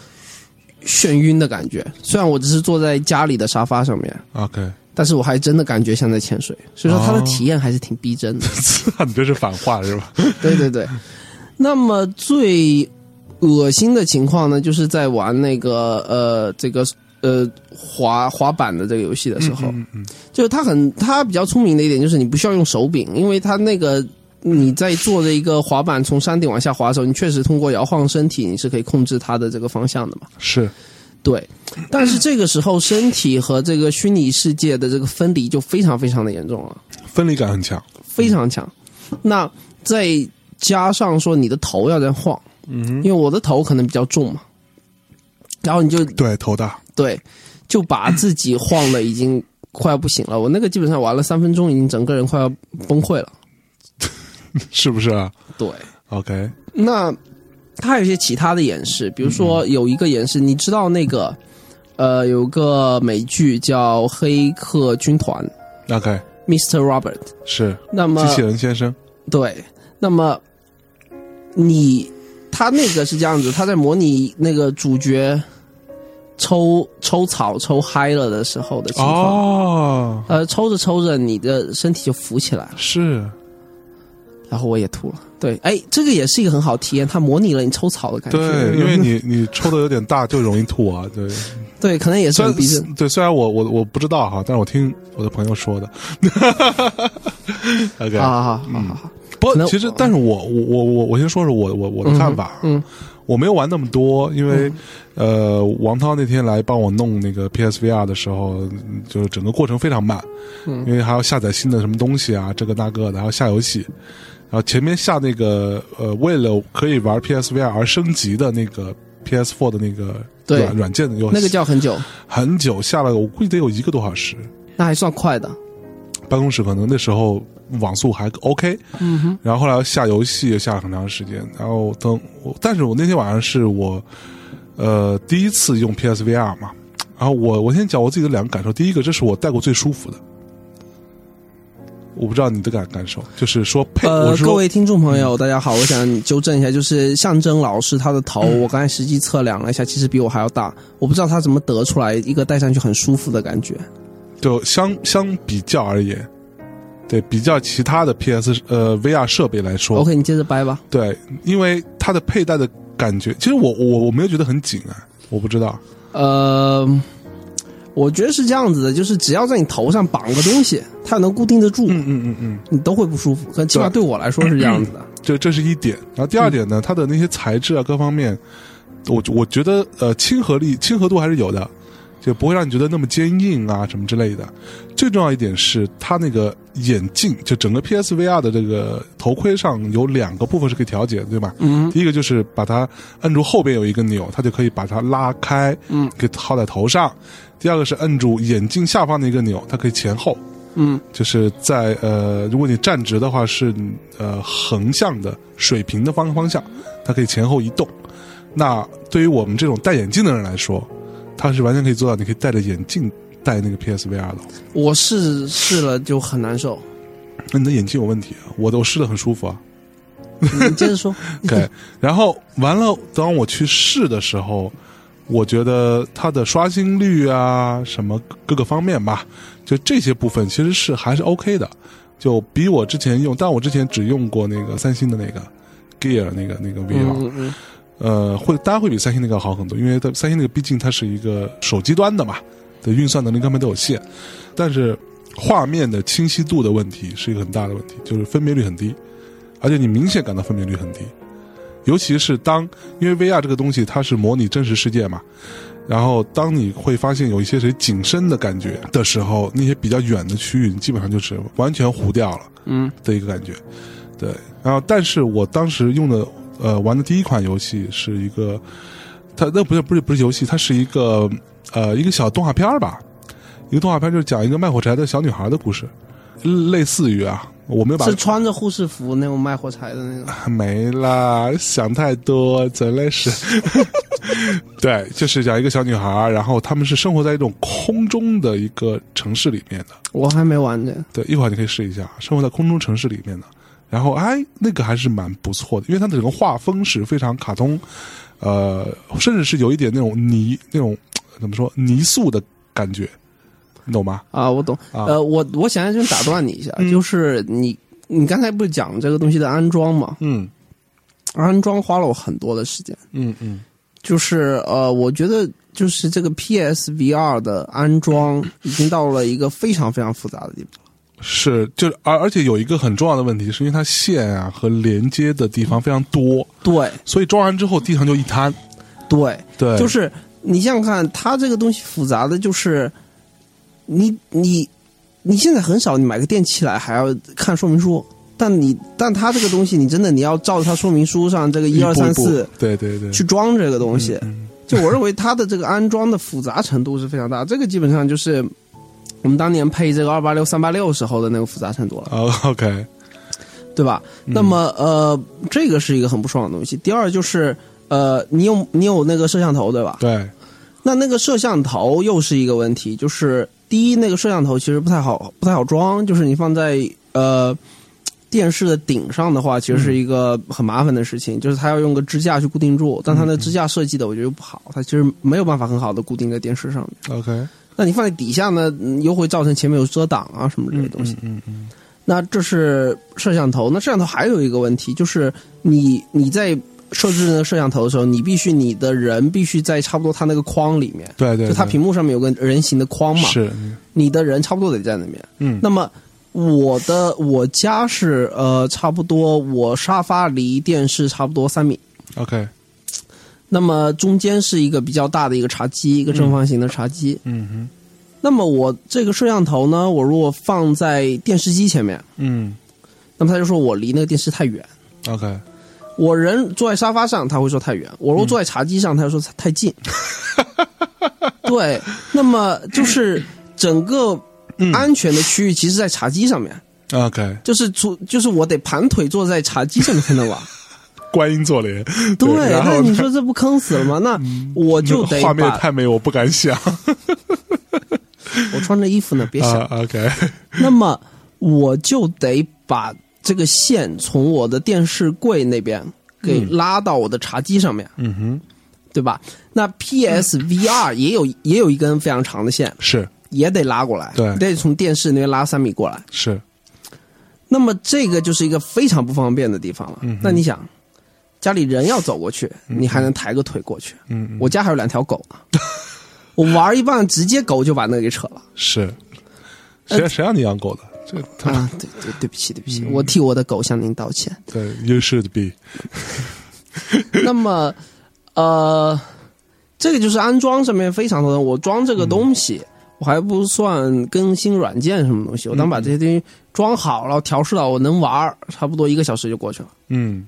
Speaker 2: 眩晕的感觉。虽然我只是坐在家里的沙发上面，
Speaker 1: OK，
Speaker 2: 但是我还真的感觉像在潜水，所以说它的
Speaker 1: 哦
Speaker 2: 体验还是挺逼真的。
Speaker 1: *laughs* 你这是反话是吧？
Speaker 2: 对对对。 *laughs* 那么最恶心的情况呢，就是在玩那个呃这个呃滑滑板的这个游戏的时候，
Speaker 1: 嗯嗯
Speaker 2: 就是它很它比较聪明的一点就是你不需要用手柄，因为它那个。你在坐着一个滑板从山顶往下滑的时候，你确实通过摇晃身体，你是可以控制它的这个方向的嘛？
Speaker 1: 是，
Speaker 2: 对。但是这个时候，身体和这个虚拟世界的这个分离就非常非常的严重了。
Speaker 1: 分离感很强，
Speaker 2: 非常强。那再加上说你的头要在晃，
Speaker 1: 嗯
Speaker 2: 因，为我的头可能比较重嘛，然后你就
Speaker 1: 对，头大，
Speaker 2: 对就把自己晃的已经快要不行了。我那个基本上玩了三分钟，已经整个人快要崩溃了。
Speaker 1: 是不是啊
Speaker 2: 对，
Speaker 1: ？OK，
Speaker 2: 那它还有一些其他的演示，比如说有一个演示，你知道那个呃有个美剧叫《黑客军团》
Speaker 1: OK，
Speaker 2: （Mr. Robert），
Speaker 1: 是
Speaker 2: 那么
Speaker 1: 机器人先生，
Speaker 2: 对，那么你他那个是这样子，他在模拟那个主角抽抽草抽嗨了的时候的情况。
Speaker 1: 哦，
Speaker 2: 呃，抽着抽着，你的身体就浮起来了，
Speaker 1: 是，
Speaker 2: 然后我也吐了。对，哎，这个也是一个很好体验，它模拟了你抽草的感觉。 *laughs*
Speaker 1: 对，因为你你抽的有点大，就容易吐啊，对。
Speaker 2: 对，可能也是
Speaker 1: 虽
Speaker 2: 很逼真。
Speaker 1: 然对，虽然我我我不知道哈，但是我听我的朋友说的。OK，
Speaker 2: 好好好好好好。
Speaker 1: 不
Speaker 2: 啊可，能
Speaker 1: 其实，但是我我我我我先说说我我我的看法，啊
Speaker 2: 嗯嗯
Speaker 1: 我没有玩那么多，因为、呃，王涛那天来帮我弄那个 PSVR 的时候，嗯就是整个过程非常慢，
Speaker 2: 嗯
Speaker 1: 因为还要下载新的什么东西啊，这个那个的，还要下游戏，然后前面下那个呃，为了可以玩 PSVR 而升级的那个 PS4 的那个
Speaker 2: 对
Speaker 1: 软软件的游戏，
Speaker 2: 那个叫很久，
Speaker 1: 很久下了，我估计得有一个多小时，
Speaker 2: 那还算快的。
Speaker 1: 办公室可能那时候网速还 OK，
Speaker 2: 嗯哼，
Speaker 1: 然后后来下游戏也下了很长时间，然后等我，但是我那天晚上是我呃第一次用 PSVR 嘛，然后我我先讲我自己的两个感受，第一个这是我戴过最舒服的，我不知道你的感感受，就是说
Speaker 2: *laughs*
Speaker 1: 配、
Speaker 2: 呃
Speaker 1: 我，
Speaker 2: 各
Speaker 1: 说
Speaker 2: 位听众朋友，大家好，我想纠正一下，就是象征老师他的头，我刚才实际测量了一下，其实比我还要大，我不知道他怎么得出来一个戴上去很舒服的感觉。
Speaker 1: 就相相比较而言，对比较其他的 PS 呃 VR 设备来说
Speaker 2: OK，你接着掰吧。
Speaker 1: 对，因为它的佩戴的感觉，其实我我我没有觉得很紧啊，我不知道。
Speaker 2: 呃，我觉得是这样子的，就是只要在你头上绑个东西，它能固定得住，
Speaker 1: 嗯嗯嗯嗯，
Speaker 2: 你都会不舒服。可起码对我来说是这样子的。
Speaker 1: 这这是一点。然后第二点呢，
Speaker 2: 嗯
Speaker 1: 它的那些材质啊各方面，我我觉得呃亲和力、亲和度还是有的，就不会让你觉得那么坚硬啊什么之类的。最重要一点是它那个眼镜，就整个 PSVR 的这个头盔上有两个部分是可以调节的，对吧？
Speaker 2: 嗯
Speaker 1: 第一个就是把它摁住后边有一个钮，它就可以把它拉开，
Speaker 2: 嗯，
Speaker 1: 给套在头上。第二个是摁住眼镜下方的一个钮，它可以前后，
Speaker 2: 嗯
Speaker 1: 就是在呃，如果你站直的话是呃横向的水平的方方向，它可以前后移动。那对于我们这种戴眼镜的人来说，它是完全可以做到，你可以戴着眼镜戴那个 PSVR 的。
Speaker 2: *clears throat* 我试试了就很难受。
Speaker 1: 那你的眼镜有问题啊？我都试的很舒服啊。
Speaker 2: 你接着 *laughs* 说。
Speaker 1: *laughs* OK，然后完了，当我去试的时候，我觉得它的刷新率啊，什么各个方面吧，就这些部分其实是还是 OK 的，就比我之前用，但我之前只用过那个三星的那个 Gear 那个那个 VR，、
Speaker 2: 嗯嗯
Speaker 1: 呃，会当然会比三星那个好很多，因为它三星那个毕竟它是一个手机端的嘛，的运算能力各方面都有限，但是画面的清晰度的问题是一个很大的问题，就是分辨率很低，而且你明显感到分辨率很低，尤其是当因为 VR 这个东西它是模拟真实世界嘛，然后当你会发现有一些谁景深的感觉的时候，那些比较远的区域你基本上就是完全糊掉了。
Speaker 2: 嗯
Speaker 1: 的一个感觉。对，然后但是我当时用的呃玩的第一款游戏是一个，它那不是不是不是游戏，它是一个呃一个小动画片儿吧，一个动画片就是讲一个卖火柴的小女孩的故事，类似于啊，我没有把
Speaker 2: 是穿着护士服那种卖火柴的那种。
Speaker 1: 没啦，想太多，真的 *laughs* 是。对，就是讲一个小女孩儿，然后他们是生活在一种空中的一个城市里面的。
Speaker 2: 我还没玩呢。
Speaker 1: 对，一会儿你可以试一下，生活在空中城市里面的。然后哎，那个还是蛮不错的，因为它的整个画风是非常卡通，呃，甚至是有一点那种泥那种怎么说泥塑的感觉，你懂吗？
Speaker 2: 啊，我懂。
Speaker 1: 啊
Speaker 2: 呃，我我想要先打断你一下，
Speaker 1: 嗯
Speaker 2: 就是你你刚才不是讲这个东西的安装嘛？
Speaker 1: 嗯
Speaker 2: 安装花了我很多的时间，
Speaker 1: 嗯嗯
Speaker 2: 就是呃，我觉得就是这个 PSVR 的安装已经到了一个非常非常复杂的地步。
Speaker 1: 是，就是而而且有一个很重要的问题，是因为它线啊和连接的地方非常多，
Speaker 2: 对
Speaker 1: 所以装完之后地上就一滩。
Speaker 2: 对，
Speaker 1: 对，
Speaker 2: 就是你想想看，它这个东西复杂的就是你你你现在很少，你买个电器来还要看说明书。但你，但它这个东西，你真的你要照着它说明书上这个
Speaker 1: 一
Speaker 2: 一二
Speaker 1: 步
Speaker 2: 三
Speaker 1: 一步
Speaker 2: 四，
Speaker 1: 对对对，
Speaker 2: 去装这个东西。
Speaker 1: 嗯
Speaker 2: 就我认为它的这个安装的复杂程度是非常大，这个基本上就是我们当年配这个二八六、三八六时候的那个复杂程度了，
Speaker 1: 啊 OK，
Speaker 2: 对吧？
Speaker 1: 嗯
Speaker 2: 那么呃，这个是一个很不爽的东西。第二就是呃，你有你有那个摄像头对吧？
Speaker 1: 对，
Speaker 2: 那那个摄像头又是一个问题，就是第一，那个摄像头其实不太好不太好装，就是你放在呃。电视的顶上的话，其实是一个很麻烦的事情，就是它要用个支架去固定住，但它的支架设计的我觉得又不好，它其实没有办法很好的固定在电视上面。
Speaker 1: OK，
Speaker 2: 那你放在底下呢，嗯又会造成前面有遮挡啊什么这些东西。
Speaker 1: 嗯嗯嗯
Speaker 2: 那这是摄像头，那摄像头还有一个问题，就是你你在设置那个摄像头的时候，你必须你的人必须在差不多它那个框里面，
Speaker 1: 对对，
Speaker 2: 就它
Speaker 1: 对
Speaker 2: 屏幕上面有个人形的框嘛，
Speaker 1: 是，
Speaker 2: 你的人差不多得在那边。
Speaker 1: 嗯，
Speaker 2: 那么我的我家是呃，差不多我沙发离电视差不多三米，
Speaker 1: OK，
Speaker 2: 那么中间是一个比较大的一个茶几，一个正方形的茶几。
Speaker 1: 嗯哼，
Speaker 2: 那么我这个摄像头呢，我如果放在电视机前面，
Speaker 1: 嗯
Speaker 2: 那么他就说我离那个电视太远。
Speaker 1: ，OK，
Speaker 2: 我人坐在沙发上，他会说太远；我如果坐在茶几上，他就说太近。
Speaker 1: 嗯
Speaker 2: 对，那么就是整个
Speaker 1: 嗯
Speaker 2: 安全的区域，其实在茶几上面，
Speaker 1: OK，
Speaker 2: 就是出就是我得盘腿坐在茶几上面才能
Speaker 1: *laughs*
Speaker 2: 玩。
Speaker 1: 观音坐莲，
Speaker 2: 对，
Speaker 1: 然
Speaker 2: 那
Speaker 1: 后嗯
Speaker 2: 你说这不坑死了吗？那我就得
Speaker 1: 画面
Speaker 2: 把
Speaker 1: 太美，我不敢想
Speaker 2: 我穿着衣服呢，别想。
Speaker 1: *laughs* *laughs* 啊。OK，
Speaker 2: 那么我就得把这个线从我的电视柜那边给拉到我的茶几上面，
Speaker 1: 嗯哼，
Speaker 2: 对吧？那
Speaker 1: 嗯
Speaker 2: PSVR 也有也有一根非常长的线，
Speaker 1: 是
Speaker 2: 也得拉过来，
Speaker 1: 对
Speaker 2: 你得从电视那边拉三米过来。
Speaker 1: 是，
Speaker 2: 那么这个就是一个非常不方便的地方了。
Speaker 1: 嗯
Speaker 2: 那你想，家里人要走过去，你还能抬个腿过去？
Speaker 1: 嗯嗯
Speaker 2: 我家还有两条狗
Speaker 1: *laughs*
Speaker 2: 呢，我玩一半，直接狗就把那个给扯了。
Speaker 1: 是，呃谁谁让你养狗的？这他妈
Speaker 2: 啊，对对，对不起，对
Speaker 1: 嗯
Speaker 2: 不起，我替我的狗向您道歉。
Speaker 1: 对，You should be，
Speaker 2: *laughs* 那么，呃，这个就是安装上面非常多的，我装这个东西，我还不算更新软件什么东西，我当把这些东西装好了，调试到我能玩儿，差不多一个小时就过去了，
Speaker 1: 嗯，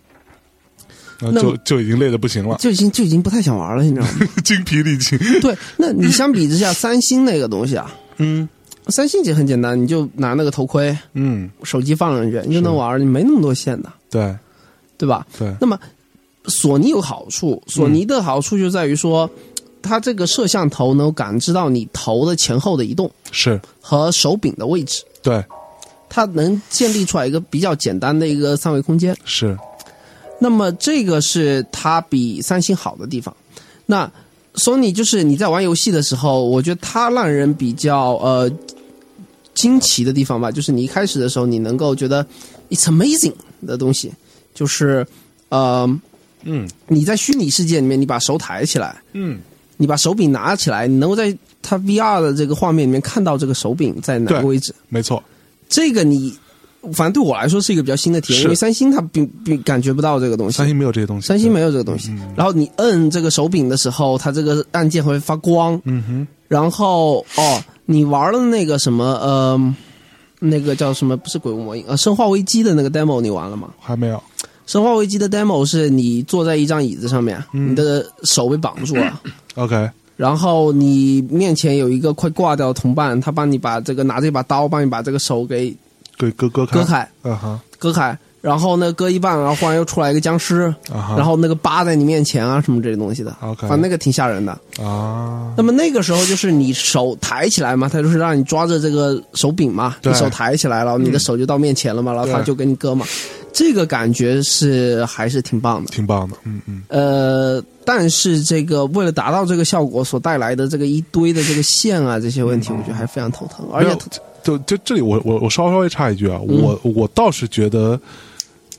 Speaker 1: 那
Speaker 2: 那
Speaker 1: 就
Speaker 2: 么
Speaker 1: 就已经累得不行了， *laughs*
Speaker 2: 就已经就已经不太想玩了，你知道吗？
Speaker 1: 精疲力尽。
Speaker 2: *laughs* 对，那你相比之下，三星那个东西啊，
Speaker 1: 嗯
Speaker 2: 三星其实很简单，你就拿那个头盔，
Speaker 1: 嗯，
Speaker 2: 手机放上去，你就能玩儿，你没那么多线的，
Speaker 1: 对
Speaker 2: 对吧？
Speaker 1: 对，
Speaker 2: 那么索尼有好处，索尼的好处就在于说，它这个摄像头能够感知到你头的前后的移动
Speaker 1: 是，
Speaker 2: 和手柄的位置，
Speaker 1: 对
Speaker 2: 它能建立出来一个比较简单的一个三维空间。
Speaker 1: 是，
Speaker 2: 那么这个是它比三星好的地方。那索尼就是你在玩游戏的时候，我觉得它让人比较呃惊奇的地方吧，就是你一开始的时候，你能够觉得 it's amazing 的东西，就是呃
Speaker 1: 嗯
Speaker 2: 你在虚拟世界里面，你把手抬起来，
Speaker 1: 嗯，
Speaker 2: 你把手柄拿起来，你能够在它 VR 的这个画面里面看到这个手柄在哪
Speaker 1: 对
Speaker 2: 个位置。
Speaker 1: 没错，
Speaker 2: 这个你，反正对我来说是一个比较新的体验，
Speaker 1: 是
Speaker 2: 因为三星它并并感觉不到这个东西
Speaker 1: 三。星没嗯有这些东西，
Speaker 2: 三星
Speaker 1: 对
Speaker 2: 没有这个东西，然后你摁这个手柄的时候，它这个按键会发光。
Speaker 1: 嗯哼，
Speaker 2: 然后哦，你玩了那个什么呃，那个叫什么？不是《鬼屋魔影》呃，《生化危机》的那个 demo 你玩了吗？
Speaker 1: 还没有，
Speaker 2: 《生化危机》的 demo 是你坐在一张椅子上面，
Speaker 1: 嗯
Speaker 2: 你的手被绑住了，
Speaker 1: OK，
Speaker 2: 然后你面前有一个快挂掉的同伴，他帮你把这个拿着一把刀，帮你把这个手给
Speaker 1: 给割割开，
Speaker 2: 割，开，
Speaker 1: 嗯哼，
Speaker 2: 割开。然后呢，割一半，然后忽然又出来一个僵尸，
Speaker 1: 啊哈，
Speaker 2: 然后那个扒在你面前啊，什么这些东西的
Speaker 1: OK
Speaker 2: 反正那个挺吓人的。
Speaker 1: 啊，
Speaker 2: 那么那个时候就是你手抬起来嘛，他就是让你抓着这个手柄嘛，
Speaker 1: 对嗯
Speaker 2: 你手抬起来了，你的手就到面前了嘛，然后他
Speaker 1: 对
Speaker 2: 就给你割嘛，这个感觉是还是挺棒的。
Speaker 1: 挺棒的，嗯嗯，
Speaker 2: 呃，但是这个为了达到这个效果所带来的这个一堆的这个线啊这些问题，我觉得还非常头疼，而
Speaker 1: 没
Speaker 2: 且嗯
Speaker 1: 有就就这里我我我稍稍微插一句啊，我我倒是觉得，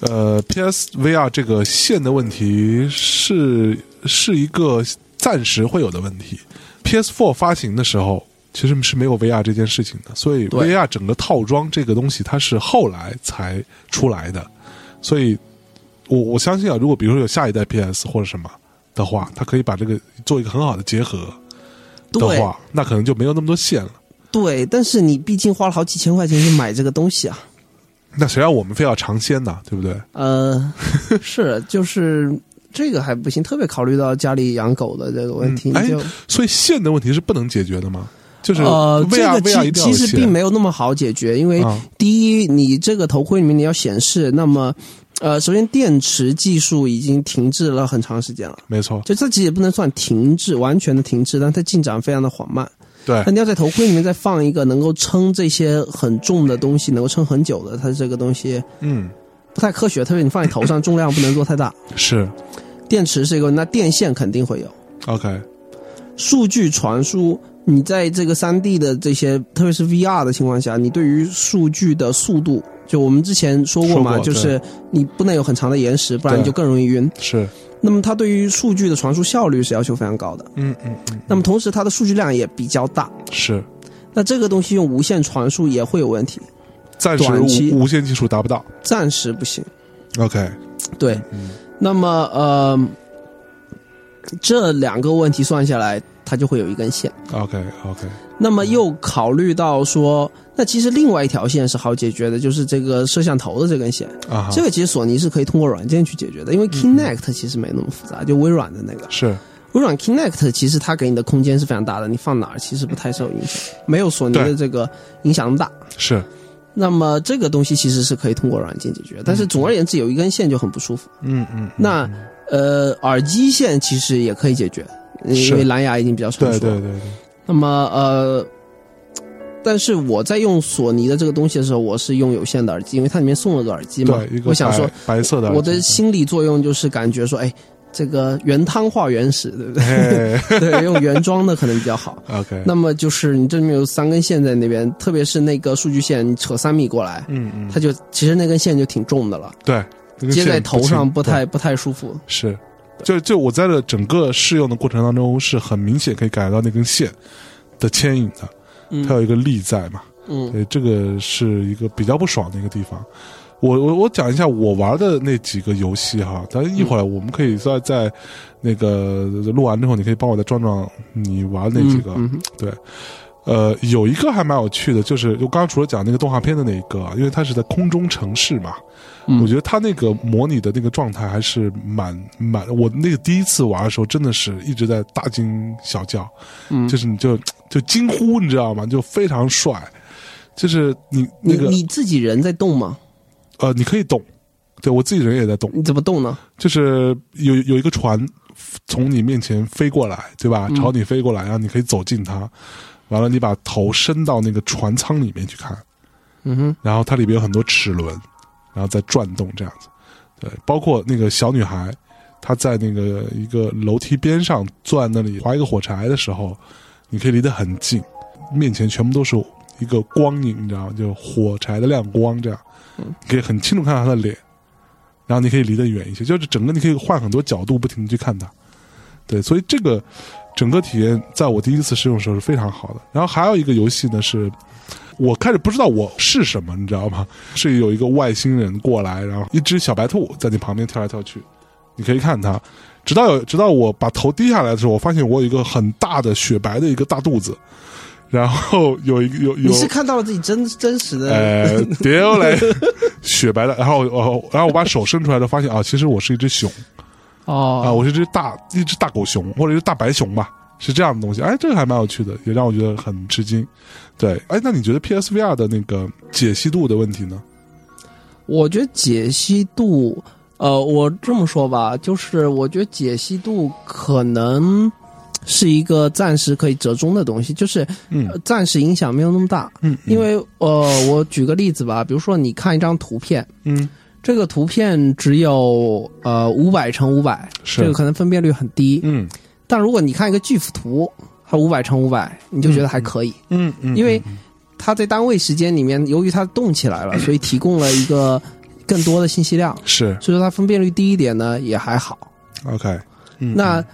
Speaker 1: 呃，PSVR 这个线的问题是是一个暂时会有的问题。PS4 发行的时候其实是没有 VR 这件事情的，所以
Speaker 2: 对
Speaker 1: VR 整个套装这个东西它是后来才出来的，所以我我相信啊，如果比如说有下一代 PS 或者什么的话，它可以把这个做一个很好的结合的
Speaker 2: 对
Speaker 1: 话，那可能就没有那么多线了。
Speaker 2: 对，但是你毕竟花了好几千块钱去买这个东西啊，
Speaker 1: 那谁让我们非要尝鲜呢？对不对？
Speaker 2: 呃， *laughs* 是就是这个还不行，特别考虑到家里养狗的这个问题，
Speaker 1: 嗯
Speaker 2: 你就。
Speaker 1: 所以线的问题是不能解决的吗？就是
Speaker 2: 呃，这
Speaker 1: VR、
Speaker 2: 个
Speaker 1: VR 一
Speaker 2: 其
Speaker 1: 定要有
Speaker 2: 其实
Speaker 1: 线
Speaker 2: 并没有那么好解决，因为
Speaker 1: 啊
Speaker 2: 第一，你这个头盔里面你要显示，那么，呃，首先电池技术已经停滞了很长时间了，
Speaker 1: 没错，
Speaker 2: 就它其实也不能算停滞，完全的停滞，但它进展非常的缓慢。
Speaker 1: 对
Speaker 2: 那你要在头盔里面再放一个能够撑这些很重的东西，能够撑很久的，它这个东西
Speaker 1: 嗯
Speaker 2: 不太科学，特别你放在
Speaker 1: *laughs*
Speaker 2: 头上，重量不能做太大。
Speaker 1: 是
Speaker 2: 电池是一个，那电线肯定会有。
Speaker 1: OK
Speaker 2: 数据传输，你在这个三 D 的这些，特别是 VR 的情况下，你对于数据的速度，就我们之前说过嘛，
Speaker 1: 说过
Speaker 2: 就是你不能有很长的延时，不然
Speaker 1: 对
Speaker 2: 你就更容易晕。
Speaker 1: 是
Speaker 2: 那么它对于数据的传输效率是要求非常高的，
Speaker 1: 嗯嗯嗯
Speaker 2: 那么同时它的数据量也比较大。
Speaker 1: 是
Speaker 2: 那这个东西用无线传输也会有问题，
Speaker 1: 暂时
Speaker 2: 短期
Speaker 1: 无无线技术达不到。
Speaker 2: 暂时不行。
Speaker 1: OK，
Speaker 2: 对，那么呃，这两个问题算下来，它就会有一根线。
Speaker 1: OK OK，
Speaker 2: 那么又考虑到说，那其实另外一条线是好解决的，就是这个摄像头的这根线。
Speaker 1: 啊哈，
Speaker 2: 这个其实索尼是可以通过软件去解决的，因为 Kinect 其实没那么复杂，就微软的那个。
Speaker 1: 是
Speaker 2: 微软 Kinect 其实它给你的空间是非常大的，你放哪儿其实不太受影响，没有索尼的
Speaker 1: 对
Speaker 2: 这个影响那么大。
Speaker 1: 是，
Speaker 2: 那么这个东西其实是可以通过软件解决，但是总而言之，有一根线就很不舒服。
Speaker 1: 嗯嗯，
Speaker 2: 那呃，耳机线其实也可以解决，
Speaker 1: 是
Speaker 2: 因为蓝牙已经比较成
Speaker 1: 对
Speaker 2: 熟。
Speaker 1: 对对对，
Speaker 2: 那么呃，但是我在用索尼的这个东西的时候，我是用有线的耳机，因为它里面送了个耳机嘛
Speaker 1: 对一。个
Speaker 2: 我想
Speaker 1: 白
Speaker 2: 说，
Speaker 1: 白色的耳机，
Speaker 2: 我的心理作用就是感觉说，哎，这个原汤化原始，对不对？ *laughs*
Speaker 1: 哎
Speaker 2: 对，用原装的可能比较好。
Speaker 1: OK，
Speaker 2: *laughs* 那么就是你这里面有三根线在那边，特别是那个数据线，你扯三米过来，
Speaker 1: 嗯嗯，
Speaker 2: 它就其实那根线就挺重的了，
Speaker 1: 对，那个
Speaker 2: 接在
Speaker 1: 线
Speaker 2: 头
Speaker 1: 轻嗯
Speaker 2: 上不
Speaker 1: 对
Speaker 2: 太不太舒服。
Speaker 1: 是，就就我在这整个试用的过程当中，是很明显可以感觉到那根线的牵引的，它有一个力在嘛，
Speaker 2: 嗯
Speaker 1: 对，这个是一个比较不爽的一个地方。我我我讲一下我玩的那几个游戏哈，但是一会儿
Speaker 2: 嗯
Speaker 1: 我们可以再在那个录完之后，你可以帮我再壮壮你玩那几个。
Speaker 2: 嗯嗯
Speaker 1: 呃，有一个还蛮有趣的，就是我刚刚除了讲那个动画片的那一个啊，因为它是在空中城市嘛，
Speaker 2: 嗯
Speaker 1: 我觉得它那个模拟的那个状态还是蛮蛮，我那个第一次玩的时候真的是一直在大惊小叫，
Speaker 2: 嗯
Speaker 1: 就是你就就惊呼，你知道吗？就非常帅，就是你那个
Speaker 2: 你你自己人在动吗？
Speaker 1: 呃，你可以动，对我自己人也在动，
Speaker 2: 你怎么动呢？
Speaker 1: 就是有有一个船从你面前飞过来，对吧？朝你飞过来，然后你可以走近它，完了你把头伸到那个船舱里面去看，
Speaker 2: 嗯哼，
Speaker 1: 然后它里边有很多齿轮，然后在转动这样子。对，包括那个小女孩，她在那个一个楼梯边上转那里划一个火柴的时候，你可以离得很近，面前全部都是一个光影，你知道吗？就火柴的亮光这样，你可以很清楚看到她的脸，然后你可以离得远一些，就是整个你可以换很多角度，不停的去看她。对，所以这个整个体验，在我第一次试用的时候是非常好的。然后还有一个游戏呢是我开始不知道我是什么，你知道吗？ *laughs* 是有一个外星人过来，然后一只小白兔在你旁边跳来跳去，你可以看它。直到有直到我把头低下来的时候，我发现我有一个很大的雪白的一个大肚子，然后有一个有有
Speaker 2: 你是看到了自己真真实
Speaker 1: *laughs*
Speaker 2: 的？
Speaker 1: 呃丢嘞雪白的，然后哦，然后我把手伸出来就发现啊，其实我是一只熊
Speaker 2: 哦
Speaker 1: 啊，我是一只大一只大狗熊或者一只大白熊吧。是这样的东西，哎，这个还蛮有趣的，也让我觉得很吃惊。对，哎，那你觉得 PSVR 的那个解析度的问题呢？
Speaker 2: 我觉得解析度，呃，我这么说吧，就是我觉得解析度可能是一个暂时可以折中的东西，就是、
Speaker 1: 嗯
Speaker 2: 呃暂时影响没有那么大。
Speaker 1: 嗯，
Speaker 2: 因为呃，我举个例子吧，比如说你看一张图片，
Speaker 1: 嗯
Speaker 2: 这个图片只有呃五百乘五百，
Speaker 1: 是
Speaker 2: 这个可能分辨率很低。
Speaker 1: 嗯
Speaker 2: 但如果你看一个 GIF 图，它五百乘五百，你就觉得还可以。
Speaker 1: 嗯嗯
Speaker 2: 因为它在单位时间里面，由于它动起来了，所以提供了一个更多的信息量，
Speaker 1: 是
Speaker 2: 所以说它分辨率低一点呢也还好。
Speaker 1: OK，嗯
Speaker 2: 那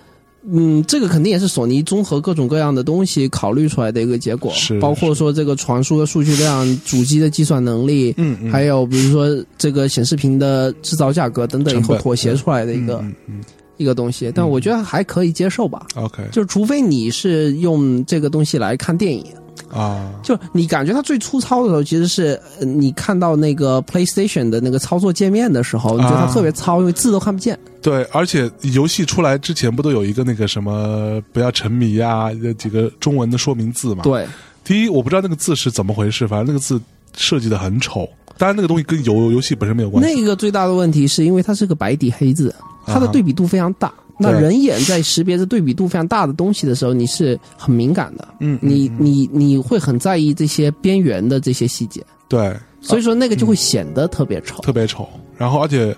Speaker 2: 嗯，这个肯定也是索尼综合各种各样的东西考虑出来的一个结果
Speaker 1: 是，
Speaker 2: 包括说这个传输的数据量、主机的计算能力，
Speaker 1: 嗯嗯
Speaker 2: 还有比如说这个显示屏的制造价格等等，以
Speaker 1: 成
Speaker 2: 后
Speaker 1: 本
Speaker 2: 妥协出来的一个、
Speaker 1: 嗯嗯
Speaker 2: 一个东西。但我觉得还可以接受吧，
Speaker 1: 嗯 OK
Speaker 2: 就除非你是用这个东西来看电影。
Speaker 1: 啊
Speaker 2: 就你感觉它最粗糙的时候，其实是呃你看到那个 PlayStation 的那个操作界面的时候，你觉得它
Speaker 1: 啊
Speaker 2: 特别糙，因为字都看不见。
Speaker 1: 对，而且游戏出来之前不都有一个那个什么不要沉迷啊，这几个中文的说明字嘛？，
Speaker 2: 对，
Speaker 1: 第一我不知道那个字是怎么回事，反正那个字设计的很丑。当然，那个东西跟游游戏本身没有关系。
Speaker 2: 那个最大的问题是因为它是个白底黑字，它的
Speaker 1: 啊哈
Speaker 2: 对比度非常大。那
Speaker 1: 对
Speaker 2: 人眼在识别这对比度非常大的东西的时候，你是很敏感的，
Speaker 1: 嗯，嗯
Speaker 2: 你你你会很在意这些边缘的这些细节，
Speaker 1: 对
Speaker 2: 所以说那个就会显得特别丑。
Speaker 1: 嗯特别丑，然后而且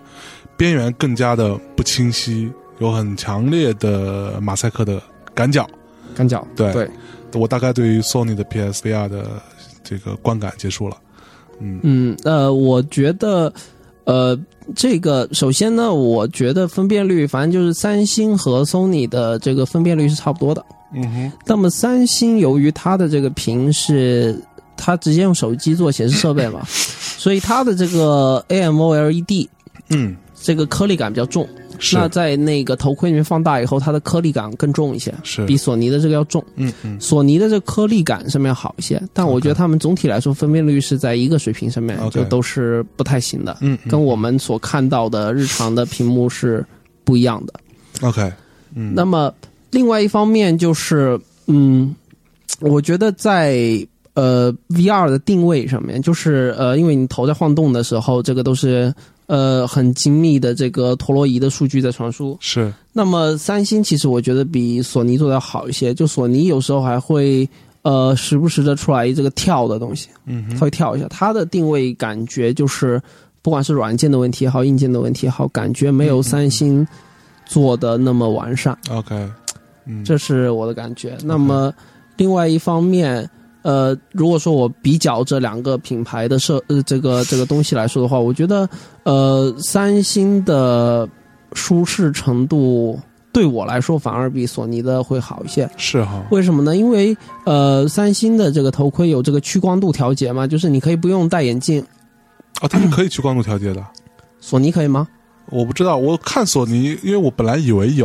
Speaker 1: 边缘更加的不清晰，有很强烈的马赛克的赶脚。
Speaker 2: 干脚，
Speaker 1: 对
Speaker 2: 对，
Speaker 1: 我大概对于 Sony 的 PSVR 的这个观感结束了。
Speaker 2: 嗯，呃，我觉得，呃，这个首先呢，我觉得分辨率，反正就是三星和 Sony 的这个分辨率是差不多的。
Speaker 1: 嗯哼，
Speaker 2: 那么三星由于它的这个屏是它直接用手机做显示设备嘛，所以它的这个 AMOLED
Speaker 1: 嗯，
Speaker 2: E 这个颗粒感比较重。
Speaker 1: 是
Speaker 2: 那在那个头盔里面放大以后，它的颗粒感更重一些，
Speaker 1: 是
Speaker 2: 比索尼的这个要重。
Speaker 1: 嗯嗯，
Speaker 2: 索尼的这个颗粒感上面好一些，但我觉得他们总体来说分辨率是在一个水平上面，
Speaker 1: OK
Speaker 2: 就都是不太行的，
Speaker 1: 嗯嗯
Speaker 2: 跟我们所看到的日常的屏幕是不一样的。
Speaker 1: OK，嗯，
Speaker 2: 那么另外一方面就是，嗯，我觉得在呃 VR 的定位上面，就是呃，因为你头在晃动的时候，这个都是呃很精密的这个陀螺仪的数据在传输。
Speaker 1: 是
Speaker 2: 那么三星其实我觉得比索尼做的好一些，就索尼有时候还会呃时不时的出来这个跳的东西，
Speaker 1: 嗯
Speaker 2: 它
Speaker 1: 哼
Speaker 2: 会跳一下。它的定位感觉就是不管是软件的问题也好，硬件的问题也好，感觉没有三星做的那么完善，
Speaker 1: ，OK，嗯，
Speaker 2: 这是我的感觉。那么另外一方面。呃，如果说我比较这两个品牌的设呃这个这个东西来说的话，我觉得呃三星的舒适程度对我来说反而比索尼的会好一些。
Speaker 1: 是哈，
Speaker 2: 为什么呢？因为呃三星的这个头盔有这个屈光度调节嘛，就是你可以不用戴眼镜。
Speaker 1: 哦，它是可以去光度调节的，
Speaker 2: 索尼可以吗？
Speaker 1: 我不知道，我看索尼，因为我本来以为有，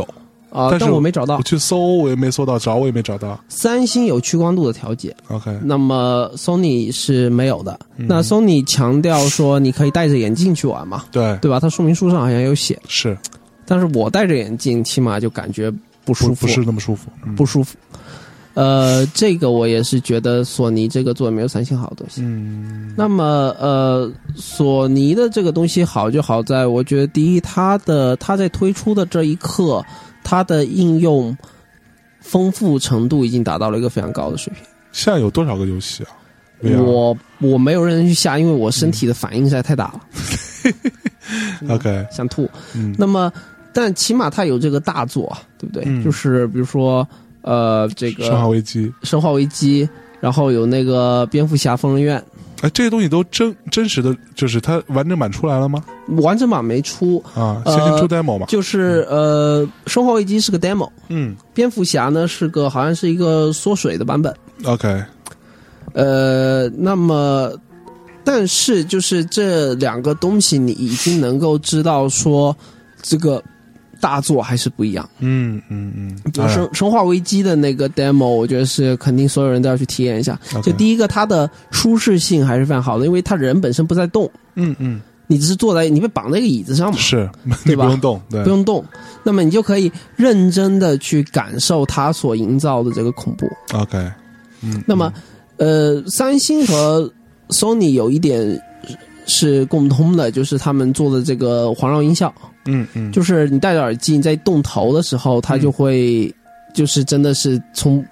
Speaker 2: 啊、
Speaker 1: 但是
Speaker 2: 但我没找到
Speaker 1: 我。去搜我也没搜到，找我也没找到
Speaker 2: 三星有屈光度的调节，
Speaker 1: ，OK，
Speaker 2: 那么 Sony 是没有的。
Speaker 1: 嗯
Speaker 2: 那 Sony 强调说你可以戴着眼镜去玩嘛，
Speaker 1: 对，
Speaker 2: 对吧？它说明书上好像有写，
Speaker 1: 是
Speaker 2: 但是我戴着眼镜起码就感觉不舒
Speaker 1: 不
Speaker 2: 服，
Speaker 1: 不是那么舒服，嗯
Speaker 2: 不舒服。呃，这个我也是觉得索尼这个做的没有三星好的东西。
Speaker 1: 嗯
Speaker 2: 那么呃，索尼的这个东西好就好在，我觉得第一，它的它在推出的这一刻，它的应用丰富程度已经达到了一个非常高的水平。
Speaker 1: 现在有多少个游戏啊？VR
Speaker 2: 我我没有认真去下，因为我身体的反应实在太大了，
Speaker 1: OK，
Speaker 2: 想吐。
Speaker 1: 嗯，
Speaker 2: 那么，但起码它有这个大作啊，对不对？
Speaker 1: 嗯
Speaker 2: 就是比如说呃，这个
Speaker 1: 生化危机，
Speaker 2: 《生化危机》，然后有那个《蝙蝠侠：疯人院
Speaker 1: 哎，这些东西都真真实的，就是它完整版出来了吗？》，
Speaker 2: 完整版没出，
Speaker 1: 啊，
Speaker 2: 呃
Speaker 1: 先行出 demo 吧，
Speaker 2: 就是呃，《生化危机》是个 demo，《
Speaker 1: 嗯
Speaker 2: 蝙蝠侠呢》是个好像是一个缩水的版本。
Speaker 1: ，OK，
Speaker 2: 呃，那么，但是就是这两个东西，你已经能够知道说这个。大作还是不一样，
Speaker 1: 嗯嗯嗯，
Speaker 2: 比如生《生化危机》的那个 demo，我觉得是肯定所有人都要去体验一下。
Speaker 1: 哎 OK
Speaker 2: 就，第一个，它的舒适性还是非常好的，因为它人本身不在动，
Speaker 1: 嗯嗯，
Speaker 2: 你只是坐在你被绑在一个椅子上嘛，
Speaker 1: 是， *laughs* 你
Speaker 2: 对
Speaker 1: 不
Speaker 2: 吧
Speaker 1: 用动，对，
Speaker 2: 不用动，那么你就可以认真的去感受它所营造的这个恐怖。
Speaker 1: OK，嗯，
Speaker 2: 那么，呃，三星和 Sony 有一点是是共通的，就是他们做的这个环绕音效，
Speaker 1: 嗯，嗯嗯，
Speaker 2: 就是你戴着耳机，你在动头的时候，它就会就是真的是从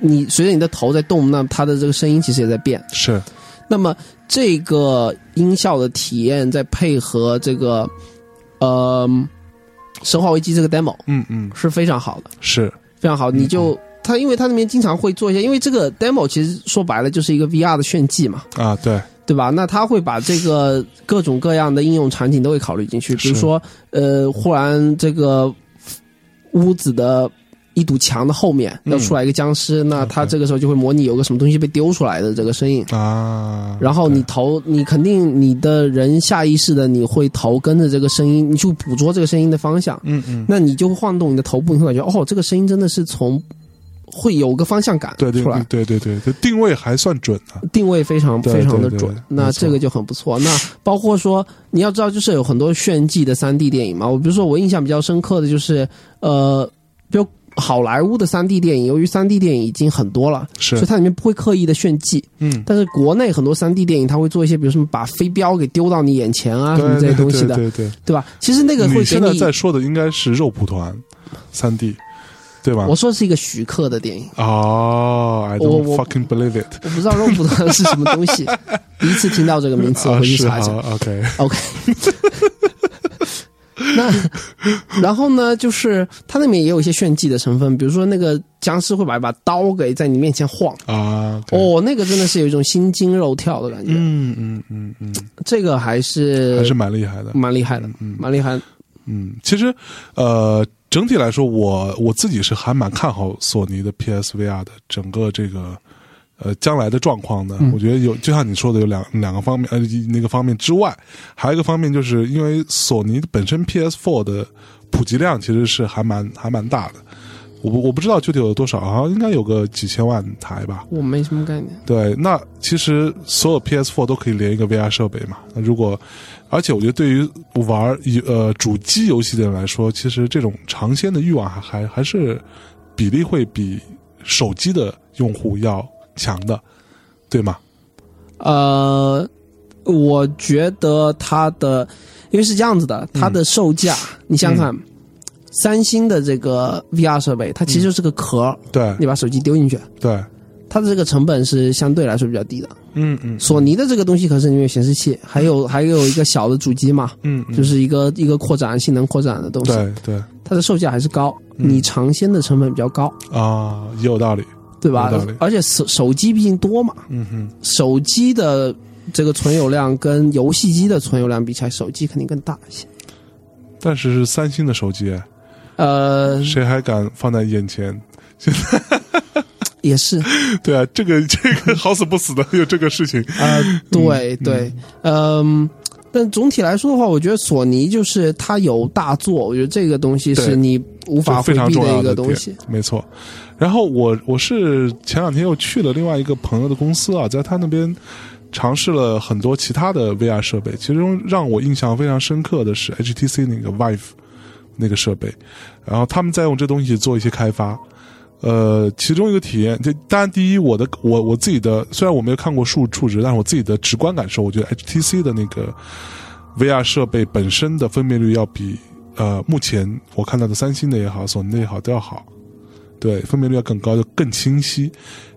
Speaker 2: 你随着你的头在动，那它的这个声音其实也在变。
Speaker 1: 是
Speaker 2: 那么这个音效的体验，再配合这个呃《生化危机》这个 demo
Speaker 1: 嗯嗯
Speaker 2: 是非常好的，
Speaker 1: 是，
Speaker 2: 非常好。你就它，因为它那边经常会做一些，因为这个 demo 其实说白了就是一个 VR 的炫技嘛，
Speaker 1: 啊，对，
Speaker 2: 对吧？那它会把这个各种各样的应用场景都会考虑进去，比如
Speaker 1: 是
Speaker 2: 说呃，忽然这个屋子的。一堵墙的后面
Speaker 1: 嗯
Speaker 2: 要出来一个僵尸，那它
Speaker 1: OK
Speaker 2: 这个时候就会模拟有个什么东西被丢出来的这个声音，
Speaker 1: 啊，
Speaker 2: 然后你
Speaker 1: 对
Speaker 2: 头，你肯定你的人下意识的你会头跟着这个声音，你去捕捉这个声音的方向，
Speaker 1: 嗯嗯，
Speaker 2: 那你就会晃动你的头部，你会感觉哦，这个声音真的是从会有个方向感
Speaker 1: 对对
Speaker 2: 出来，
Speaker 1: 对对对对，定位还算准啊呢，
Speaker 2: 定位非常
Speaker 1: 对
Speaker 2: 非常的
Speaker 1: 对对
Speaker 2: 准
Speaker 1: 没错，
Speaker 2: 那这个就很不错。那包括说你要知道，就是有很多炫技的三 D 电影嘛，我比如说我印象比较深刻的就是呃，比如好莱坞的三 D 电影，由于三 D 电影已经很多了，
Speaker 1: 是
Speaker 2: 所以，它里面不会刻意的炫技，
Speaker 1: 嗯，
Speaker 2: 但是国内很多三 D 电影，它会做一些，比如什么把飞镖给丢到你眼前啊，什么
Speaker 1: 对
Speaker 2: 这些
Speaker 1: 对
Speaker 2: 东西的，
Speaker 1: 对对
Speaker 2: 对吧？其实
Speaker 1: 对，
Speaker 2: 那个会
Speaker 1: 你
Speaker 2: 给
Speaker 1: 现在
Speaker 2: 你，
Speaker 1: 在说的应该是肉蒲团，三 D，对吧
Speaker 2: 我？说是一个徐克的电影，
Speaker 1: 哦，I
Speaker 2: 我
Speaker 1: don't
Speaker 2: 我
Speaker 1: fucking believe it，
Speaker 2: 我不知道肉蒲团是什么东
Speaker 1: *laughs*
Speaker 2: 西，第一次听到这个名词，我
Speaker 1: 啊
Speaker 2: 回去
Speaker 1: 是
Speaker 2: 查
Speaker 1: 啊
Speaker 2: 一下。
Speaker 1: ，OK，
Speaker 2: OK，那然后呢，就是它那里面也有一些炫技的成分，比如说那个僵尸会把一把刀给在你面前晃，
Speaker 1: 啊，OK，
Speaker 2: 哦，那个真的是有一种心惊肉跳的感觉，
Speaker 1: 嗯嗯嗯嗯，
Speaker 2: 这个还是
Speaker 1: 还是蛮厉害的，
Speaker 2: 蛮厉害的，蛮厉害的。
Speaker 1: 嗯，其实，呃，整体来说，我我自己是还蛮看好索尼的 PSVR 的整个这个呃将来的状况的。我觉得有，就像你说的，有两两个方面，呃，一那个方面之外，还有一个方面就是因为索尼本身 PS4 的普及量其实是还蛮还蛮大的。我不我不知道具体有多少，好像应该有个几千万台吧。
Speaker 2: 我没什么概念。
Speaker 1: 对，那其实所有 PS4 都可以连一个 VR 设备嘛。那如果，而且我觉得对于玩一呃主机游戏的人来说，其实这种尝鲜的欲望还还还是比例会比手机的用户要强的，对吗？
Speaker 2: 呃，我觉得它的，因为是这样子的，它的售价，
Speaker 1: 嗯
Speaker 2: 你想想看，三星的这个 VR 设备，它其实就是个壳儿，
Speaker 1: 对
Speaker 2: 你把手机丢进去，
Speaker 1: 对，
Speaker 2: 它的这个成本是相对来说比较低的。
Speaker 1: 嗯嗯
Speaker 2: 索尼的这个东西可是因为显示器，还有还有一个小的主机嘛，
Speaker 1: 嗯，嗯
Speaker 2: 就是一个一个扩展性能扩展的东西，
Speaker 1: 对对
Speaker 2: 它的售价还是高，
Speaker 1: 嗯
Speaker 2: 你尝鲜的成本比较高，
Speaker 1: 啊，也有道理。
Speaker 2: 对吧
Speaker 1: 有道理？
Speaker 2: 而且手手机毕竟多嘛，
Speaker 1: 嗯哼，
Speaker 2: 手机的这个存有量跟游戏机的存有量比起来，手机肯定更大一些。
Speaker 1: 但是是三星的手机，
Speaker 2: 呃，
Speaker 1: 谁还敢放在眼前？ *laughs*
Speaker 2: 也是，
Speaker 1: 对啊，这个这个好死不死的有这个事情。
Speaker 2: 呃，对
Speaker 1: 嗯
Speaker 2: 对，嗯、但总体来说的话，我觉得索尼就是它有大作，我觉得这个东西
Speaker 1: 对
Speaker 2: 是你无法
Speaker 1: 这
Speaker 2: 回
Speaker 1: 非常
Speaker 2: 避
Speaker 1: 重要
Speaker 2: 一个
Speaker 1: 的
Speaker 2: 东
Speaker 1: 点
Speaker 2: 西。
Speaker 1: 没错。然后我我是前两天又去了另外一个朋友的公司啊，在他那边尝试了很多其他的 VR 设备，其中让我印象非常深刻的是 HTC 那个 Vive 那个设备，然后他们在用这东西做一些开发。呃，其中一个体验，就当然第一，我的我我自己的虽然我没有看过数数值，但是我自己的直观感受，我觉得 HTC 的那个 VR 设备本身的分辨率要比呃目前我看到的三星的也好，索尼的也好都要好，对，分辨率要更高，就更清晰。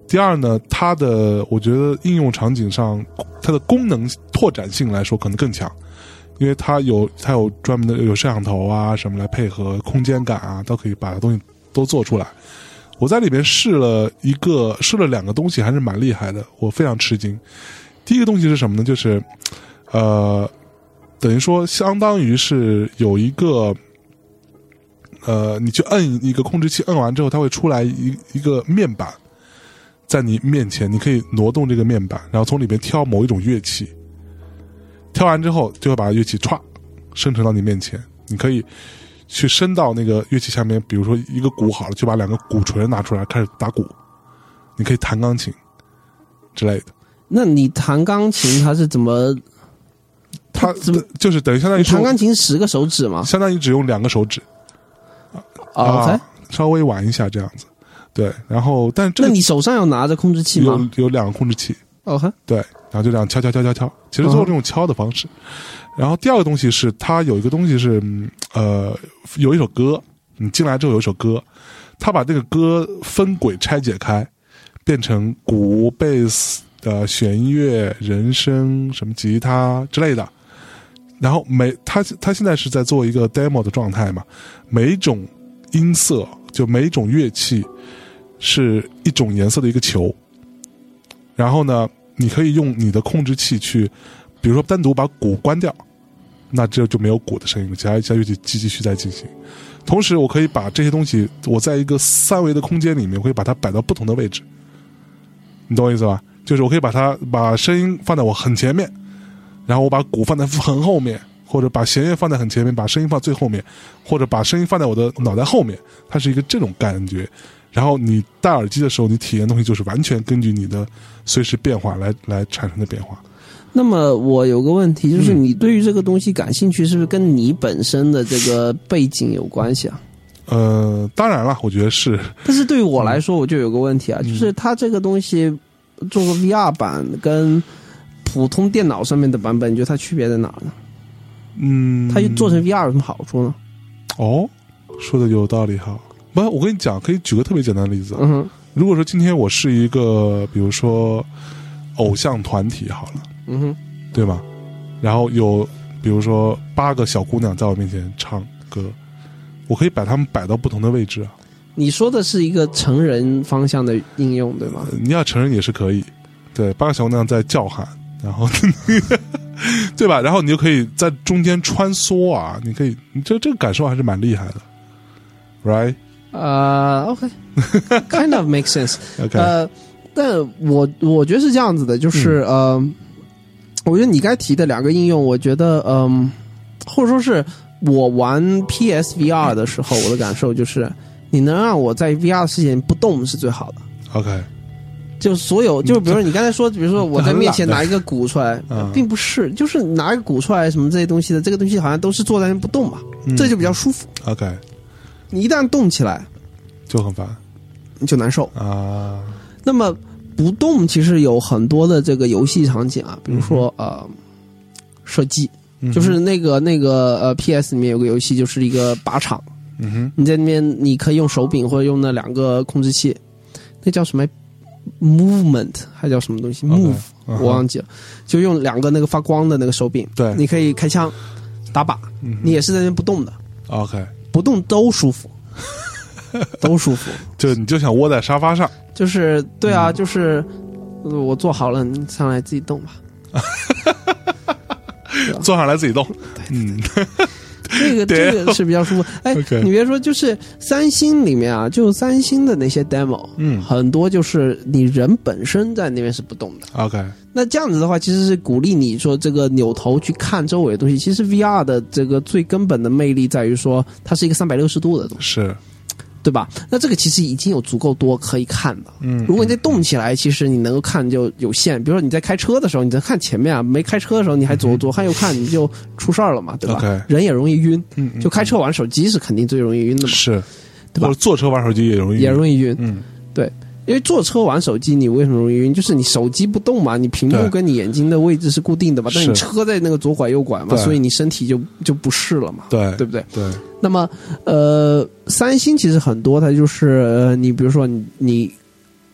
Speaker 1: 第二呢，它的我觉得应用场景上，它的功能拓展性来说可能更强，因为它有它有专门的有摄像头啊什么来配合空间感啊，都可以把东西都做出来。我在里面试了一个，试了两个东西，还是蛮厉害的，我非常吃惊。第一个东西是什么呢？就是，呃，等于说相当于是有一个，呃，你去摁一个控制器，摁完之后，它会出来一一个面板，在你面前，你可以挪动这个面板，然后从里面挑某一种乐器，挑完之后就会把乐器歘生成到你面前，你可以去伸到那个乐器下面，比如说一个鼓好了，就把两个鼓槌拿出来开始打鼓，你可以弹钢琴之类的。
Speaker 2: 那你弹钢琴，它是怎么？
Speaker 1: 它
Speaker 2: 它怎么
Speaker 1: *laughs* 就是等于相当于
Speaker 2: 你
Speaker 1: 是
Speaker 2: 弹钢琴十个手指吗
Speaker 1: 相当于只用两个手指
Speaker 2: 哦？OK，
Speaker 1: 啊，稍微玩一下这样子。对，然后但是这
Speaker 2: 那
Speaker 1: 个
Speaker 2: 你手上有拿着控制器
Speaker 1: 有
Speaker 2: 吗哦
Speaker 1: 有两个控制器，
Speaker 2: ？OK，
Speaker 1: 对，然后就这样敲敲敲敲敲，其实
Speaker 2: 嗯
Speaker 1: 做这种敲的方式。然后第二个东西是它有一个东西是嗯呃有一首歌，你进来之后有一首歌，它把这个歌分轨拆解开，变成鼓、贝斯、呃弦乐、人声、什么吉他之类的。然后每它它现在是在做一个 demo 的状态嘛，每一种音色就每一种乐器是一种颜色的一个球，然后呢，你可以用你的控制器去，比如说单独把鼓关掉，那这就没有鼓的声音了，其他其他乐器继继续在进行。同时，我可以把这些东西，我在一个三维的空间里面，我可以把它摆到不同的位置，你懂我意思吧？就是我可以把它把声音放在我很前面，然后我把鼓放在很后面，或者把弦乐放在很前面，把声音放最后面，或者把声音放在我的脑袋后面，它是一个这种感觉。然后你戴耳机的时候，你体验的东西就是完全根据你的随时变化来来产生的变化。
Speaker 2: 那么我有个问题，就是
Speaker 1: 嗯
Speaker 2: 你对于这个东西感兴趣，是不是跟你本身的这个背景有关系啊？
Speaker 1: 呃，当然了，我觉得是
Speaker 2: 但是对于我来说，我就有个问题啊，就是它这个东西做个 VR 版跟普通电脑上面的版本，你觉得它区别在哪儿呢？
Speaker 1: 嗯，
Speaker 2: 它做成 VR 有什么好处呢？
Speaker 1: 哦，说的有道理哈。不，我跟你讲，可以举个特别简单的例子。
Speaker 2: 嗯哼，
Speaker 1: 如果说今天我是一个，比如说偶像团体好了，
Speaker 2: 嗯哼，
Speaker 1: 对吗？然后有比如说八个小姑娘在我面前唱歌，我可以把她们摆到不同的位置啊。
Speaker 2: 你说的是一个成人方向的应用，对吗？
Speaker 1: 呃你要承认也是可以，对，八个小姑娘在叫喊，然后， *laughs* 对吧？然后你就可以在中间穿梭啊，你可以，你这这个感受还是蛮厉害的，right？OK，、
Speaker 2: *laughs* 呃，OK，kind of makes sense。呃，但我我觉得是这样子的，就是呃，我觉得你该提的两个应用，我觉得嗯、或者说是我玩 PSVR 的时候，我的感受就是，你能让我在 VR 世界不动是最好的。
Speaker 1: OK，
Speaker 2: 就所有，就比如说你刚才说，比如说我在面前拿一个鼓出来
Speaker 1: 嗯，
Speaker 2: 并不是，就是拿一个鼓出来什么这些东西的，这个东西好像都是坐在那边不动嘛，这就比较舒服。
Speaker 1: OK，
Speaker 2: 你一旦动起来，
Speaker 1: 就很烦
Speaker 2: 你就难受。
Speaker 1: 啊。
Speaker 2: 那么不动其实有很多的这个游戏场景啊，比如说呃射击，
Speaker 1: 嗯哼
Speaker 2: 就是那个那个呃 PS 里面有个游戏，就是一个靶场，
Speaker 1: 嗯哼，
Speaker 2: 你在那边你可以用手柄或者用那两个控制器，那叫什么？Movement 还叫什么东西
Speaker 1: OK，
Speaker 2: ？Move
Speaker 1: 嗯哼
Speaker 2: 我忘记了，就用两个那个发光的那个手柄，
Speaker 1: 对
Speaker 2: 你可以开枪、打靶，
Speaker 1: 嗯哼
Speaker 2: 你也是在那边不动的，
Speaker 1: OK，
Speaker 2: 不动都
Speaker 1: *laughs*
Speaker 2: 舒服，都舒服。
Speaker 1: 就你就想窝在沙发上，
Speaker 2: 就是对啊，
Speaker 1: 嗯
Speaker 2: 就是呃我做好了，你上来自己动
Speaker 1: *laughs*
Speaker 2: 吧。
Speaker 1: 坐上来自己动。嗯
Speaker 2: 这个
Speaker 1: 对啊
Speaker 2: 这个是比较
Speaker 1: *laughs*
Speaker 2: 舒服。哎
Speaker 1: OK
Speaker 2: 你别说，就是三星里面啊，就三星的那些 demo，
Speaker 1: 嗯
Speaker 2: 很多就是你人本身在那边是不动的。
Speaker 1: ，OK，
Speaker 2: 那这样子的话，其实是鼓励你说这个扭头去看周围的东西。其实 VR 的这个最根本的魅力在于说，它是一个三百六十度的东西，
Speaker 1: 是，
Speaker 2: 对吧？那这个其实已经有足够多可以看的。
Speaker 1: 嗯，
Speaker 2: 如果你再动起来，其实你能够看就有限。比如说你在开车的时候，你在看前面啊；没开车的时候，你还左左看右看，你就出事儿了嘛，对吧
Speaker 1: 嗯 OK
Speaker 2: 人也容易晕，
Speaker 1: 嗯嗯
Speaker 2: 就开车玩手机是肯定最容易晕的嘛，
Speaker 1: 是，
Speaker 2: 对
Speaker 1: 或
Speaker 2: 吧
Speaker 1: 者坐车玩手机也容易，
Speaker 2: 也容易晕。
Speaker 1: 嗯
Speaker 2: 因为坐车玩手机，你为什么容易晕？就是你手机不动嘛，你屏幕
Speaker 1: 对
Speaker 2: 跟你眼睛的位置是固定的嘛，但
Speaker 1: 是
Speaker 2: 你车在那个左拐右拐嘛，
Speaker 1: 对
Speaker 2: 所以你身体就就不适了嘛，
Speaker 1: 对
Speaker 2: 对不对？
Speaker 1: 对，
Speaker 2: 那么，呃，三星其实很多，它就是、呃、你比如说你你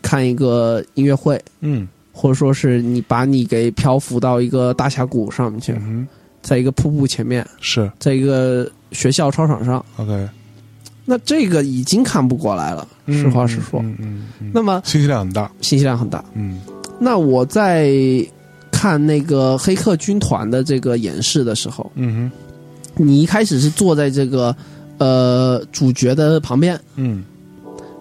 Speaker 2: 看一个音乐会，
Speaker 1: 嗯
Speaker 2: 或者说是你把你给漂浮到一个大峡谷上面去，
Speaker 1: 嗯
Speaker 2: 在一个瀑布前面，
Speaker 1: 哼，是
Speaker 2: 在一个学校操场上，
Speaker 1: OK，
Speaker 2: 那这个已经看不过来了，实话实说。
Speaker 1: 嗯嗯嗯，
Speaker 2: 那么
Speaker 1: 信息量很大，
Speaker 2: 信息量很大。
Speaker 1: 嗯
Speaker 2: 那我在看那个黑客军团的这个演示的时候，
Speaker 1: 嗯
Speaker 2: 你一开始是坐在这个呃主角的旁边，
Speaker 1: 哼，嗯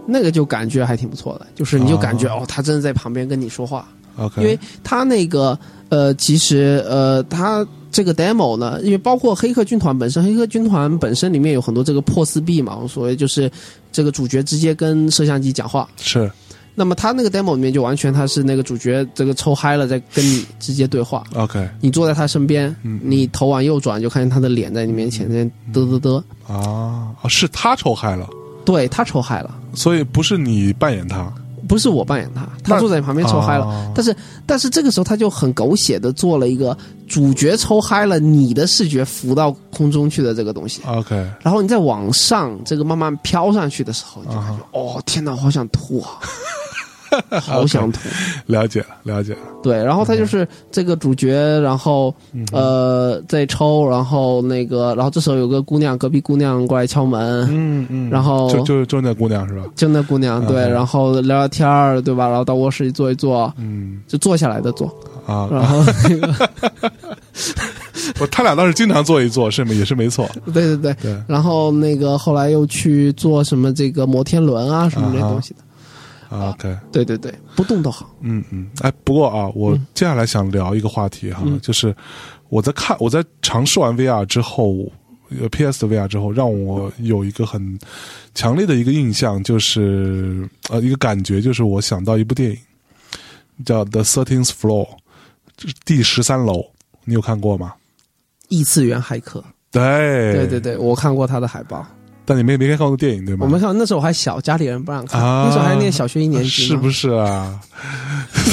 Speaker 2: 那个就感觉还挺不错的，就是你就感觉
Speaker 1: 哦
Speaker 2: 哦他真的在旁边跟你说话。
Speaker 1: OK，
Speaker 2: 因为他那个呃，其实呃，他这个 demo 呢，因为包括黑客军团本身，黑客军团本身里面有很多这个破四 B 嘛，我所谓就是这个主角直接跟摄像机讲话。
Speaker 1: 是
Speaker 2: 那么他那个 demo 里面就完全他是那个主角这个抽嗨了在跟你直接对话，
Speaker 1: OK
Speaker 2: 你坐在他身边
Speaker 1: 嗯，
Speaker 2: 你头往右转就看见他的脸在你面前在嘚嘚嘚，
Speaker 1: 啊，哦是他仇害了，
Speaker 2: 对他抽嗨了。
Speaker 1: 所以不是你扮演他，
Speaker 2: 不是我扮演他，他
Speaker 1: 那
Speaker 2: 坐在你旁边抽嗨了。
Speaker 1: 哦
Speaker 2: 但是，但是这个时候他就很狗血的做了一个主角抽嗨了，你的视觉浮到空中去的这个东西。
Speaker 1: OK
Speaker 2: 然后你再往上，这个慢慢飘上去的时候，你就感觉、
Speaker 1: 啊
Speaker 2: 哦，天哪，我好想吐
Speaker 1: *laughs*
Speaker 2: 啊，好想吐。
Speaker 1: 了解了了解了，
Speaker 2: 对，然后他就是
Speaker 1: 嗯
Speaker 2: 这个主角，然后呃在抽，然后那个，然后这时候有个姑娘，隔壁姑娘过来敲门，
Speaker 1: 嗯嗯
Speaker 2: 然后
Speaker 1: 就就就那姑娘是吧？
Speaker 2: 就那姑娘对，
Speaker 1: OK
Speaker 2: 然后聊聊天儿，对吧？然后到卧室里坐一坐，
Speaker 1: 嗯
Speaker 2: 就坐下来的坐。
Speaker 1: 啊，
Speaker 2: 然后那个，
Speaker 1: 我他俩倒是经常坐一坐，是没也是没错，
Speaker 2: *laughs* 对对对，
Speaker 1: 对
Speaker 2: 然后那个后来又去做什么这个摩天轮啊什么这些东西的，
Speaker 1: 啊 OK，
Speaker 2: 对对对，不动都好。
Speaker 1: 嗯嗯，哎，不过啊，我
Speaker 2: 嗯
Speaker 1: 接下来想聊一个话题哈，就是我在看我在尝试完 VR 之后。呃 PS 的 VR 之后，让我有一个很强烈的一个印象，就是呃，一个感觉，就是我想到一部电影叫《The Thirteenth Floor》，就是第十三楼，你有看过吗？
Speaker 2: 异次元骇客，
Speaker 1: 对，
Speaker 2: 对对对，我看过他的海报，
Speaker 1: 但你没没看过电影对吗？
Speaker 2: 我们看那时候我还小，家里人不让看，
Speaker 1: 啊
Speaker 2: 那时候还念小学一年级嘛，
Speaker 1: 是不是啊？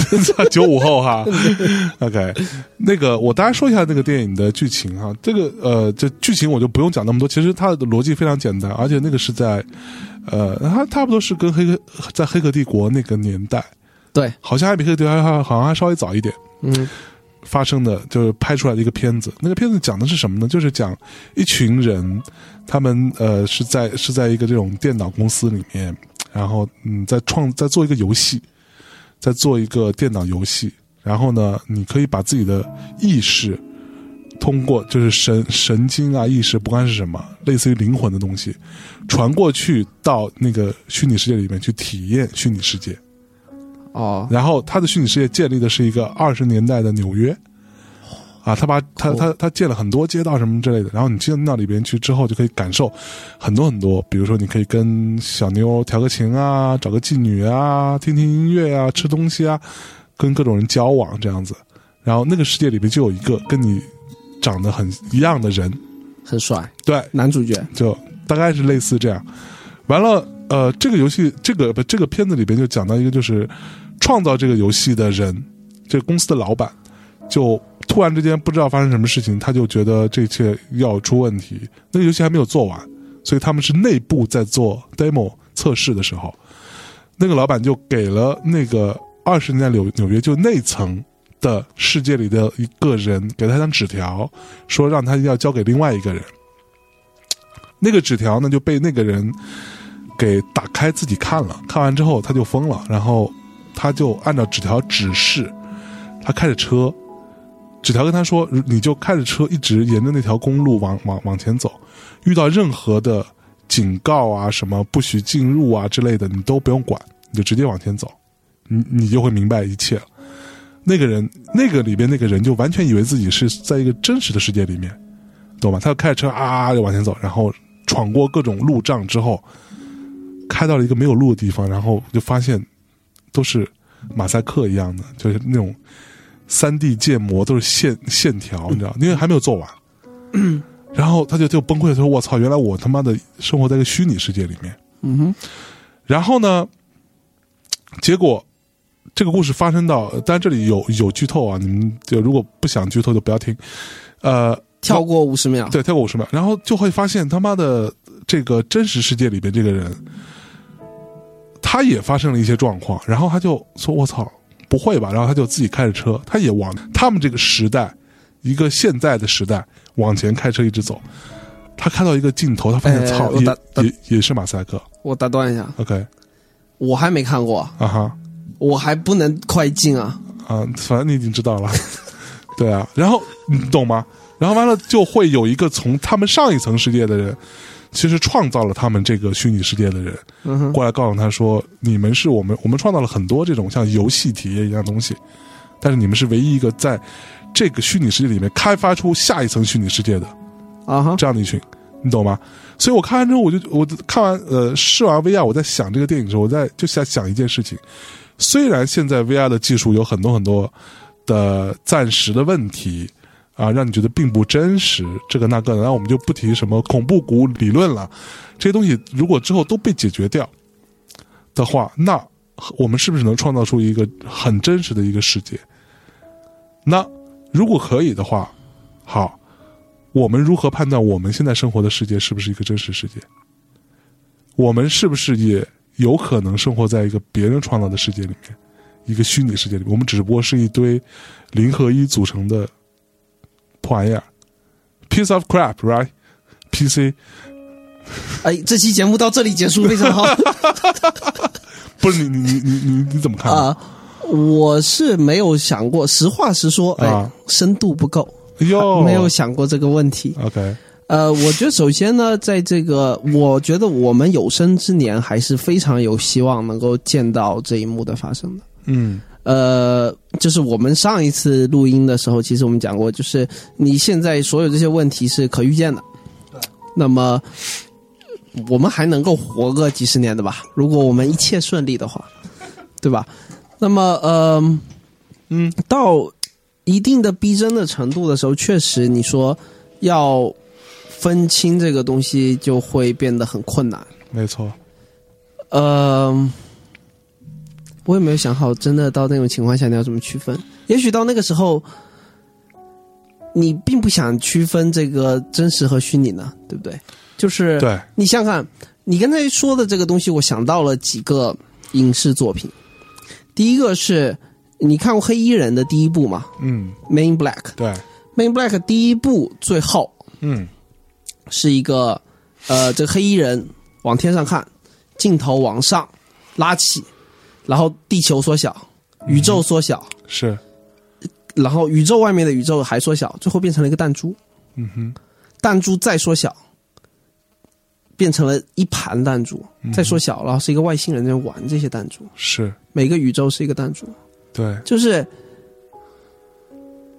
Speaker 1: *laughs* 九五后哈
Speaker 2: *laughs*
Speaker 1: ，OK，那个我大家说一下这个电影的剧情哈，这个呃，这剧情我就不用讲那么多，其实它的逻辑非常简单，而且那个是在呃，它差不多是跟黑客在黑客帝国那个年代，
Speaker 2: 对，
Speaker 1: 好像还比黑客帝国还好像还稍微早一点
Speaker 2: 嗯
Speaker 1: 发生的，就是拍出来的一个片子。那个片子讲的是什么呢？就是讲一群人，他们呃是在是在一个这种电脑公司里面，然后嗯在创在做一个游戏，在做一个电脑游戏。然后呢，你可以把自己的意识通过就是神神经啊意识，不管是什么，类似于灵魂的东西，传过去到那个虚拟世界里面去体验虚拟世界。
Speaker 2: 哦，
Speaker 1: 然后他的虚拟世界建立的是一个二十年代的纽约，啊，他把他他他建了很多街道什么之类的，然后你进到里边去之后，就可以感受很多很多，比如说你可以跟小妞调个情啊，找个妓女啊，听听音乐啊，吃东西啊，跟各种人交往这样子，然后那个世界里边就有一个跟你长得很一样的人，
Speaker 2: 很帅，
Speaker 1: 对，
Speaker 2: 男主角
Speaker 1: 就大概是类似这样。完了，呃，这个游戏这个不这个片子里边就讲到一个，就是创造这个游戏的人，这个公司的老板，就突然之间不知道发生什么事情，他就觉得这一切要出问题。那个游戏还没有做完，所以他们是内部在做 demo 测试的时候，那个老板就给了那个二十年代纽纽约就那层。的世界里的一个人给他一张纸条，说让他要交给另外一个人。那个纸条呢就被那个人给打开自己看了，看完之后他就疯了，然后他就按照纸条指示，他开着车，纸条跟他说，你就开着车一直沿着那条公路往往往前走，遇到任何的警告啊什么不许进入啊之类的，你都不用管，你就直接往前走，你你就会明白一切了。那个人，那个里边那个人就完全以为自己是在一个真实的世界里面，懂吗？他就开着车啊就往前走，然后闯过各种路障之后，开到了一个没有路的地方，然后就发现都是马赛克一样的，就是那种三 D 建模都是线线条，你知道，因为还没有做完。
Speaker 2: 嗯
Speaker 1: 然后他就就崩溃了，说：“我操，原来我他妈的生活在一个虚拟世界里面。”
Speaker 2: 嗯哼，
Speaker 1: 然后呢，结果这个故事发生到，但这里有有剧透啊，你们就如果不想剧透就不要听。呃，
Speaker 2: 跳过五十秒，
Speaker 1: 对，跳过五十秒，然后就会发现他妈的这个真实世界里边这个人，他也发生了一些状况，然后他就说：“我操，不会吧？”然后他就自己开着车，他也往他们这个时代，一个现在的时代往前开车一直走。他看到一个镜头，他发现
Speaker 2: 哎
Speaker 1: 操，
Speaker 2: 我打打
Speaker 1: 也也也是马赛克。
Speaker 2: 我打断一下，
Speaker 1: OK，
Speaker 2: 我还没看过，
Speaker 1: 啊哈，
Speaker 2: 我还不能快进啊，
Speaker 1: 啊，反正你已经知道了， *laughs* 对啊，然后你懂吗？然后完了就会有一个从他们上一层世界的人，其实创造了他们这个虚拟世界的人，
Speaker 2: 嗯哼，
Speaker 1: 过来告诉他说：“你们是我们，我们创造了很多这种像游戏体验一样的东西，但是你们是唯一一个在这个虚拟世界里面开发出下一层虚拟世界的
Speaker 2: 啊哈，
Speaker 1: 这样的一群，你懂吗？”所以我看完之后，我就我看完呃试完 VR，我在想这个电影的时候，我在就想想一件事情：虽然现在 VR 的技术有很多很多的暂时的问题。啊，让你觉得并不真实，这个那个的，然后我们就不提什么恐怖谷理论了。这些东西如果之后都被解决掉的话，那我们是不是能创造出一个很真实的一个世界？那如果可以的话，好，我们如何判断我们现在生活的世界是不是一个真实世界？我们是不是也有可能生活在一个别人创造的世界里面，一个虚拟世界里面？我们只不过是一堆零和一组成的破玩意儿，piece of crap，right？PC。
Speaker 2: 哎，这期节目到这里结束，非常好
Speaker 1: 不是你你你你你你怎么看呢？
Speaker 2: 啊。我是没有想过，实话实说，哎
Speaker 1: 啊，
Speaker 2: 深度不够，
Speaker 1: 哎呦，
Speaker 2: 没有想过这个问题。
Speaker 1: OK，
Speaker 2: 呃，我觉得首先呢，在这个，我觉得我们有生之年还是非常有希望能够见到这一幕的发生的。
Speaker 1: 嗯
Speaker 2: 呃，就是我们上一次录音的时候，其实我们讲过，就是你现在所有这些问题是可预见的。那么，我们还能够活个几十年的吧？如果我们一切顺利的话，对吧？那么，呃，
Speaker 1: 嗯，
Speaker 2: 到一定的逼真的程度的时候，确实你说要分清这个东西，就会变得很困难。
Speaker 1: 没错，
Speaker 2: 呃，我也没有想好，真的到那种情况下你要怎么区分？也许到那个时候，你并不想区分这个真实和虚拟呢，对不对？就是
Speaker 1: 对，
Speaker 2: 你想想看，你刚才说的这个东西，我想到了几个影视作品。第一个是你看过《黑衣人》的第一部嘛，
Speaker 1: 嗯，
Speaker 2: 《Main Black》。
Speaker 1: 对，
Speaker 2: 《Main Black》第一部最后
Speaker 1: 嗯
Speaker 2: 是一个呃，这个黑衣人往天上看，镜头往上拉起，然后地球缩小，宇宙缩小，
Speaker 1: 是，
Speaker 2: 然后宇宙外面的宇宙
Speaker 1: 嗯
Speaker 2: 还缩小，最后变成了一个弹珠，
Speaker 1: 嗯哼，
Speaker 2: 弹珠再缩小，变成了一盘弹珠，再缩小了是一个外星人在玩这些弹珠，
Speaker 1: 是
Speaker 2: 每个宇宙是一个弹珠，
Speaker 1: 对，
Speaker 2: 就是 *laughs*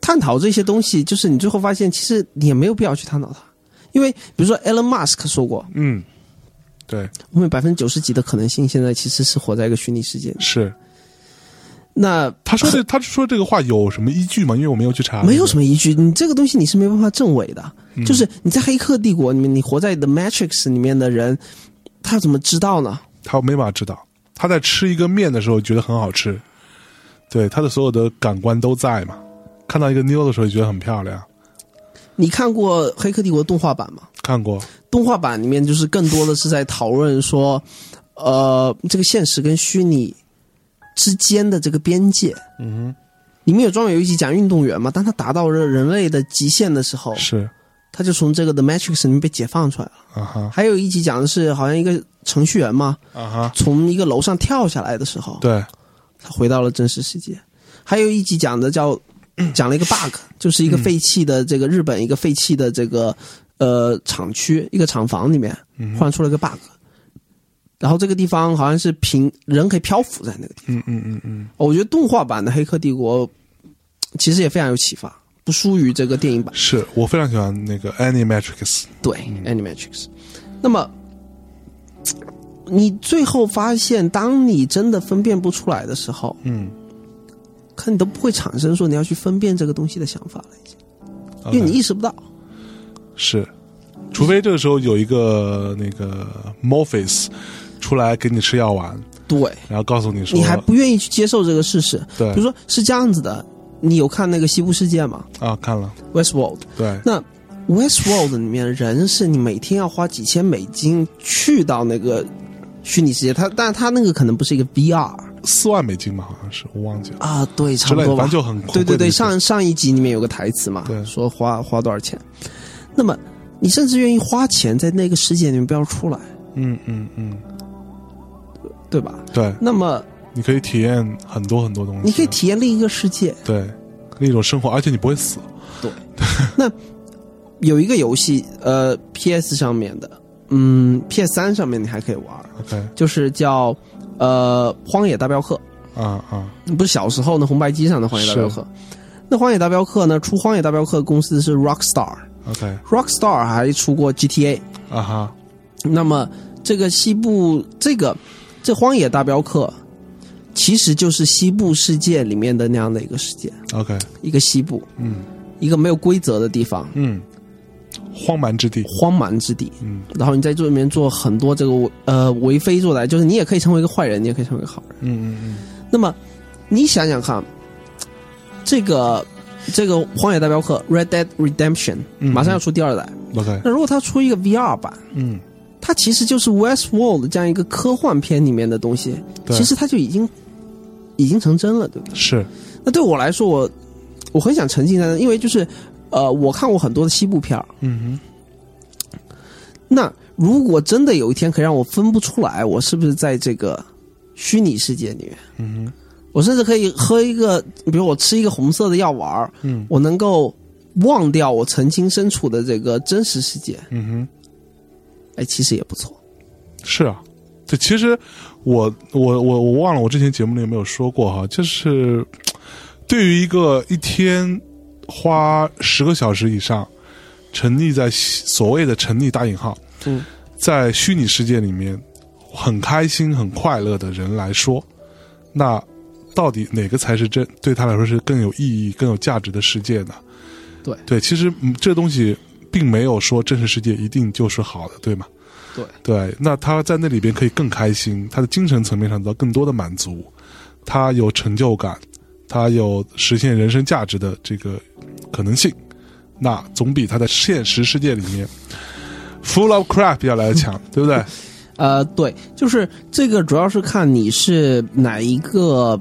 Speaker 2: 探讨这些东西，就是你最后发现，其实你也没有必要去探讨它，因为比如说 Elon Musk 说过，
Speaker 1: 嗯，对，
Speaker 2: 我们百分之九十几的可能性现在其实是活在一个虚拟世界里。
Speaker 1: 是。
Speaker 2: 那
Speaker 1: 他说
Speaker 2: *laughs*
Speaker 1: 这他说这个话有什么依据吗？因为我没有去查，
Speaker 2: 没有什么依据，你这个东西你是没办法证伪的。就是你在《黑客帝国》里面，你活在 The Matrix 里面的人，他怎么知道呢？
Speaker 1: 他没法知道。他在吃一个面的时候觉得很好吃，对他的所有的感官都在嘛。看到一个妞的时候也觉得很漂亮，
Speaker 2: 你看过《黑客帝国》动画版吗？
Speaker 1: 看过，
Speaker 2: 动画版里面就是更多的是在讨论说，呃，这个现实跟虚拟之间的这个边界。嗯里面有专门有一集讲运动员嘛，当他达到了人类的极限的时候，
Speaker 1: 是
Speaker 2: 他就从这个 The Matrix 里面被解放出来了。
Speaker 1: 啊哈
Speaker 2: 还有一集讲的是好像一个程序员嘛，
Speaker 1: 啊哈，
Speaker 2: 从一个楼上跳下来的时候，
Speaker 1: 对，
Speaker 2: 他回到了真实世界。还有一集讲的叫 *clears throat* 讲了一个 bug，就是一个废弃的这个日本一个废弃的这个呃厂区一个厂房里面换出了个 bug，然后这个地方好像是平人可以漂浮在那个地方。
Speaker 1: 嗯嗯嗯嗯，
Speaker 2: 我觉得动画版的《黑客帝国》其实也非常有启发，不输于这个电影版。
Speaker 1: 是我非常喜欢那个
Speaker 2: *laughs*
Speaker 1: Animatrix，
Speaker 2: 对，Animatrix。那么，你最后发现，当你真的分辨不出来的时候，
Speaker 1: 嗯，
Speaker 2: 可你都不会产生说你要去分辨这个东西的想法了，已经，因为你
Speaker 1: OK，
Speaker 2: 意识不到。
Speaker 1: 是，除非这个时候有一个那个 Morpheus 出来给你吃药丸，
Speaker 2: 对，
Speaker 1: 然后告诉你说
Speaker 2: 你还不愿意去接受这个事实。
Speaker 1: 对
Speaker 2: 比如说是这样子的，你有看那个《西部世界》吗
Speaker 1: 啊看了，
Speaker 2: ？Westworld。
Speaker 1: 对，
Speaker 2: 那 Westworld 里面人是你每天要花几千美金去到那个虚拟世界，它，但它那个可能不是一个 VR
Speaker 1: 四万美金吧，好像是我忘记了，
Speaker 2: 啊，对，差
Speaker 1: 之
Speaker 2: 不
Speaker 1: 类
Speaker 2: 多
Speaker 1: 的，
Speaker 2: 吧
Speaker 1: 反正。就很
Speaker 2: 对对对，
Speaker 1: 很贵的
Speaker 2: 上上一集里面有个台词嘛
Speaker 1: 对，
Speaker 2: 说花花多少钱，那么你甚至愿意花钱在那个世界里面不要出来，
Speaker 1: 嗯嗯嗯，
Speaker 2: 对吧？
Speaker 1: 对，
Speaker 2: 那么
Speaker 1: 你可以体验很多很多东西，
Speaker 2: 你可以体验另一个世界。
Speaker 1: 对另一种生活，而且你不会死，
Speaker 2: 有一个游戏，呃，PS 上面的，嗯，PS 三上面你还可以玩，
Speaker 1: OK
Speaker 2: 就是叫呃《荒野大镖客》。
Speaker 1: 啊啊，
Speaker 2: 不是小时候呢，红白机上的《荒野大镖客》。那《荒野大镖客》呢，出《荒野大镖客》公司是 Rockstar，Rockstar
Speaker 1: OK，
Speaker 2: 还出过 GTA。
Speaker 1: 啊哈，
Speaker 2: 那么这个西部这个这《荒野大镖客》，其实就是西部世界里面的那样的一个世界，
Speaker 1: OK，
Speaker 2: 一个西部，
Speaker 1: 嗯
Speaker 2: 一个没有规则的地方，
Speaker 1: 嗯，荒蛮之地，
Speaker 2: 荒蛮之地。
Speaker 1: 嗯
Speaker 2: 然后你在这里面做很多这个呃为非作歹，就是你也可以成为一个坏人，你也可以成为一个好人。
Speaker 1: 嗯嗯
Speaker 2: 那么你想想看，这个这个《荒野大镖客》（Red Dead Redemption）
Speaker 1: 嗯
Speaker 2: 马上要出第二代，
Speaker 1: 嗯，OK，
Speaker 2: 那如果它出一个 VR 版，
Speaker 1: 嗯，
Speaker 2: 它其实就是 Westworld 这样一个科幻片里面的东西，
Speaker 1: 对
Speaker 2: 其实它就已经已经成真了，对不对？
Speaker 1: 是
Speaker 2: 那对我来说，我我很想沉浸在那，因为就是呃，我看过很多的西部片儿，
Speaker 1: 嗯
Speaker 2: 那如果真的有一天可以让我分不出来，我是不是在这个虚拟世界里面？
Speaker 1: 哼嗯哼
Speaker 2: 我甚至可以喝一个，比如我吃一个红色的药丸儿，
Speaker 1: 嗯
Speaker 2: 我能够忘掉我曾经身处的这个真实世界，
Speaker 1: 嗯哼。
Speaker 2: 哎，其实也不错。
Speaker 1: 是啊，对，其实我我我我忘了我之前节目里有没有说过哈，就是对于一个一天花十个小时以上沉溺在虚所谓的沉溺打引号，
Speaker 2: 嗯，
Speaker 1: 在虚拟世界里面很开心很快乐的人来说，那到底哪个才是真对他来说是更有意义、更有价值的世界呢？
Speaker 2: 对
Speaker 1: 对，其实嗯这东西并没有说真实世界一定就是好的，对吗？
Speaker 2: 对
Speaker 1: 对，那他在那里边可以更开心，他的精神层面上得到更多的满足，他有成就感，他有实现人生价值的这个可能性，那总比他在现实世界里面 full of crap 要来的
Speaker 2: *laughs*
Speaker 1: 强，对不对？
Speaker 2: 呃，对，就是这个主要是看你是哪一个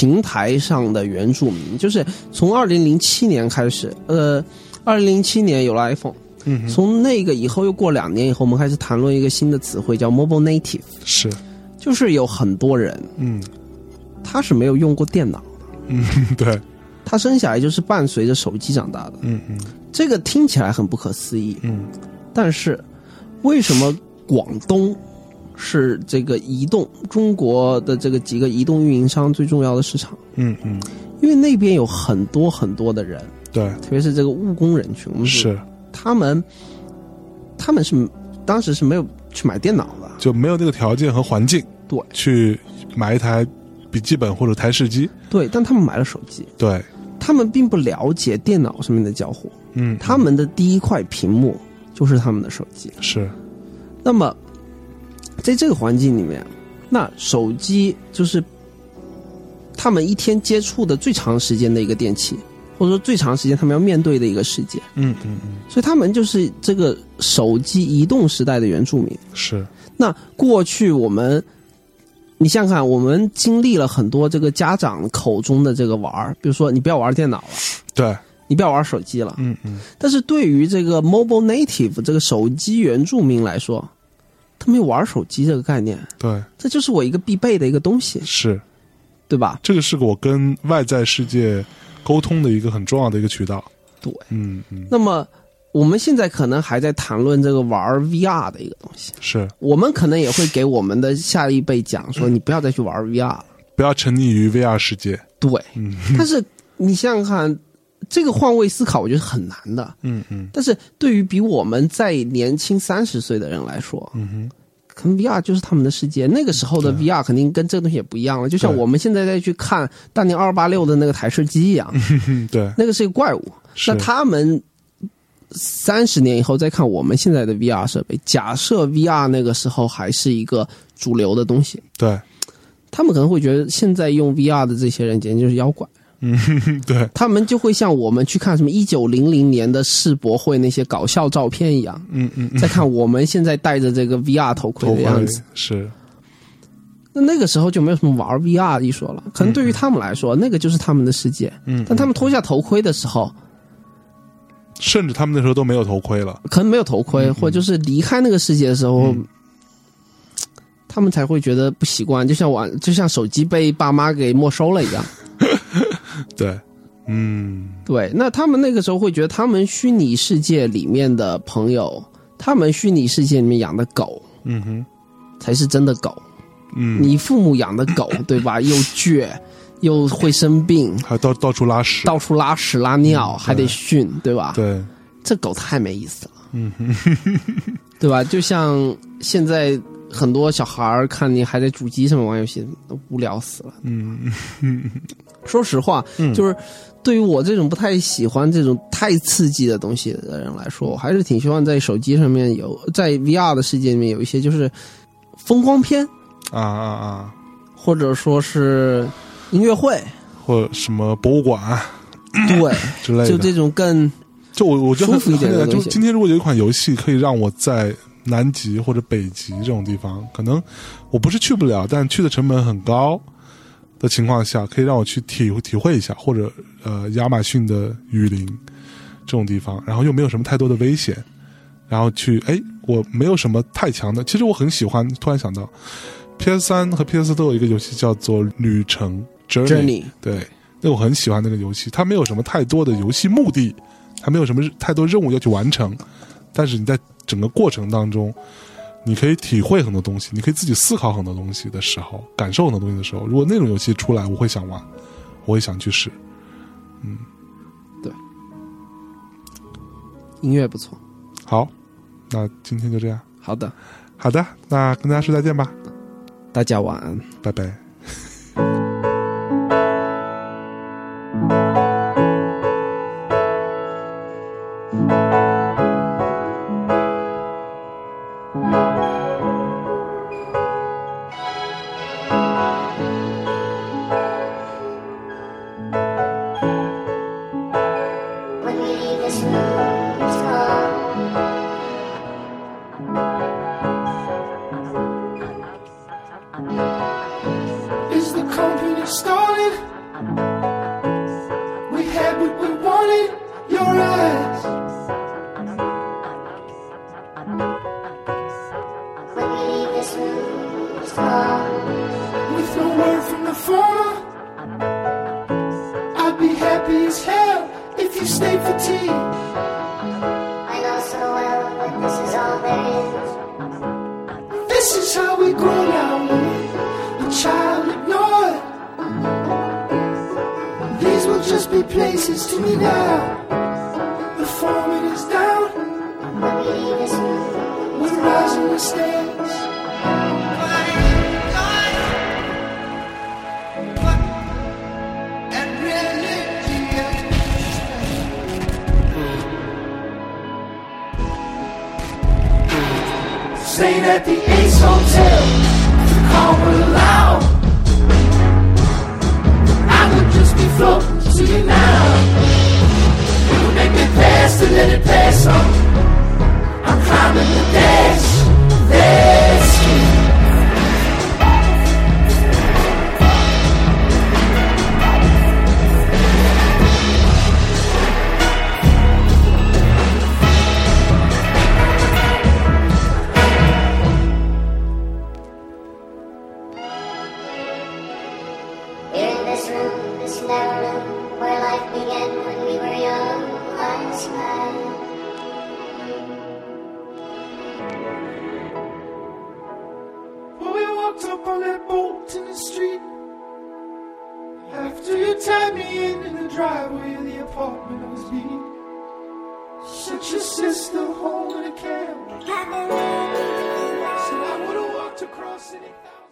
Speaker 2: 平台上的原住民。就是从二零零七年开始，呃，二零零七年有了 iPhone，
Speaker 1: 嗯哼，
Speaker 2: 从那个以后又过两年以后，我们开始谈论一个新的词汇叫 mobile native，
Speaker 1: 是，
Speaker 2: 就是有很多人
Speaker 1: 嗯
Speaker 2: 他是没有用过电脑，
Speaker 1: 嗯，对，
Speaker 2: 他生下来就是伴随着手机长大的。
Speaker 1: 嗯嗯
Speaker 2: 这个听起来很不可思议，
Speaker 1: 嗯，
Speaker 2: 但是为什么广东是这个移动中国的这个几个移动运营商最重要的市场？
Speaker 1: 嗯嗯，
Speaker 2: 因为那边有很多很多的人，
Speaker 1: 对，
Speaker 2: 特别是这个务工人群，我们
Speaker 1: 是
Speaker 2: 他们，他们是当时是没有去买电脑的，
Speaker 1: 就没有那个条件和环境，
Speaker 2: 对
Speaker 1: 去买一台笔记本或者台式机，
Speaker 2: 对，但他们买了手机，
Speaker 1: 对，
Speaker 2: 他们并不了解电脑上面的交互，
Speaker 1: 嗯，
Speaker 2: 他们的第一块屏幕就是他们的手机。
Speaker 1: 是
Speaker 2: 那么，在这个环境里面，那手机就是他们一天接触的最长时间的一个电器，或者说最长时间他们要面对的一个世界，
Speaker 1: 嗯嗯嗯
Speaker 2: 所以他们就是这个手机移动时代的原住民。
Speaker 1: 是，
Speaker 2: 那过去我们，你想想看，我们经历了很多这个家长口中的这个玩儿，比如说你不要玩电脑了，
Speaker 1: 对，
Speaker 2: 你不要玩手机了。
Speaker 1: 嗯嗯
Speaker 2: 但是对于这个 mobile native 这个手机原住民来说，他没有玩手机这个概念，
Speaker 1: 对，
Speaker 2: 这就是我一个必备的一个东西，
Speaker 1: 是
Speaker 2: 对吧？
Speaker 1: 这个是我跟外在世界沟通的一个很重要的一个渠道，
Speaker 2: 对。
Speaker 1: 嗯嗯
Speaker 2: 那么我们现在可能还在谈论这个玩 VR 的一个东西，
Speaker 1: 是，
Speaker 2: 我们可能也会给我们的下一辈讲
Speaker 1: 嗯
Speaker 2: 说，你不要再去玩 VR 了。
Speaker 1: 不要沉溺于 VR 世界，
Speaker 2: 对，
Speaker 1: 嗯
Speaker 2: 但是你想想看，这个换位思考我觉得很难的。
Speaker 1: 嗯嗯
Speaker 2: 但是对于比我们再年轻三十岁的人来说，
Speaker 1: 嗯哼，
Speaker 2: 可能 VR 就是他们的世界。那个时候的 VR 肯定跟这个东西也不一样了，就像
Speaker 1: 对
Speaker 2: 我们现在再去看当年二八六的那个台式机一样，
Speaker 1: 嗯 *laughs* 对，
Speaker 2: 那个是一个怪物。
Speaker 1: 是
Speaker 2: 那他们三十年以后再看我们现在的 VR 设备，假设 VR 那个时候还是一个主流的东西，
Speaker 1: 对， *laughs*
Speaker 2: 他们可能会觉得现在用 VR 的这些人简直就是妖怪。
Speaker 1: 嗯对，
Speaker 2: 他们就会像我们去看什么一九零零年的世博会那些搞笑照片一样，
Speaker 1: 嗯嗯嗯，
Speaker 2: 再看我们现在戴着这个 VR 头盔
Speaker 1: 头
Speaker 2: 的
Speaker 1: 盔
Speaker 2: 样子。
Speaker 1: 是，
Speaker 2: 那那个时候就没有什么玩 VR 一说了，可能对于他们来说，那个就是他们的世界。
Speaker 1: 嗯，
Speaker 2: 但他们脱下头盔的时候，
Speaker 1: 甚至他们那时候都没有头盔了，
Speaker 2: 可能没有头
Speaker 1: 嗯
Speaker 2: 盔，或者就是离开那个世界的时候，他们才会觉得不习惯，就像玩，就像手机被爸妈给没收了一样。
Speaker 1: 对，嗯
Speaker 2: 对，那他们那个时候会觉得，他们虚拟世界里面的朋友，他们虚拟世界里面养的狗
Speaker 1: 嗯哼，
Speaker 2: 才是真的狗，
Speaker 1: 嗯，
Speaker 2: 你父母养的狗，对吧？又倔，又会生病，
Speaker 1: 还到到处拉屎，
Speaker 2: 到处拉屎拉尿，还得训，对吧？
Speaker 1: 对，
Speaker 2: 这狗太没意思了，
Speaker 1: 嗯哼。
Speaker 2: *laughs* 对吧？就像现在很多小孩儿看你还在主机上面玩游戏，都无聊死了。
Speaker 1: 嗯
Speaker 2: 说实话，就是对于我这种不太喜欢这种太刺激的东西的人来说，我还是挺希望在手机上面有，在 VR 的世界里面有一些就是风光片，
Speaker 1: 啊啊啊，
Speaker 2: 或者说是音乐会，
Speaker 1: 或者什么博物馆啊
Speaker 2: 对，
Speaker 1: 之类的。
Speaker 2: 就这种更
Speaker 1: 就我我觉得很
Speaker 2: 舒服一点的
Speaker 1: 很简单
Speaker 2: 东
Speaker 1: 就
Speaker 2: 西
Speaker 1: 今天如果有一款游戏可以让我在南极或者北极这种地方，可能我不是去不了，但去的成本很高的情况下，可以让我去体体会一下，或者呃亚马逊的雨林这种地方，然后又没有什么太多的危险，然后去哎，我没有什么太强的，其实我很喜欢，突然想到，PS 三和 PS 都有一个游戏叫做《旅程》
Speaker 2: journey。
Speaker 1: 对，那我很喜欢那个游戏，它没有什么太多的游戏目的，它没有什么太多任务要去完成，但是你在整个过程当中，你可以体会很多东西，你可以自己思考很多东西的时候，感受很多东西的时候，如果那种游戏出来，我会想玩，我会想去试。
Speaker 2: 音乐不错。
Speaker 1: 好，那今天就这样，
Speaker 2: 好的，
Speaker 1: 好的，那跟大家说再见吧，
Speaker 2: 大家晚安。
Speaker 1: 拜拜。
Speaker 5: Only this room is gone.
Speaker 6: Is the company started? We had what we wanted. Your eyes.
Speaker 5: Only this room is gone.
Speaker 6: With no word from the former, I'd be happy as hell if you stayed for tea.
Speaker 5: I know so well when this is
Speaker 6: will just be places to me now. The foreman is down, we're rising the stairs. Stayed at the Ace Hotel, the call will allow. I would just be floating to you now. You make me pass to let it pass on. I'm climbing the dash, dash.
Speaker 5: Here in this room, this narrow room, where life began when we were young, I smile.
Speaker 6: When we walked up on that boat in the street. After you tied me in in the driveway of the apartment I was beat. Sent your sister home in a cab. Said I would've walked across any thousand.